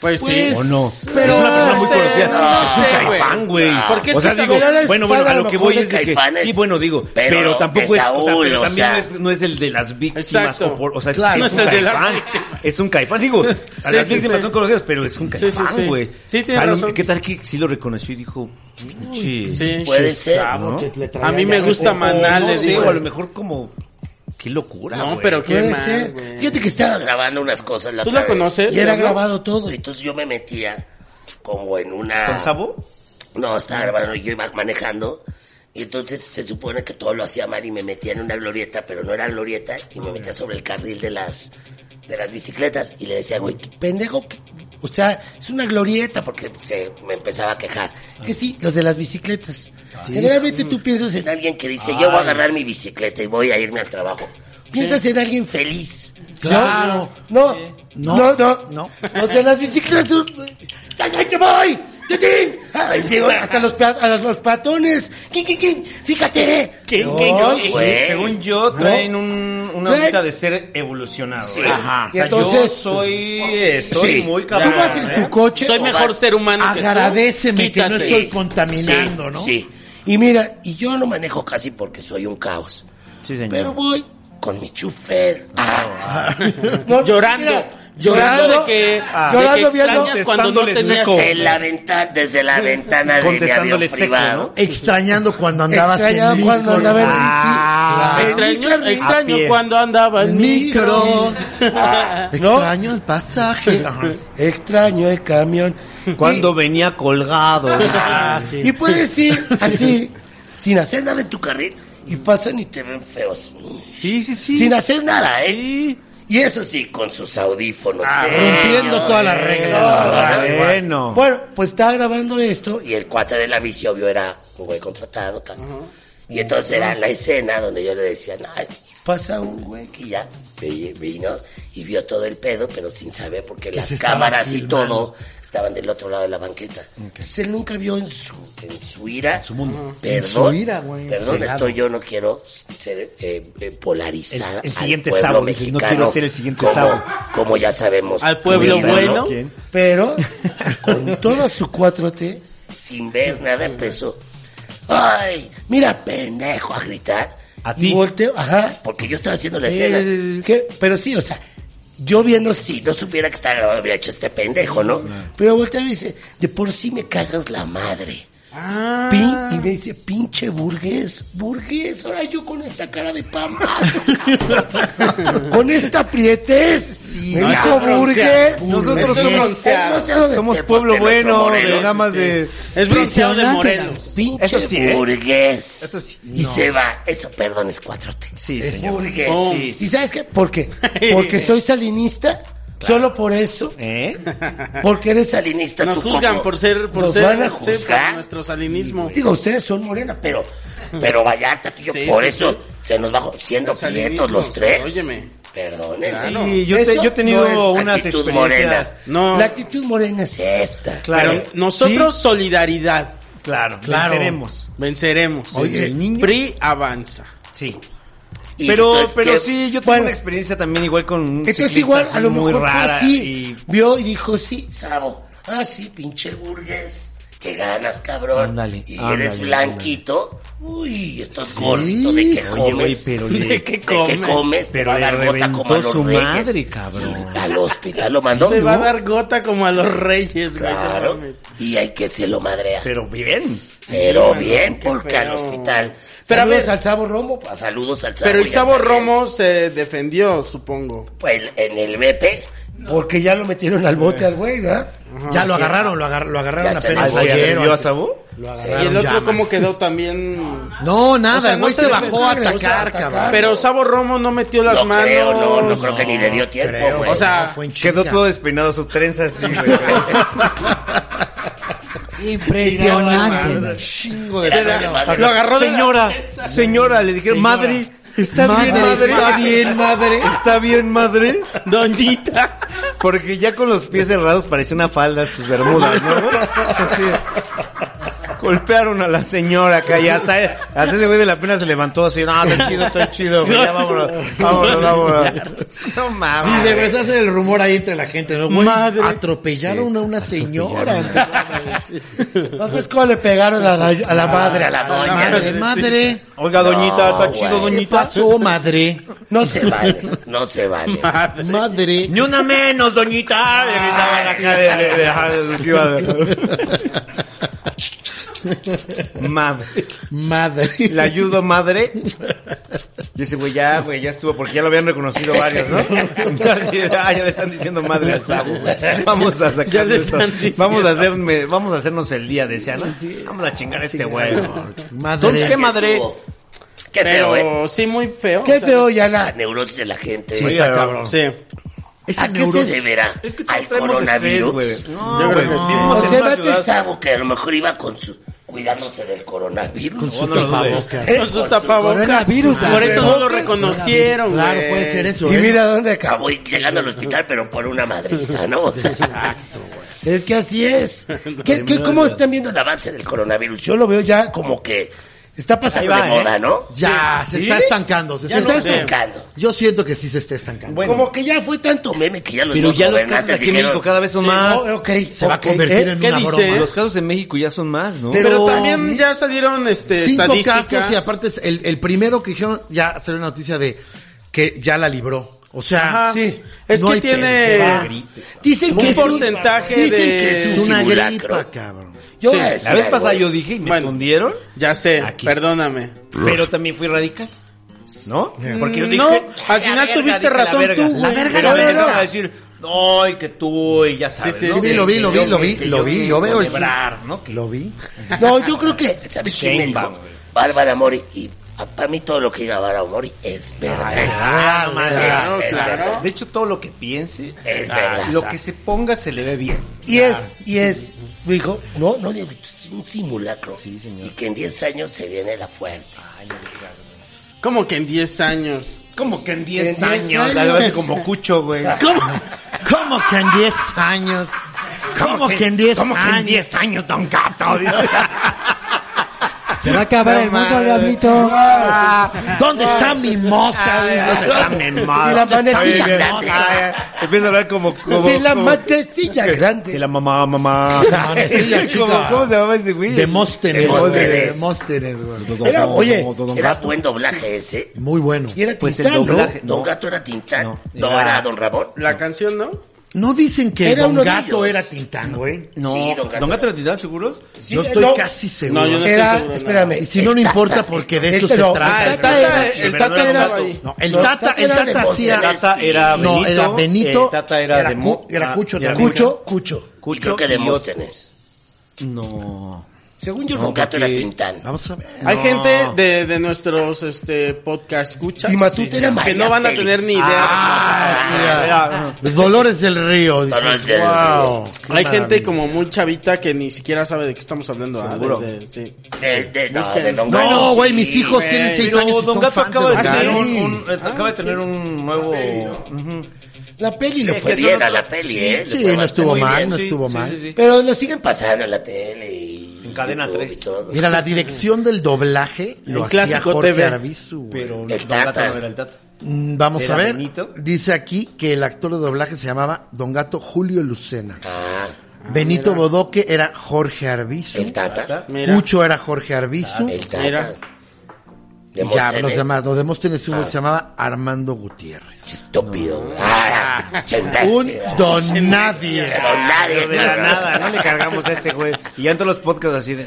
Speaker 4: Pues,
Speaker 1: Pues,
Speaker 4: sí.
Speaker 2: ¿O no?
Speaker 1: pero
Speaker 2: es una persona muy
Speaker 4: este,
Speaker 2: conocida.
Speaker 4: no
Speaker 2: es un
Speaker 4: sé,
Speaker 2: caifán, güey.
Speaker 5: Ah.
Speaker 4: Porque es
Speaker 2: o sea,
Speaker 4: que
Speaker 2: digo,
Speaker 1: también eres
Speaker 2: bueno, bueno,
Speaker 1: fan
Speaker 2: a
Speaker 1: a
Speaker 2: lo
Speaker 1: lo
Speaker 2: que
Speaker 1: mejor
Speaker 2: voy
Speaker 1: de
Speaker 2: es de que...
Speaker 5: Caifanes,
Speaker 2: Sí, bueno, digo, pero,
Speaker 5: pero de
Speaker 2: tampoco es... o sea,
Speaker 5: Saúl,
Speaker 2: pero
Speaker 5: o
Speaker 2: también
Speaker 5: sea.
Speaker 2: no, es, no es el de las víctimas.
Speaker 4: Exacto.
Speaker 2: O, por- o sea, es-
Speaker 4: Claro.
Speaker 2: es,
Speaker 4: No es
Speaker 2: un
Speaker 4: el de las
Speaker 2: caifán.
Speaker 4: víctimas.
Speaker 2: Es un caifán. Digo, a
Speaker 4: Sí,
Speaker 2: las
Speaker 4: sí,
Speaker 2: víctimas
Speaker 4: sí.
Speaker 2: son conocidas, pero es un
Speaker 4: Sí, sí,
Speaker 2: caifán,
Speaker 4: sí.
Speaker 2: güey.
Speaker 4: Sí, tienes
Speaker 2: A lo-
Speaker 4: razón.
Speaker 2: ¿Qué tal que sí lo reconoció y dijo... Pinche...
Speaker 4: Sí,
Speaker 5: Puede
Speaker 4: sí.
Speaker 5: ser.
Speaker 2: ¿no?
Speaker 4: A mí me gusta Maná,
Speaker 2: no
Speaker 4: le
Speaker 2: sé,
Speaker 4: digo.
Speaker 2: o a lo mejor como... Qué locura,
Speaker 4: No,
Speaker 2: güey.
Speaker 4: pero qué
Speaker 1: puede
Speaker 4: mal,
Speaker 1: ser.
Speaker 4: Ah, güey.
Speaker 5: Fíjate que estaba grabando unas cosas la
Speaker 4: ¿Tú
Speaker 5: otra
Speaker 4: la
Speaker 5: vez.
Speaker 4: conoces?
Speaker 1: y era
Speaker 4: Diablo?
Speaker 1: grabado todo.
Speaker 5: Y entonces yo me metía como en una...
Speaker 2: ¿Con Sabo?
Speaker 5: No, estaba grabando, yo iba manejando. Y entonces se supone que todo lo hacía mal y me metía en una glorieta, pero no era glorieta, y me metía sobre el carril de las de las bicicletas y le decía, güey, qué pendejo, qué-
Speaker 1: O sea, es una glorieta porque
Speaker 5: porque se me empezaba a quejar.
Speaker 1: que sí, los de las bicicletas. Generalmente tú piensas
Speaker 5: En
Speaker 1: en,
Speaker 5: alguien que dice, yo voy a agarrar mi bicicleta y voy a irme al trabajo.
Speaker 1: piensas en alguien feliz.
Speaker 5: Feliz.
Speaker 6: Claro.
Speaker 1: No,
Speaker 6: No.
Speaker 1: no, no, no,
Speaker 6: No.
Speaker 1: Los de las bicicletas. son- ¡Ay, ay, que voy! ¡Titín! Ay, sí, güey, hasta los, pea- a los patones. ¡Quin, quin, quin! ¡Fíjate!
Speaker 2: ¿Qué,
Speaker 1: No,
Speaker 2: qué, yo-
Speaker 5: güey.
Speaker 2: Según yo, traen un, una
Speaker 1: Traen-
Speaker 2: ondita de ser evolucionado.
Speaker 5: Sí.
Speaker 2: ¿eh? Ajá. O
Speaker 1: Y
Speaker 2: sea, yo
Speaker 1: entonces-
Speaker 2: soy, estoy
Speaker 1: Sí.
Speaker 2: muy
Speaker 1: Tú
Speaker 2: cabrón.
Speaker 1: vas en
Speaker 2: ¿eh?
Speaker 1: tu coche.
Speaker 4: Soy mejor ser humano que tú.
Speaker 6: Agradeceme que no
Speaker 4: Quítate.
Speaker 6: estoy contaminando,
Speaker 5: Sí,
Speaker 6: ¿no?
Speaker 5: Sí. Y mira, y yo no manejo casi porque soy un caos.
Speaker 2: Sí, señor.
Speaker 5: Pero voy con mi chofer. Ah,
Speaker 6: pues
Speaker 1: No,
Speaker 4: Llorando.
Speaker 1: mira,
Speaker 4: Llorando de que, de que
Speaker 1: llorando viendo-
Speaker 4: extrañas cuando no
Speaker 2: Contestándole
Speaker 4: tenías...
Speaker 2: seco.
Speaker 5: En la ventana, desde la ventana de mi avión
Speaker 2: Contestándole seco,
Speaker 5: privado.
Speaker 6: Extrañando cuando andabas
Speaker 1: Extrañaba
Speaker 6: en
Speaker 1: cuando
Speaker 6: Lincoln.
Speaker 1: andaba en bici.
Speaker 6: Ah,
Speaker 1: Claro.
Speaker 4: Extraño,
Speaker 1: Carmen.
Speaker 4: extraño
Speaker 2: A pie.
Speaker 4: cuando andaba en
Speaker 6: en micro. Extraño el pasaje. Ajá.
Speaker 1: Extraño el camión.
Speaker 2: Cuando venía colgado.
Speaker 6: Ah, sí.
Speaker 1: Y, y puedes ir así, sin hacer nada en tu
Speaker 5: Carril.
Speaker 1: Y pasan y te
Speaker 5: Se ven feos.
Speaker 2: Sí, sí, sí.
Speaker 1: sin hacer nada.
Speaker 5: Nada, ¿eh?
Speaker 2: Sí.
Speaker 5: Y eso sí, con sus audífonos.
Speaker 6: Ah, Rompiendo todas las reglas.
Speaker 2: Ah, Bueno.
Speaker 1: Bueno, pues estaba grabando esto.
Speaker 5: Y el cuate de la bici, obvio, era un güey contratado. tal. Y entonces era la escena donde yo le decía, no,
Speaker 1: Pasa un güey.
Speaker 5: que ya ve- vino y vio todo el pedo, pero sin saber porque las
Speaker 6: se estaba
Speaker 5: cámaras
Speaker 6: filmando.
Speaker 5: y todo estaban del otro lado de la banqueta.
Speaker 1: Pues él nunca vio en su.
Speaker 5: En su ira, en su mundo. Perdón,
Speaker 6: En su ira, güey,
Speaker 5: perdón
Speaker 6: cegado.
Speaker 5: estoy yo, no quiero ser eh, eh,
Speaker 2: El-
Speaker 5: polarizada.
Speaker 2: el
Speaker 5: al
Speaker 2: siguiente
Speaker 5: pueblo
Speaker 2: Sabo, dices, no
Speaker 5: mexicano,
Speaker 2: quiero ser el siguiente
Speaker 5: como,
Speaker 2: Sabo.
Speaker 5: Como ya sabemos.
Speaker 4: Al pueblo
Speaker 5: tú mismo,
Speaker 4: bueno.
Speaker 5: ¿no?
Speaker 2: ¿Quién?
Speaker 1: Pero con toda su 4T.
Speaker 5: Sin ver nada empezó. ¡Ay! Mira, pendejo, a gritar.
Speaker 2: A
Speaker 1: Y
Speaker 2: ti.
Speaker 1: volteo, ajá.
Speaker 5: Porque yo estaba haciendo la escena.
Speaker 1: Eh, ¿qué? Pero sí, o sea, yo viendo sí,
Speaker 5: Si no supiera que estaba grabado, habría hecho este pendejo, ¿no?
Speaker 1: pero voltea y me dice, de por sí me cagas la madre.
Speaker 2: Ah.
Speaker 1: Pin- y me dice, pinche burgués, burgués, ahora yo con esta cara de pambazo, cabrón. con esta prietez, me
Speaker 2: no,
Speaker 1: dijo
Speaker 4: no,
Speaker 1: burgués.
Speaker 2: Nosotros
Speaker 1: Es
Speaker 2: somos-
Speaker 1: bronceado de
Speaker 2: Somos
Speaker 1: tiempo.
Speaker 2: pueblo
Speaker 5: de Este nuestro
Speaker 2: bueno,
Speaker 5: Morelos,
Speaker 2: de nada más de...
Speaker 4: Es bronceado de
Speaker 7: Impresionante,
Speaker 4: Morelos.
Speaker 1: Pinche
Speaker 2: Eso sí, ¿eh?
Speaker 5: Burgués.
Speaker 2: Eso sí.
Speaker 5: Y se va. Eso, perdón, es 4T.
Speaker 2: Sí, señor.
Speaker 5: Burgués.
Speaker 4: Oh.
Speaker 1: ¿Y sabes qué? ¿Por qué? Porque soy salinista, Solo por eso,
Speaker 2: ¿Eh?
Speaker 1: porque eres al-
Speaker 5: Salinista,
Speaker 4: Nos
Speaker 5: tú
Speaker 4: juzgan
Speaker 5: cómo?
Speaker 4: por ser, por
Speaker 1: Nos
Speaker 4: ser,
Speaker 1: van a
Speaker 4: sí, por
Speaker 5: juzgar.
Speaker 4: nuestro salinismo.
Speaker 1: Digo, ustedes son morenas.
Speaker 5: Morena, pero, pero Vallarta, tío,
Speaker 4: Sí,
Speaker 5: por
Speaker 4: sí,
Speaker 5: eso
Speaker 4: sí.
Speaker 5: se nos bajó, siendo
Speaker 4: El
Speaker 5: prietos
Speaker 4: salinismo,
Speaker 5: los tres.
Speaker 4: óyeme.
Speaker 5: Perdones.
Speaker 4: Claro.
Speaker 2: Sí, yo, te-
Speaker 1: Eso
Speaker 2: yo he
Speaker 1: no
Speaker 2: tenido
Speaker 5: es
Speaker 2: unas
Speaker 5: actitud
Speaker 2: experiencias.
Speaker 5: morena.
Speaker 4: No,
Speaker 1: La actitud morena es
Speaker 5: Esta.
Speaker 2: Claro.
Speaker 4: pero nosotros solidaridad.
Speaker 2: Sí, claro,
Speaker 6: Claro.
Speaker 2: venceremos.
Speaker 4: Venceremos.
Speaker 2: Oye, el niño-
Speaker 4: PRI avanza.
Speaker 2: Sí.
Speaker 5: Y
Speaker 2: Pero,
Speaker 5: entonces,
Speaker 2: pero
Speaker 5: ¿qué?
Speaker 2: sí, yo tengo
Speaker 1: Bueno.
Speaker 2: una experiencia también igual con un
Speaker 1: Entonces
Speaker 2: ciclista
Speaker 1: igual,
Speaker 2: así
Speaker 1: a lo
Speaker 2: muy
Speaker 1: mejor fue
Speaker 2: rara
Speaker 1: así.
Speaker 2: y-
Speaker 1: Vio y dijo, sí,
Speaker 5: Sabo, ah, sí, pinche burgués, que ganas, cabrón.
Speaker 2: Ándale,
Speaker 5: y
Speaker 2: ándale,
Speaker 5: eres
Speaker 2: ándale.
Speaker 5: blanquito. Uy, estás gordito, ¿de qué
Speaker 2: Oye, güey,
Speaker 5: comes?
Speaker 2: pero le-
Speaker 5: ¿De qué comes? ¿De qué comes?
Speaker 2: Pero
Speaker 5: Te va a
Speaker 2: le
Speaker 5: dar gota
Speaker 2: reventó
Speaker 5: como a los
Speaker 2: su
Speaker 5: reyes.
Speaker 2: madre, cabrón.
Speaker 5: Y Al hospital lo mandó.
Speaker 4: Le va a
Speaker 5: ¿no?
Speaker 4: dar gota como a los reyes, güey. no
Speaker 5: Claro,
Speaker 4: mames.
Speaker 5: y hay que se lo madrea.
Speaker 2: Pero bien.
Speaker 5: Pero bien, porque al
Speaker 4: feo.
Speaker 5: hospital.
Speaker 4: Pero a
Speaker 5: Saludos
Speaker 4: ver-
Speaker 5: al Sabo Romo. pa- Saludos al Sabo.
Speaker 4: Pero el
Speaker 5: ya
Speaker 4: Chavo
Speaker 5: está bien.
Speaker 4: Romo se defendió, supongo.
Speaker 5: Pues en el BP.
Speaker 1: porque ya lo metieron al bote al güey, ¿verdad?
Speaker 6: Ya lo agarraron, lo agarraron, lo agarraron
Speaker 5: Ya se
Speaker 6: apenas
Speaker 5: enojó.
Speaker 6: ayer. o
Speaker 2: ¿Vio a
Speaker 6: antes.
Speaker 2: Sabo?
Speaker 6: Lo
Speaker 4: Y
Speaker 6: agarraron
Speaker 4: el otro
Speaker 6: ya, man.
Speaker 4: como quedó también...
Speaker 6: No, nada,
Speaker 4: O sea,
Speaker 6: el güey
Speaker 4: no
Speaker 6: se,
Speaker 4: se
Speaker 6: bajó a
Speaker 1: dejaron, o sea,
Speaker 6: atacar,
Speaker 1: atacar.
Speaker 6: cabrón.
Speaker 4: Pero Sabo Romo no metió las
Speaker 5: no
Speaker 4: manos.
Speaker 5: creo, no, no creo que ni le dio tiempo,
Speaker 6: Creo,
Speaker 5: güey.
Speaker 4: o sea,
Speaker 6: no, fue en
Speaker 2: Quedó
Speaker 6: chinga.
Speaker 2: todo despeinado, su trenza así,
Speaker 7: Impresionante.
Speaker 6: chingo de
Speaker 5: Era
Speaker 6: pelo.
Speaker 5: nada más.
Speaker 4: Lo agarró de la-
Speaker 2: Señora, señora, le dijeron,
Speaker 6: Señora.
Speaker 2: madre, está
Speaker 6: Madre,
Speaker 2: bien, madre.
Speaker 6: está bien, madre.
Speaker 2: Está bien, madre.
Speaker 4: Doñita.
Speaker 2: Porque ya con los pies cerrados parecía una falda sus bermudas, ¿no? Así. Golpearon a la señora acá y hasta, hasta ese güey de la pena se levantó así, no, estoy chido, estoy chido, güey, ya vámonos, vámonos, vámonos. No
Speaker 6: Sí, de
Speaker 2: mames.
Speaker 6: verdad hace el rumor ahí entre la gente, ¿no? Güey,
Speaker 4: Madre.
Speaker 6: atropellaron a una señora.
Speaker 1: Entonces, ¿cómo le pegaron a la, a la madre? A la
Speaker 6: Madre, madre. madre.
Speaker 2: Oiga, doñita, está
Speaker 5: No,
Speaker 2: chido,
Speaker 5: güey.
Speaker 6: ¿Qué
Speaker 2: doñita.
Speaker 6: pasó, madre?
Speaker 5: No se vale, no se vale.
Speaker 6: Madre.
Speaker 2: Ni una menos, doñita. Le gritaban acá de, de, de- ajá, de lo que iba a- Madre.
Speaker 6: Madre.
Speaker 2: Le ayudo, madre. Y ese güey, ya, güey, ya estuvo, porque ya lo habían reconocido varios, ¿no? Así, ah, ya le están diciendo madre al sabo, güey. Vamos a sacar
Speaker 4: Ya le
Speaker 2: esto.
Speaker 4: están diciendo.
Speaker 2: Vamos a hacerme, vamos a hacernos el día, decía, ¿no? Vamos a chingar a este güey. Entonces,
Speaker 6: Madre.
Speaker 2: ¿qué madre?
Speaker 5: Estuvo. Qué feo, ¿eh?
Speaker 4: Pero sí, muy feo. o
Speaker 1: ¿Qué
Speaker 4: sea,
Speaker 1: feo ya la?
Speaker 5: La neurosis de la gente.
Speaker 6: Sí,
Speaker 5: Oye,
Speaker 6: está cabrón.
Speaker 4: Sí.
Speaker 5: Eh, ¿A qué se deberá?
Speaker 2: Es que todos
Speaker 5: Al
Speaker 2: traemos estrés,
Speaker 5: coronavirus.
Speaker 2: güey. No,
Speaker 4: Yo creo
Speaker 2: güey,
Speaker 4: que sí.
Speaker 2: vivimos
Speaker 1: O
Speaker 2: en
Speaker 1: sea,
Speaker 2: una
Speaker 1: vete
Speaker 2: ciudad-
Speaker 5: Es algo que a lo mejor iba con su cuidándose del coronavirus.
Speaker 6: Con su
Speaker 2: no lo dudes.
Speaker 6: tapabocas.
Speaker 4: Con su tapabocas.
Speaker 7: coronavirus,
Speaker 4: Por eso no lo
Speaker 7: tapabocas.
Speaker 4: reconocieron,
Speaker 6: Claro,
Speaker 4: güey.
Speaker 6: puede ser eso.
Speaker 1: Y
Speaker 6: ¿eh?
Speaker 1: mira dónde acabó.
Speaker 5: Acabó llegando al hospital, pero por una madriza, ¿no? O sea,
Speaker 1: Es que así es.
Speaker 5: ¿qué- qué- ¿Cómo están viendo el avance del coronavirus? Yo lo veo ya como que está pasando
Speaker 2: Ahí va, ¿eh?
Speaker 5: de moda, ¿no?
Speaker 6: Ya, se está estancando. Se
Speaker 5: Se
Speaker 6: está
Speaker 5: está
Speaker 6: estancando.
Speaker 5: estancando.
Speaker 6: Yo siento que sí se está estancando.
Speaker 5: Como que ya fue tanto meme que ya los
Speaker 2: Pero
Speaker 5: dos
Speaker 2: ya los
Speaker 5: gobernantes
Speaker 2: casos aquí en
Speaker 5: dijeron,
Speaker 2: México cada vez son
Speaker 1: Sí,
Speaker 2: más.
Speaker 1: oh, ok,
Speaker 6: se va a
Speaker 1: ok,
Speaker 6: convertir
Speaker 1: ¿eh?
Speaker 6: en
Speaker 4: ¿qué
Speaker 6: una
Speaker 4: dices?
Speaker 6: broma.
Speaker 2: Los casos en México ya son más, ¿no?
Speaker 4: Pero
Speaker 6: Pero-
Speaker 4: también ya salieron este,
Speaker 6: cinco
Speaker 4: estadísticas.
Speaker 6: casos y aparte es el, el primero que dijeron ya salió una noticia de que ya la libró. O sea,
Speaker 4: Ajá. Es
Speaker 6: no
Speaker 4: que
Speaker 6: hay
Speaker 4: tiene-
Speaker 6: pedo.
Speaker 1: Dicen
Speaker 4: Un
Speaker 1: que es un-
Speaker 4: porcentaje
Speaker 1: dicen
Speaker 4: de-
Speaker 1: que
Speaker 6: es
Speaker 1: un-
Speaker 6: una
Speaker 5: simulacro.
Speaker 6: gripa, cabrón.
Speaker 1: Yo
Speaker 4: Sí,
Speaker 1: voy a decir
Speaker 2: La vez
Speaker 1: algo,
Speaker 2: pasada
Speaker 1: ¿eh?
Speaker 2: yo dije y me
Speaker 4: Bueno.
Speaker 2: escondieron,
Speaker 4: Ya sé,
Speaker 2: Aquí.
Speaker 4: perdóname.
Speaker 2: pero también fui radical. ¿No? Porque yo dije,
Speaker 4: Mm.
Speaker 2: "Eh,
Speaker 4: no,
Speaker 2: "La
Speaker 4: al final
Speaker 2: verga",
Speaker 4: tuviste
Speaker 2: dije, "La
Speaker 4: razón
Speaker 2: verga".
Speaker 4: tú,
Speaker 2: La
Speaker 4: güey.
Speaker 2: verga,
Speaker 4: Pero
Speaker 2: pero me
Speaker 4: no,
Speaker 2: empezaron
Speaker 4: no.
Speaker 2: a decir, "Ay, que tú y ya sabes."
Speaker 4: Sí, sí,
Speaker 2: ¿no?
Speaker 4: sí,
Speaker 2: Que-
Speaker 6: lo vi, lo
Speaker 2: que
Speaker 6: vi,
Speaker 2: yo-
Speaker 6: lo vi,
Speaker 2: que
Speaker 6: lo
Speaker 2: yo-
Speaker 6: vi, yo veo el-
Speaker 2: celebrar, ¿no? Que-
Speaker 6: Lo vi.
Speaker 1: No, yo creo que.
Speaker 5: ¿Sabes quién me dijo?
Speaker 2: Sheinbaum, güey.
Speaker 5: Bárbara Mori. Y para mí todo lo que diga Bárbara Mori es verdad.
Speaker 2: Claro, más
Speaker 5: claro,
Speaker 2: verdad.
Speaker 5: claro.
Speaker 2: De hecho, todo lo que piense,
Speaker 5: Es
Speaker 2: ah,
Speaker 5: verdad.
Speaker 2: lo que se ponga se le ve bien.
Speaker 1: Y es, y es. Dijo,
Speaker 5: No, no, Diego, es un simulacro. Y que en 10 años se viene la fuerte. eh.
Speaker 4: Como que en 10 años.
Speaker 2: Como que en 10
Speaker 1: En 10
Speaker 2: años,
Speaker 1: años.
Speaker 2: algo así como cucho, güey.
Speaker 6: ¿Cómo? ¿Cómo que en 10 años? ¿Cómo que en 10
Speaker 2: ¿Cómo que en
Speaker 6: años?
Speaker 2: 10 años, Don Gato?
Speaker 7: Se va a acabar el mundo, Diablito.
Speaker 6: Ah, ¿Dónde está mi moza?
Speaker 1: Si la manecilla
Speaker 5: grande.
Speaker 6: Ah,
Speaker 2: Empieza a hablar como... como
Speaker 1: si la
Speaker 2: como-
Speaker 1: matecilla grande.
Speaker 2: Si la mamá, mamá.
Speaker 6: manecilla chica.
Speaker 2: ¿Cómo, ¿Cómo se llamaba ese güey?
Speaker 6: Demóstenes.
Speaker 5: Demóstenes.
Speaker 6: Demóstenes, güey.
Speaker 1: Era- oye,
Speaker 5: Era buen doblaje ese.
Speaker 6: Muy bueno.
Speaker 1: Y era
Speaker 2: Pues el
Speaker 1: Tintán, ¿no?
Speaker 2: doblaje.
Speaker 5: Don
Speaker 2: No.
Speaker 5: Gato era Tintán.
Speaker 2: No,
Speaker 5: No,
Speaker 2: era-
Speaker 5: era Don Ramón.
Speaker 4: La canción, ¿no?
Speaker 6: No dicen que
Speaker 1: Era
Speaker 6: Don
Speaker 1: uno de
Speaker 6: Gato
Speaker 5: ellos.
Speaker 6: era Tintán, güey.
Speaker 2: No,
Speaker 5: Sí,
Speaker 2: Don
Speaker 5: Don
Speaker 2: Gato.
Speaker 5: Gato.
Speaker 2: ¿Don Gato Trinidad, seguros?
Speaker 6: Yo
Speaker 1: Sí,
Speaker 6: estoy
Speaker 1: no.
Speaker 6: casi seguro.
Speaker 4: No, yo no estoy
Speaker 1: Era,
Speaker 4: seguro. no.
Speaker 1: espérame.
Speaker 6: Y si no, no importa porque de eso
Speaker 1: Este
Speaker 6: se
Speaker 1: no.
Speaker 6: trata.
Speaker 4: Ah, el Tata, el Tata era ahí.
Speaker 6: No, el
Speaker 1: No,
Speaker 6: Tata,
Speaker 1: Tata
Speaker 6: el
Speaker 1: era
Speaker 6: Tata
Speaker 1: de
Speaker 6: hacía...
Speaker 2: El Tata era
Speaker 6: No,
Speaker 2: Benito.
Speaker 6: era Benito,
Speaker 2: El Tata era,
Speaker 6: era
Speaker 2: de
Speaker 6: Cu-
Speaker 2: Mo-
Speaker 6: era Cucho
Speaker 2: y era
Speaker 6: también.
Speaker 1: Cucho, Cucho.
Speaker 5: Y creo que
Speaker 2: y otro.
Speaker 5: Demóstenes.
Speaker 2: No.
Speaker 1: Según yo, Don Gato era
Speaker 2: porque-
Speaker 1: Tintán.
Speaker 6: Vamos a ver.
Speaker 4: Hay gente de, de nuestros este podcast escuchas
Speaker 1: Y Matute era
Speaker 4: que
Speaker 1: María
Speaker 4: no van a
Speaker 1: Félix.
Speaker 4: tener ni idea. Ah,
Speaker 6: Ah,
Speaker 4: Era-
Speaker 6: Dolores del Río. dices,
Speaker 1: Dolores del
Speaker 6: "Guau, qué
Speaker 4: Hay gente
Speaker 6: maravilla".
Speaker 4: como muy chavita que ni siquiera sabe de qué estamos hablando. ah, de- de- sí.
Speaker 1: De, de, no, de Don Gato.
Speaker 6: No, güey, mis
Speaker 1: sí,
Speaker 6: hijos
Speaker 1: güey.
Speaker 6: tienen seis
Speaker 2: Pero
Speaker 6: años y
Speaker 2: Don
Speaker 6: son
Speaker 2: Gato
Speaker 6: fans
Speaker 2: acaba de,
Speaker 6: Don
Speaker 2: tener
Speaker 6: Gato.
Speaker 2: un, un-
Speaker 6: Ah,
Speaker 2: eh, acaba de tener un nuevo... Ujú.
Speaker 1: La peli le
Speaker 5: Es
Speaker 1: fue
Speaker 5: que son
Speaker 1: bien a
Speaker 5: otro-
Speaker 1: la peli, ¿eh? Le
Speaker 6: Sí, este
Speaker 1: fue
Speaker 6: no estuvo
Speaker 1: bastante
Speaker 6: mal,
Speaker 1: bien.
Speaker 6: no estuvo
Speaker 2: sí,
Speaker 6: mal.
Speaker 2: sí, sí.
Speaker 1: Pero lo siguen pasando.
Speaker 5: pasando en la tele y...
Speaker 2: En Cadena
Speaker 5: YouTube y
Speaker 2: tres.
Speaker 5: todo.
Speaker 6: Mira, la dirección del doblaje lo
Speaker 4: Un
Speaker 6: hacía
Speaker 4: clásico
Speaker 6: Jorge
Speaker 4: TV.
Speaker 6: Arvizu, güey.
Speaker 2: Pero Don
Speaker 5: El
Speaker 2: Gato
Speaker 5: Tata.
Speaker 2: no era el Tata.
Speaker 6: Mm, Vamos
Speaker 2: ¿Era
Speaker 6: a ver.
Speaker 2: Benito?
Speaker 6: Dice aquí que el actor de doblaje se llamaba Don Gato Julio Lucena.
Speaker 5: Ah,
Speaker 6: Benito Bodoque era Jorge Arvizu.
Speaker 5: el Tata.
Speaker 4: Mira.
Speaker 6: Cucho era Jorge Arvizu.
Speaker 5: El Tata.
Speaker 4: Mira.
Speaker 5: De
Speaker 6: y ya,
Speaker 5: Móstenes.
Speaker 6: los demás. Los demás tienen
Speaker 5: Ah.
Speaker 6: uno que se llamaba Armando Gutiérrez.
Speaker 5: Estúpido. Ah, chendace.
Speaker 6: Un
Speaker 5: Don
Speaker 6: don nadie.
Speaker 5: nadie.
Speaker 2: Pero de la
Speaker 5: cabrón.
Speaker 2: nada, no le cargamos a ese güey. Y ya en todos los podcasts así de...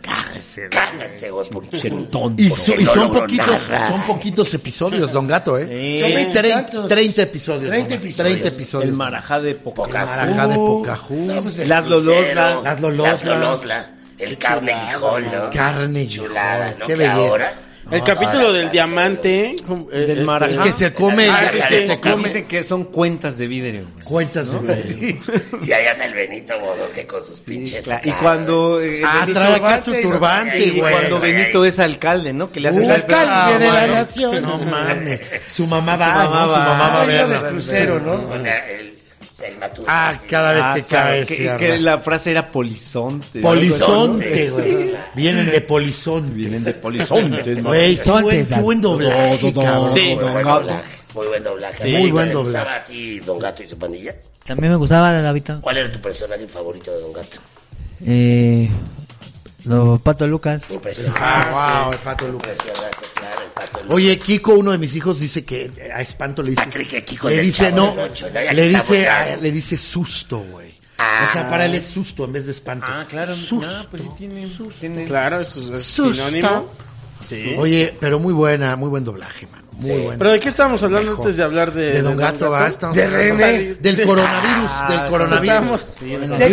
Speaker 2: Cágase.
Speaker 5: Cágase, güey, por
Speaker 2: Chentón.
Speaker 6: Y,
Speaker 5: Porque
Speaker 6: so- y
Speaker 5: no
Speaker 6: son,
Speaker 5: logró
Speaker 6: poquitos,
Speaker 5: nada.
Speaker 6: son poquitos episodios, Don Gato, ¿eh?
Speaker 2: Sí.
Speaker 6: Son
Speaker 1: veintitantos.
Speaker 6: 30, 30 episodios.
Speaker 1: 30
Speaker 6: nomás,
Speaker 1: episodios.
Speaker 6: 30 episodios.
Speaker 2: El marajá Uh. pues de
Speaker 6: El
Speaker 2: Pocahontas.
Speaker 6: marajá de Pocahú.
Speaker 2: Las Lolosla.
Speaker 5: Cero.
Speaker 6: Las Lolosla.
Speaker 5: Las Lolosla. El carne guijol, ¿no?
Speaker 6: Carne
Speaker 5: Chulada,
Speaker 6: joder,
Speaker 5: ¿no?
Speaker 6: Qué
Speaker 5: Que
Speaker 6: belleza.
Speaker 5: ahora-
Speaker 4: El capítulo del diamante. como, eh,
Speaker 2: Del
Speaker 4: este,
Speaker 2: Marajá.
Speaker 6: Que se come
Speaker 4: Ah,
Speaker 6: el-
Speaker 4: sí,
Speaker 6: que
Speaker 4: sí.
Speaker 6: se come
Speaker 2: Dicen que son cuentas de vidrio. güey.
Speaker 6: cuentas. ¿no?
Speaker 5: Y ahí anda el Benito Bodoque con sus pinches.
Speaker 2: Claro, Y
Speaker 5: caras.
Speaker 2: cuando... eh,
Speaker 6: Ah,
Speaker 2: Benito
Speaker 6: trae
Speaker 2: va-
Speaker 6: acá su turbante,
Speaker 2: Y
Speaker 5: Sí,
Speaker 6: güey.
Speaker 2: cuando
Speaker 5: güey.
Speaker 2: Benito es alcalde, ¿no? Que le hace
Speaker 6: Uh,
Speaker 2: tal-
Speaker 6: ah,
Speaker 1: de la
Speaker 6: bueno.
Speaker 1: nación.
Speaker 6: No mames. Su mamá va,
Speaker 2: mamá
Speaker 6: ¿no? Su
Speaker 2: va.
Speaker 6: mamá va a
Speaker 1: Ay, lo del
Speaker 6: verla.
Speaker 1: crucero, ¿no?
Speaker 5: Con la- el, el matute,
Speaker 6: Ah,
Speaker 5: así.
Speaker 6: cada vez
Speaker 2: Ah,
Speaker 6: que
Speaker 2: claro,
Speaker 6: cae.
Speaker 2: que-
Speaker 6: cierra.
Speaker 2: que la frase era polizonte.
Speaker 6: Polizonte, güey. Vienen de polizonte.
Speaker 2: Vienen de polizonte. ¿no?
Speaker 6: Güey, qué buen, qué buen doblaje,
Speaker 2: Todo, todo,
Speaker 6: cabrón.
Speaker 2: Sí,
Speaker 5: Muy
Speaker 2: Don
Speaker 5: buen
Speaker 2: Gato.
Speaker 5: doblaje. Muy buen doblaje.
Speaker 6: Sí,
Speaker 5: ¿A
Speaker 6: muy
Speaker 5: ti
Speaker 6: buen
Speaker 5: te
Speaker 6: doblaje.
Speaker 5: gustaba a ti, Don Gato y su pandilla?
Speaker 7: También me gustaba la Davito.
Speaker 5: ¿Cuál era tu personaje favorito de Don Gato?
Speaker 7: Eh, lo Pato Lucas.
Speaker 5: Impresionante.
Speaker 6: Ah, wow, el pato Lucas.
Speaker 5: Impresionante, claro, el pato. Lucas.
Speaker 6: Oye, Kiko, uno de mis hijos, dice que a espanto le dice.
Speaker 5: Ah, creí que Kiko
Speaker 6: le
Speaker 5: es el
Speaker 6: dice,
Speaker 5: Chavo
Speaker 6: no,
Speaker 5: del Ocho, ¿no? Ya
Speaker 6: le
Speaker 5: que está
Speaker 6: dice,
Speaker 5: volteado.
Speaker 6: ah, le dice susto, güey.
Speaker 5: Ah.
Speaker 6: O sea, para él es susto en vez de espanto.
Speaker 2: Ah, claro.
Speaker 6: Susto.
Speaker 2: Ah, pues sí tiene... tiene-
Speaker 4: Claro, es, es
Speaker 6: Susto.
Speaker 4: sinónimo. Sí.
Speaker 6: Oye, pero muy buena, muy buen doblaje, mano. Muy bueno.
Speaker 4: Pero ¿de qué estábamos hablando antes de hablar de...
Speaker 6: de Don Gato, ¿va? Estamos
Speaker 4: De
Speaker 6: hablando-
Speaker 4: René.
Speaker 6: Del
Speaker 4: Sí.
Speaker 6: coronavirus,
Speaker 4: Ah,
Speaker 6: del coronavirus.
Speaker 4: Estábamos-
Speaker 2: Que
Speaker 1: Está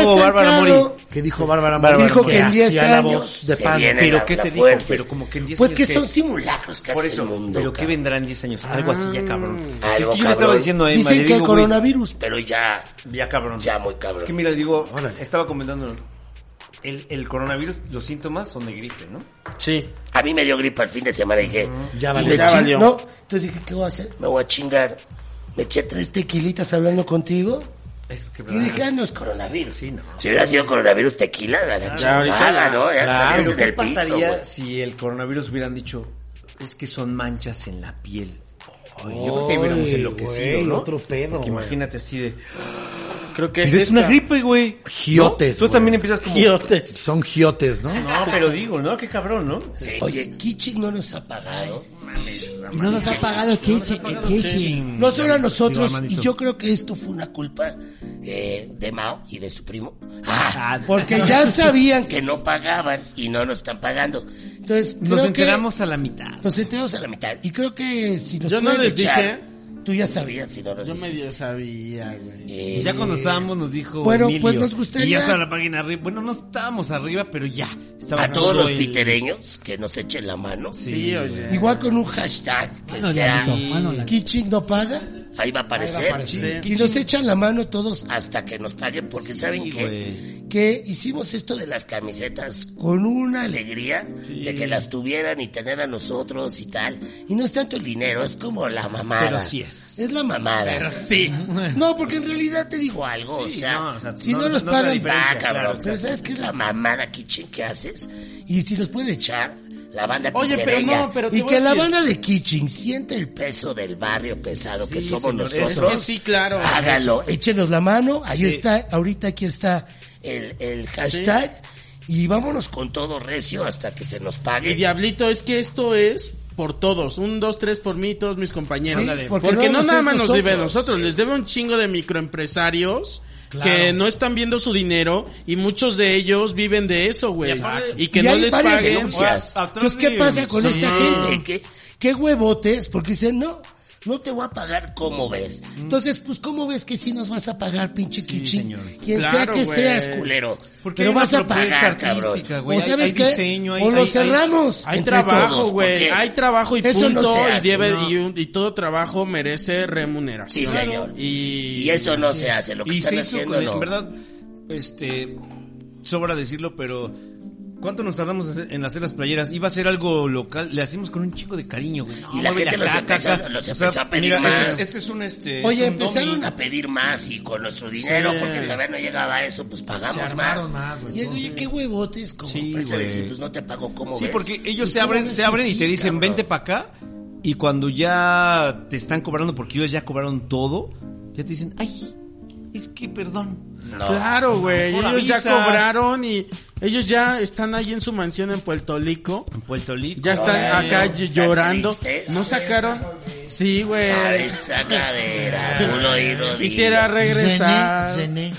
Speaker 2: dijo Bárbara
Speaker 1: estancado.
Speaker 2: Mori.
Speaker 6: ¿Qué dijo Bárbara
Speaker 2: Bárbara
Speaker 6: Mori?
Speaker 2: Dijo
Speaker 1: que en 10
Speaker 6: hacía la
Speaker 1: años
Speaker 6: voz de
Speaker 5: se
Speaker 6: pan.
Speaker 5: viene
Speaker 2: Ah, Pero
Speaker 5: la-
Speaker 2: ¿qué
Speaker 5: la
Speaker 2: te dijo?
Speaker 5: fuerte.
Speaker 2: Pero como que en 10
Speaker 1: Pues
Speaker 2: años
Speaker 1: que
Speaker 2: ¿qué?
Speaker 1: son simulacros casi
Speaker 2: Por eso,
Speaker 1: el mundo.
Speaker 2: pero ¿qué
Speaker 1: cabrón.
Speaker 2: vendrá en 10 años? Algo así ya cabrón. es que
Speaker 5: Algo
Speaker 2: yo le estaba
Speaker 5: cabrón.
Speaker 2: diciendo a Emma,
Speaker 1: Dicen
Speaker 2: le
Speaker 1: que
Speaker 2: digo,
Speaker 1: el
Speaker 2: güey,
Speaker 1: coronavirus.
Speaker 5: Pero ya,
Speaker 2: ya cabrón.
Speaker 5: ya muy cabrón.
Speaker 2: Es que mira, digo, estaba comentando, el, el coronavirus, los síntomas son de gripe, ¿no?
Speaker 4: Sí.
Speaker 5: A mí me dio gripe el fin de semana y dije,
Speaker 6: Ya
Speaker 1: Y
Speaker 6: valió.
Speaker 1: le
Speaker 4: Ya
Speaker 1: chin-
Speaker 4: valió.
Speaker 1: No, entonces dije, ¿qué voy a hacer?
Speaker 5: me voy a chingar.
Speaker 1: Me eché tres tequilitas hablando contigo.
Speaker 2: Es que,
Speaker 1: Y dije, ah, no es coronavirus.
Speaker 2: sí, no.
Speaker 5: Si hubiera sido coronavirus tequila, la chingada, ¿no? Ya estaríamos
Speaker 2: Claro,
Speaker 5: en
Speaker 2: ¿qué
Speaker 5: el piso,
Speaker 2: pasaría
Speaker 5: güey.
Speaker 2: si el coronavirus hubieran dicho, es que son manchas en la piel? Ay, yo creo que hubiéramos
Speaker 6: Ay,
Speaker 2: enloquecido,
Speaker 6: güey,
Speaker 2: ¿no?
Speaker 6: otro pedo,
Speaker 2: Porque
Speaker 6: güey.
Speaker 2: imagínate así de... "Ah,
Speaker 4: Creo que
Speaker 2: Es,
Speaker 4: es,
Speaker 2: una
Speaker 4: esta.
Speaker 2: gripe, güey.
Speaker 6: Giotes,
Speaker 2: ¿No? Tú
Speaker 6: güey.
Speaker 2: también empiezas como...
Speaker 6: Son giotes, ¿no?
Speaker 2: No, pero digo, ¿no? Qué cabrón, ¿no?
Speaker 5: Mm.
Speaker 1: Oye, Kichi no nos ha pagado.
Speaker 7: Y no nos ha pagado Kichi. Kichi.
Speaker 1: No solo a nosotros, y yo creo que esto fue una culpa eh, de Mao y de su primo. Ah, porque ya sabían
Speaker 5: Que no pagaban y no nos están pagando.
Speaker 1: Entonces, creo
Speaker 2: Nos
Speaker 1: que
Speaker 2: enteramos a la mitad.
Speaker 1: nos enteramos a la mitad. Y creo que si nos
Speaker 4: Yo no
Speaker 1: pueden
Speaker 4: les
Speaker 1: echar,
Speaker 4: dije.
Speaker 1: tú ya sabías si no nos
Speaker 4: Yo medio
Speaker 1: dijiste.
Speaker 4: sabía, güey.
Speaker 1: Eh,
Speaker 2: Ya cuando estábamos nos dijo
Speaker 1: Bueno,
Speaker 2: Emilio,
Speaker 1: pues nos gustaría-
Speaker 2: Y ya estaba la página arriba. Bueno, no estábamos arriba, pero ya. Estaba
Speaker 5: A todos los
Speaker 2: el-
Speaker 5: pitereños que nos echen la mano.
Speaker 4: Sí, oye.
Speaker 1: Igual con un hashtag que
Speaker 7: Mano,
Speaker 1: sea
Speaker 7: Lalito, mano, Lalito.
Speaker 1: Kichi no paga.
Speaker 5: Ahí va a aparecer.
Speaker 1: Y nos echan la mano todos
Speaker 5: Hasta que nos paguen, porque saben que,
Speaker 1: que
Speaker 5: hicimos esto de las camisetas con una alegría de que las tuvieran y tener a nosotros y tal.
Speaker 1: Y no es tanto el dinero, es como la mamada.
Speaker 2: Pero sí es.
Speaker 1: Es la mamada.
Speaker 2: Sí.
Speaker 1: No, porque en realidad te digo algo,
Speaker 5: Sí,
Speaker 1: o sea,
Speaker 2: no, o sea,
Speaker 1: si
Speaker 2: no-
Speaker 1: no,
Speaker 2: no
Speaker 1: nos
Speaker 2: es la
Speaker 1: pagan,
Speaker 2: diferencia,
Speaker 1: va, cabrón.
Speaker 2: claro,
Speaker 1: pero
Speaker 2: exacto.
Speaker 1: ¿sabes qué es la mamada, Kichi, que haces?
Speaker 5: Y si nos pueden echar la banda
Speaker 4: Oye, pero
Speaker 5: pitereña
Speaker 4: no, pero te
Speaker 1: Y
Speaker 4: voy
Speaker 1: que
Speaker 4: a
Speaker 1: la
Speaker 4: decir-
Speaker 1: banda de Kitchen siente el
Speaker 5: el peso del barrio pesado que
Speaker 2: Sí,
Speaker 5: somos
Speaker 2: señor, es
Speaker 5: nosotros.
Speaker 4: que sí, claro.
Speaker 5: Hágalo.
Speaker 1: pelo. Échenos la mano, ahí está, ahorita aquí está el, el hashtag.
Speaker 5: Y vámonos con todo recio hasta que se nos
Speaker 4: Y
Speaker 5: pague.
Speaker 4: Diablito, es que esto es por todos. Un, dos, tres por mí, todos mis compañeros.
Speaker 1: Sí,
Speaker 4: porque,
Speaker 1: porque nada
Speaker 4: no
Speaker 1: más
Speaker 4: nada
Speaker 1: es
Speaker 4: más nos debe a
Speaker 1: nosotros.
Speaker 4: nosotros, les debe un chingo de microempresarios. Que no están viendo su dinero y muchos de ellos viven de eso, güey. Y, que
Speaker 1: Y
Speaker 4: no
Speaker 1: hay
Speaker 4: les
Speaker 1: varias
Speaker 4: paguen.
Speaker 1: denuncias.
Speaker 2: Atrás
Speaker 1: Entonces, ¿qué
Speaker 2: de-
Speaker 1: pasa con
Speaker 2: Sí.
Speaker 1: esta gente? ¿Qué, qué huevotes? Porque dicen, no,
Speaker 5: no te voy a pagar como ves. Entonces, pues, ¿cómo ves que sí nos vas a pagar, pinche Kichi? Quien sea
Speaker 4: Claro,
Speaker 5: que
Speaker 4: güey.
Speaker 5: seas, culero.
Speaker 2: Porque
Speaker 5: Pero
Speaker 2: hay una
Speaker 5: vas a
Speaker 2: propuesta
Speaker 5: pagar, cabrón.
Speaker 2: artística, güey.
Speaker 5: O
Speaker 2: Hay-
Speaker 5: sabes
Speaker 2: hay
Speaker 5: qué?
Speaker 2: diseño, hay-
Speaker 5: o
Speaker 2: hay-
Speaker 5: los
Speaker 2: hay-
Speaker 5: cerramos.
Speaker 4: Hay
Speaker 5: entre
Speaker 4: trabajo,
Speaker 5: todos,
Speaker 4: güey.
Speaker 5: porque
Speaker 4: Hay trabajo y
Speaker 5: eso no
Speaker 4: punto.
Speaker 5: se
Speaker 4: y
Speaker 5: hace,
Speaker 4: debe-
Speaker 5: ¿no?
Speaker 4: y, un- y todo trabajo merece remuneración.
Speaker 5: Sí, señor.
Speaker 4: Y,
Speaker 5: Y eso no se hace, lo que
Speaker 2: Y
Speaker 5: están
Speaker 2: se hizo,
Speaker 5: haciendo
Speaker 2: con,
Speaker 5: no.
Speaker 2: en verdad, este, sobra decirlo, pero ¿cuánto nos tardamos en hacer- en hacer las playeras? Iba a ser algo local, le hacimos con un chico de cariño, güey. No,
Speaker 5: Y la
Speaker 2: muévele
Speaker 5: gente los
Speaker 2: acá,
Speaker 5: empezó-
Speaker 2: acá.
Speaker 5: los
Speaker 2: O sea,
Speaker 5: empezó a pedir
Speaker 2: mira,
Speaker 5: más.
Speaker 2: Este, es- este es un, este,
Speaker 5: Oye,
Speaker 2: es un
Speaker 5: empezaron
Speaker 2: dummy.
Speaker 5: a pedir más y con nuestro dinero, porque todavía no llegaba a eso, pues pagamos más.
Speaker 6: armaron más, güey,
Speaker 5: y es, oye, qué huevotes, como
Speaker 2: Sí,
Speaker 5: empresa
Speaker 2: güey.
Speaker 5: decir, pues no te pago como
Speaker 2: Sí,
Speaker 5: ves.
Speaker 2: porque ellos
Speaker 5: Pues,
Speaker 2: se
Speaker 5: ¿cómo
Speaker 2: abren,
Speaker 5: ves
Speaker 2: se
Speaker 5: que
Speaker 2: abren y
Speaker 5: sí,
Speaker 2: te dicen,
Speaker 5: cabrón?
Speaker 2: vente para acá. Y cuando ya te están cobrando, porque ellos ya cobraron todo, ya te dicen, ay, es que perdón.
Speaker 5: No.
Speaker 4: Claro, güey. Ellos
Speaker 2: Mejor
Speaker 4: ya
Speaker 2: avisa.
Speaker 4: cobraron y ellos ya están ahí en su mansión en Puerto Rico.
Speaker 2: En Puerto Rico.
Speaker 4: Ya están
Speaker 5: Ay,
Speaker 4: acá
Speaker 5: no,
Speaker 4: llorando.
Speaker 5: está triste.
Speaker 4: No sacaron. Sí, güey.
Speaker 5: A esa cadera, un oído
Speaker 4: Quisiera
Speaker 5: dilo.
Speaker 4: regresar.
Speaker 6: Cené,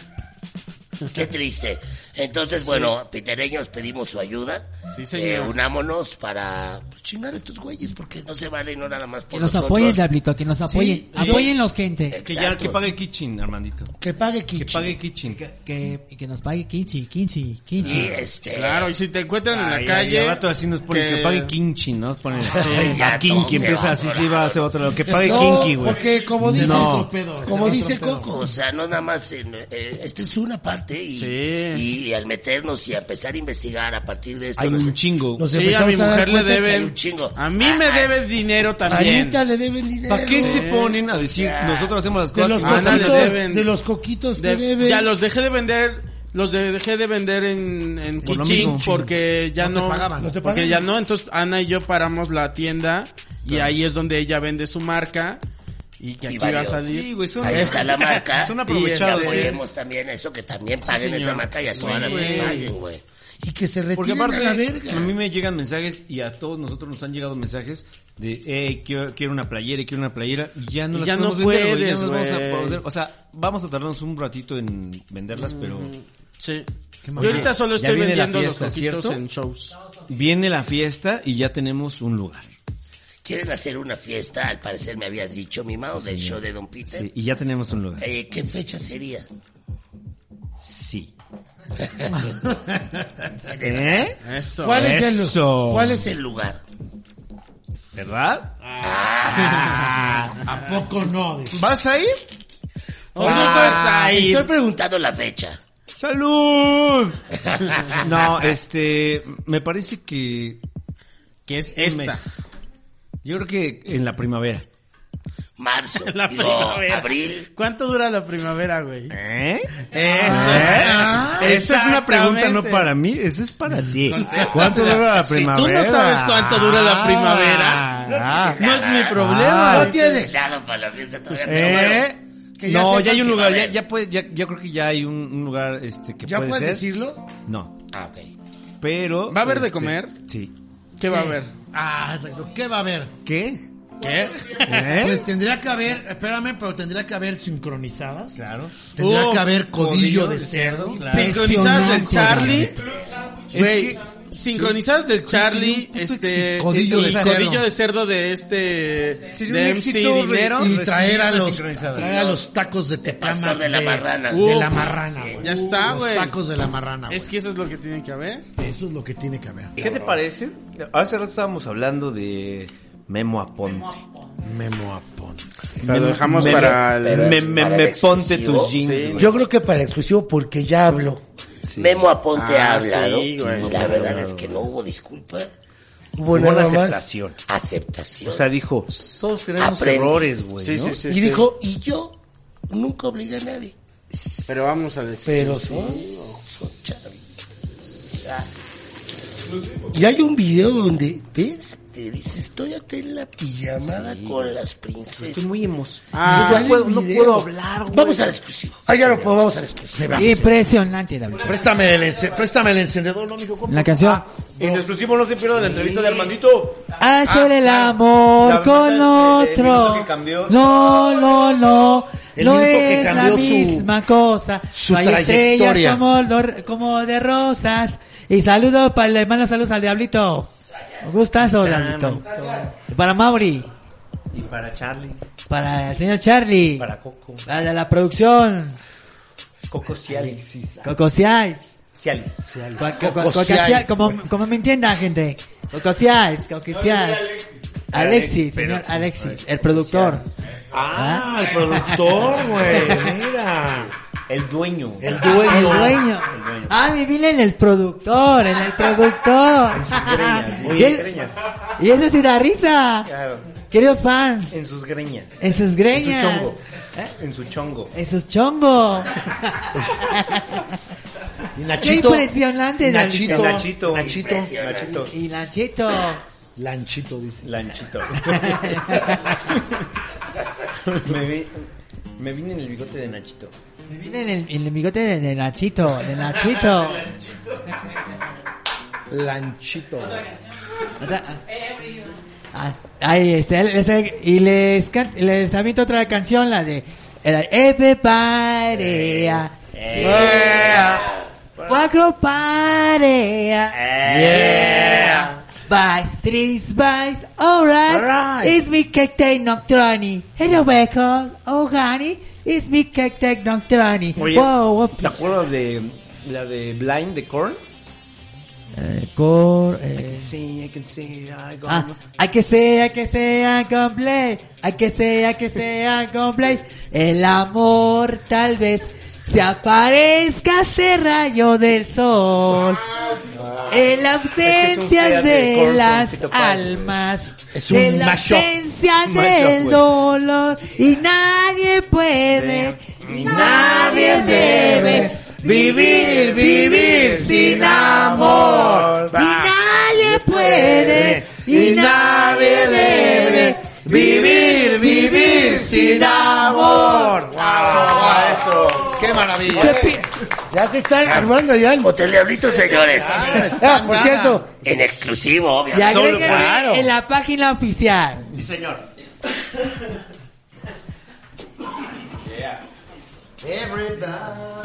Speaker 6: cené.
Speaker 5: Qué triste. Entonces, bueno, pitereños pedimos su ayuda.
Speaker 4: Sí, señor.
Speaker 5: Eh, unámonos para pues, chingar a estos güeyes, porque no se vale no nada más por
Speaker 7: Que nos
Speaker 5: nosotros.
Speaker 7: apoyen, Diablito, que nos apoyen.
Speaker 5: sí.
Speaker 7: Apóyenlos, gente.
Speaker 2: Que ya, que
Speaker 5: Exacto.
Speaker 2: pague el kitchen, Armandito.
Speaker 5: Que pague Kichi.
Speaker 2: Que pague el kitchen.
Speaker 7: Que, que, y que nos pague 15, 15, 15.
Speaker 5: Y este...
Speaker 4: Claro, y si te encuentran en
Speaker 2: Ay,
Speaker 4: la calle.
Speaker 2: ay, al rato así nos ponen que,
Speaker 4: que-
Speaker 2: pague Kinchi, ¿no? Ponen
Speaker 5: ya
Speaker 2: a Kinki,
Speaker 5: todo se
Speaker 2: empieza
Speaker 5: va
Speaker 2: así,
Speaker 5: por
Speaker 2: sí va
Speaker 5: ahí.
Speaker 2: a hacer otro lado. Que pague
Speaker 5: No,
Speaker 2: Kinki, güey.
Speaker 5: porque como dice,
Speaker 2: No.
Speaker 5: como dice Coco, o sea, no nada más, en, eh, esta es una parte y, y al meternos y a empezar a investigar a partir de esto,
Speaker 2: Hay
Speaker 5: nos-
Speaker 2: un chingo.
Speaker 1: Nos
Speaker 4: Sí, a
Speaker 1: empezamos
Speaker 4: mi
Speaker 1: a dar
Speaker 4: mujer le
Speaker 1: cuenta que
Speaker 5: hay
Speaker 4: deben.
Speaker 5: un chingo.
Speaker 4: A mí me
Speaker 5: Ah,
Speaker 4: debe dinero
Speaker 1: A
Speaker 4: también.
Speaker 1: Anita le deben dinero.
Speaker 2: ¿Para qué se ponen a decir, nosotros hacemos las
Speaker 1: De los
Speaker 2: cosas y ustedes
Speaker 4: Ah,
Speaker 1: coquitos,
Speaker 4: le deben.
Speaker 1: de los coquitos que
Speaker 4: De-
Speaker 1: deben.
Speaker 4: ya los dejé de vender, los de- dejé de vender en, en
Speaker 2: Por lo
Speaker 4: Kichín
Speaker 2: mismo.
Speaker 4: porque ya
Speaker 6: No te
Speaker 4: no,
Speaker 6: pagaban. No
Speaker 1: te
Speaker 4: porque
Speaker 1: pagaban.
Speaker 4: ya no, entonces Ana y yo paramos la tienda y ahí es donde ella vende su marca y que aquí va a
Speaker 5: varios.
Speaker 4: salir. ¿eh?
Speaker 2: Sí, güey, son-
Speaker 5: Ahí está la marca.
Speaker 2: Son
Speaker 5: aprovechado
Speaker 2: aprovechados,
Speaker 5: Y
Speaker 2: sí.
Speaker 5: apoyemos también eso, que también paguen esa marca y a todas las que paguen, güey.
Speaker 1: Y que se
Speaker 2: Porque
Speaker 1: retiren a
Speaker 2: aparte,
Speaker 1: la
Speaker 2: a,
Speaker 1: verga.
Speaker 2: mí me llegan mensajes y a todos nosotros nos han llegado mensajes de, eh, quiero, quiero una playera, y quiero una playera, y ya no
Speaker 4: Y
Speaker 2: las
Speaker 4: ya no
Speaker 2: podemos vender, güey,
Speaker 4: puedes,
Speaker 2: ya no las vamos a
Speaker 4: güey.
Speaker 2: poder- O sea, vamos a tardarnos un ratito en venderlas, pero
Speaker 4: Mm. Sí. Yo ahorita solo
Speaker 2: Ya
Speaker 4: estoy
Speaker 2: viene la
Speaker 4: vendiendo
Speaker 2: fiesta,
Speaker 4: los coquitos
Speaker 2: ¿cierto?
Speaker 4: en shows.
Speaker 2: viene la fiesta y ya tenemos un lugar.
Speaker 5: Quieren hacer una fiesta, al parecer me habías dicho, mi mao, del show de Don Peter.
Speaker 2: Sí, y ya tenemos un lugar.
Speaker 5: Eh, ¿Qué fecha sería?
Speaker 2: Sí. ¿Eh?
Speaker 4: Eso.
Speaker 1: ¿Cuál es el
Speaker 2: Eso.
Speaker 1: cuál es
Speaker 5: Es el lugar.
Speaker 2: ¿Verdad?
Speaker 6: ¿A poco no? Dice.
Speaker 2: ¿Vas a ir? Ah,
Speaker 4: ¿O no vas a ir?
Speaker 5: Ah, Estoy preguntando la fecha.
Speaker 2: ¡Salud! No, este, me parece que
Speaker 4: Que es
Speaker 2: un
Speaker 4: esta.
Speaker 2: mes. Yo creo que en la primavera.
Speaker 5: Marzo,
Speaker 4: La
Speaker 5: digo,
Speaker 4: primavera.
Speaker 5: abril.
Speaker 4: ¿Cuánto dura la primavera, güey?
Speaker 2: ¿Eh?
Speaker 4: Ah,
Speaker 2: Esa es una pregunta no
Speaker 4: exactamente.
Speaker 2: para mí, esa es para ti. ¿Cuánto dura la
Speaker 4: Si tú no
Speaker 2: primavera?
Speaker 4: sabes cuánto dura la primavera,
Speaker 2: Ah,
Speaker 4: No es mi
Speaker 2: Ah,
Speaker 4: problema.
Speaker 2: no
Speaker 4: dice.
Speaker 5: Cuidado para la fiesta todavía. pero
Speaker 2: ¿Eh?
Speaker 5: bueno.
Speaker 1: Que ya
Speaker 2: No,
Speaker 1: sepan
Speaker 2: ya hay un
Speaker 1: que
Speaker 2: lugar,
Speaker 5: va a
Speaker 2: ya,
Speaker 5: haber.
Speaker 2: ya puede, ya, yo creo que ya hay un, un lugar este que
Speaker 1: ¿Ya
Speaker 2: puede
Speaker 1: puedes
Speaker 2: ser.
Speaker 1: decirlo?
Speaker 2: No,
Speaker 5: Ah, ok.
Speaker 2: pero.
Speaker 4: ¿Va a haber de
Speaker 2: este,
Speaker 4: comer?
Speaker 2: Sí.
Speaker 4: ¿Qué va a haber?
Speaker 6: Ah, exacto. ¿Qué va a haber?
Speaker 2: ¿Eh? ¿Qué?
Speaker 4: ¿Qué?
Speaker 2: ¿Eh?
Speaker 6: Pues tendría que haber, espérame, pero tendría que haber sincronizadas.
Speaker 2: claro.
Speaker 6: Tendría
Speaker 4: Oh,
Speaker 6: que haber codillo
Speaker 2: codillo
Speaker 6: de
Speaker 2: de
Speaker 6: cerdo.
Speaker 4: Sincronizadas del
Speaker 7: Impresionante,
Speaker 4: Charlie.
Speaker 2: Es
Speaker 4: Güey,
Speaker 2: que-
Speaker 4: sincronizadas del Charlie,
Speaker 6: puto
Speaker 4: este,
Speaker 6: éxito. Codillo
Speaker 4: el
Speaker 6: de
Speaker 4: codillo
Speaker 6: cerdo.
Speaker 4: de cerdo de este,
Speaker 2: Sería un
Speaker 4: de MC
Speaker 2: éxito re-
Speaker 4: Dinero.
Speaker 6: Y
Speaker 2: Recién
Speaker 6: traer a los,
Speaker 2: sincronizadas.
Speaker 6: traer a los tacos de Tepama.
Speaker 5: Pastor de la marrana.
Speaker 6: De la
Speaker 4: Uf,
Speaker 6: marrana, güey.
Speaker 4: ya está,
Speaker 6: Los
Speaker 4: güey.
Speaker 6: tacos de la marrana, güey.
Speaker 4: Es que eso es lo que tiene que haber.
Speaker 6: Eso es lo que tiene que haber.
Speaker 2: ¿Qué te parece? Hace rato estábamos hablando de Memo Aponte.
Speaker 6: Memo Apon.
Speaker 4: Lo dejamos
Speaker 2: Memo-
Speaker 4: para el-
Speaker 2: me, me-
Speaker 5: para el
Speaker 2: me ponte
Speaker 5: exclusivo.
Speaker 2: tus jeans.
Speaker 4: Sí.
Speaker 2: güey.
Speaker 1: Yo creo que para exclusivo porque ya hablo.
Speaker 5: Memo Aponte ha
Speaker 4: Ah,
Speaker 5: hablado.
Speaker 4: sí, güey.
Speaker 5: y la verdad es que no hubo disculpa.
Speaker 1: Hubo
Speaker 2: Hubo una
Speaker 1: nada más.
Speaker 2: aceptación.
Speaker 5: Aceptación.
Speaker 2: O sea, dijo, todos tenemos
Speaker 5: Aprende.
Speaker 2: errores, güey,
Speaker 4: Sí,
Speaker 2: ¿no?
Speaker 4: sí, sí.
Speaker 1: Y
Speaker 4: sí.
Speaker 1: dijo,
Speaker 5: y yo nunca obligué a nadie.
Speaker 4: Pero vamos a decir.
Speaker 1: pero son. Y hay un video donde, ve,
Speaker 5: Te dice, estoy acá en la pijamada con las princesas.
Speaker 2: muy emocionado.
Speaker 1: Ah,
Speaker 2: no puedo, no
Speaker 1: el video.
Speaker 2: puedo hablar, güey.
Speaker 5: Vamos al exclusivo.
Speaker 1: ah, ya no puedo, vamos al exclusivo.
Speaker 7: Impresionante, Diablito.
Speaker 6: Préstame el, ence- préstame el encendedor, no, mijo.
Speaker 7: La canción.
Speaker 2: En exclusivo no se pierda la entrevista de Armandito.
Speaker 7: Hacer el
Speaker 2: claro.
Speaker 7: amor
Speaker 2: La-
Speaker 7: con
Speaker 2: la- el- el minuto
Speaker 7: otro.
Speaker 2: que cambió.
Speaker 7: No, no, no.
Speaker 6: El
Speaker 7: no
Speaker 6: minuto que
Speaker 7: es la
Speaker 6: cambió su-
Speaker 7: misma cosa.
Speaker 6: su
Speaker 7: No hay estrellas
Speaker 6: trayectoria.
Speaker 7: como, lo- como de rosas. Y saludos para, le mando saludos al Diablito. Un gustazo, Diablito. Para Mauri.
Speaker 2: Y para Charlie.
Speaker 7: Para el señor Charlie.
Speaker 2: Para Coco.
Speaker 7: Para la producción.
Speaker 2: Coco Cialis.
Speaker 7: Cocosiáis.
Speaker 2: Cialis.
Speaker 7: Cua- cua- cua- cocosiáis, Como, como me entiendan, gente. Cocosiáis, cocosiáis. Alexis, señor Alexis, el productor.
Speaker 6: Ah, el productor, güey. Mira.
Speaker 2: El dueño.
Speaker 6: El
Speaker 7: El
Speaker 6: dueño.
Speaker 7: dueño. Ah, mi vile en el productor, en el productor.
Speaker 2: Oye,
Speaker 7: Y es- Y eso sí da risa.
Speaker 2: Claro.
Speaker 7: Queridos fans,
Speaker 2: En sus greñas.
Speaker 7: en sus
Speaker 2: En su
Speaker 7: greñas,
Speaker 2: chongo. En su chongo.
Speaker 7: en sus chongos.
Speaker 6: Y
Speaker 7: Qué
Speaker 6: Nachito.
Speaker 7: impresionante, David.
Speaker 6: Nachito.
Speaker 2: Nachito.
Speaker 6: Nachito.
Speaker 2: Nachito.
Speaker 7: Y Nachito.
Speaker 6: Lanchito, dice.
Speaker 2: Lanchito. me, vi, me vine en el bigote de Nachito.
Speaker 7: Me viene en el, en el bigote de, de Nachito, de Nachito.
Speaker 6: Lanchito.
Speaker 7: Otra- ah, ahí está, él- ese- y les, can- les aviento otra canción, la de la de Everybody. ah, sí. Cuatro parea. Yeah. Vice, tris, vice, alright.
Speaker 6: Alright.
Speaker 7: It's me cake take nocturni. Hello, Beco. Oh, honey. It's me cake take nocturni.
Speaker 2: Oye,
Speaker 7: Wow, wow.
Speaker 2: ¿te acuerdas de la de Blind de Korn?
Speaker 7: Eh, cor, eh,
Speaker 2: Sí, hay que sí,
Speaker 7: Ah, hay que sea, que sea complete, hay que sea, que sea complete. El amor tal vez se aparezca ese rayo del sol. En la ausencia
Speaker 2: Ah. es de
Speaker 7: de
Speaker 2: Corn
Speaker 7: las
Speaker 2: con Fito Páez,
Speaker 7: almas,
Speaker 6: Es un
Speaker 7: en la
Speaker 6: mashup.
Speaker 7: ausencia
Speaker 2: Mashup,
Speaker 7: del
Speaker 2: güey.
Speaker 7: dolor, y nadie puede, y nadie debe
Speaker 2: vivir, vivir
Speaker 7: sin amor. Y nadie
Speaker 6: Eh,
Speaker 7: puede y nadie debe vivir, vivir sin amor.
Speaker 6: ¡Qué maravilla!
Speaker 5: Ya se están armando ya el motel.
Speaker 8: Hotel Diablito, señores.
Speaker 5: Ah, por cierto,
Speaker 8: En exclusivo,
Speaker 7: Y
Speaker 8: obviamente.
Speaker 7: agreguen en la página oficial.
Speaker 6: Everybody.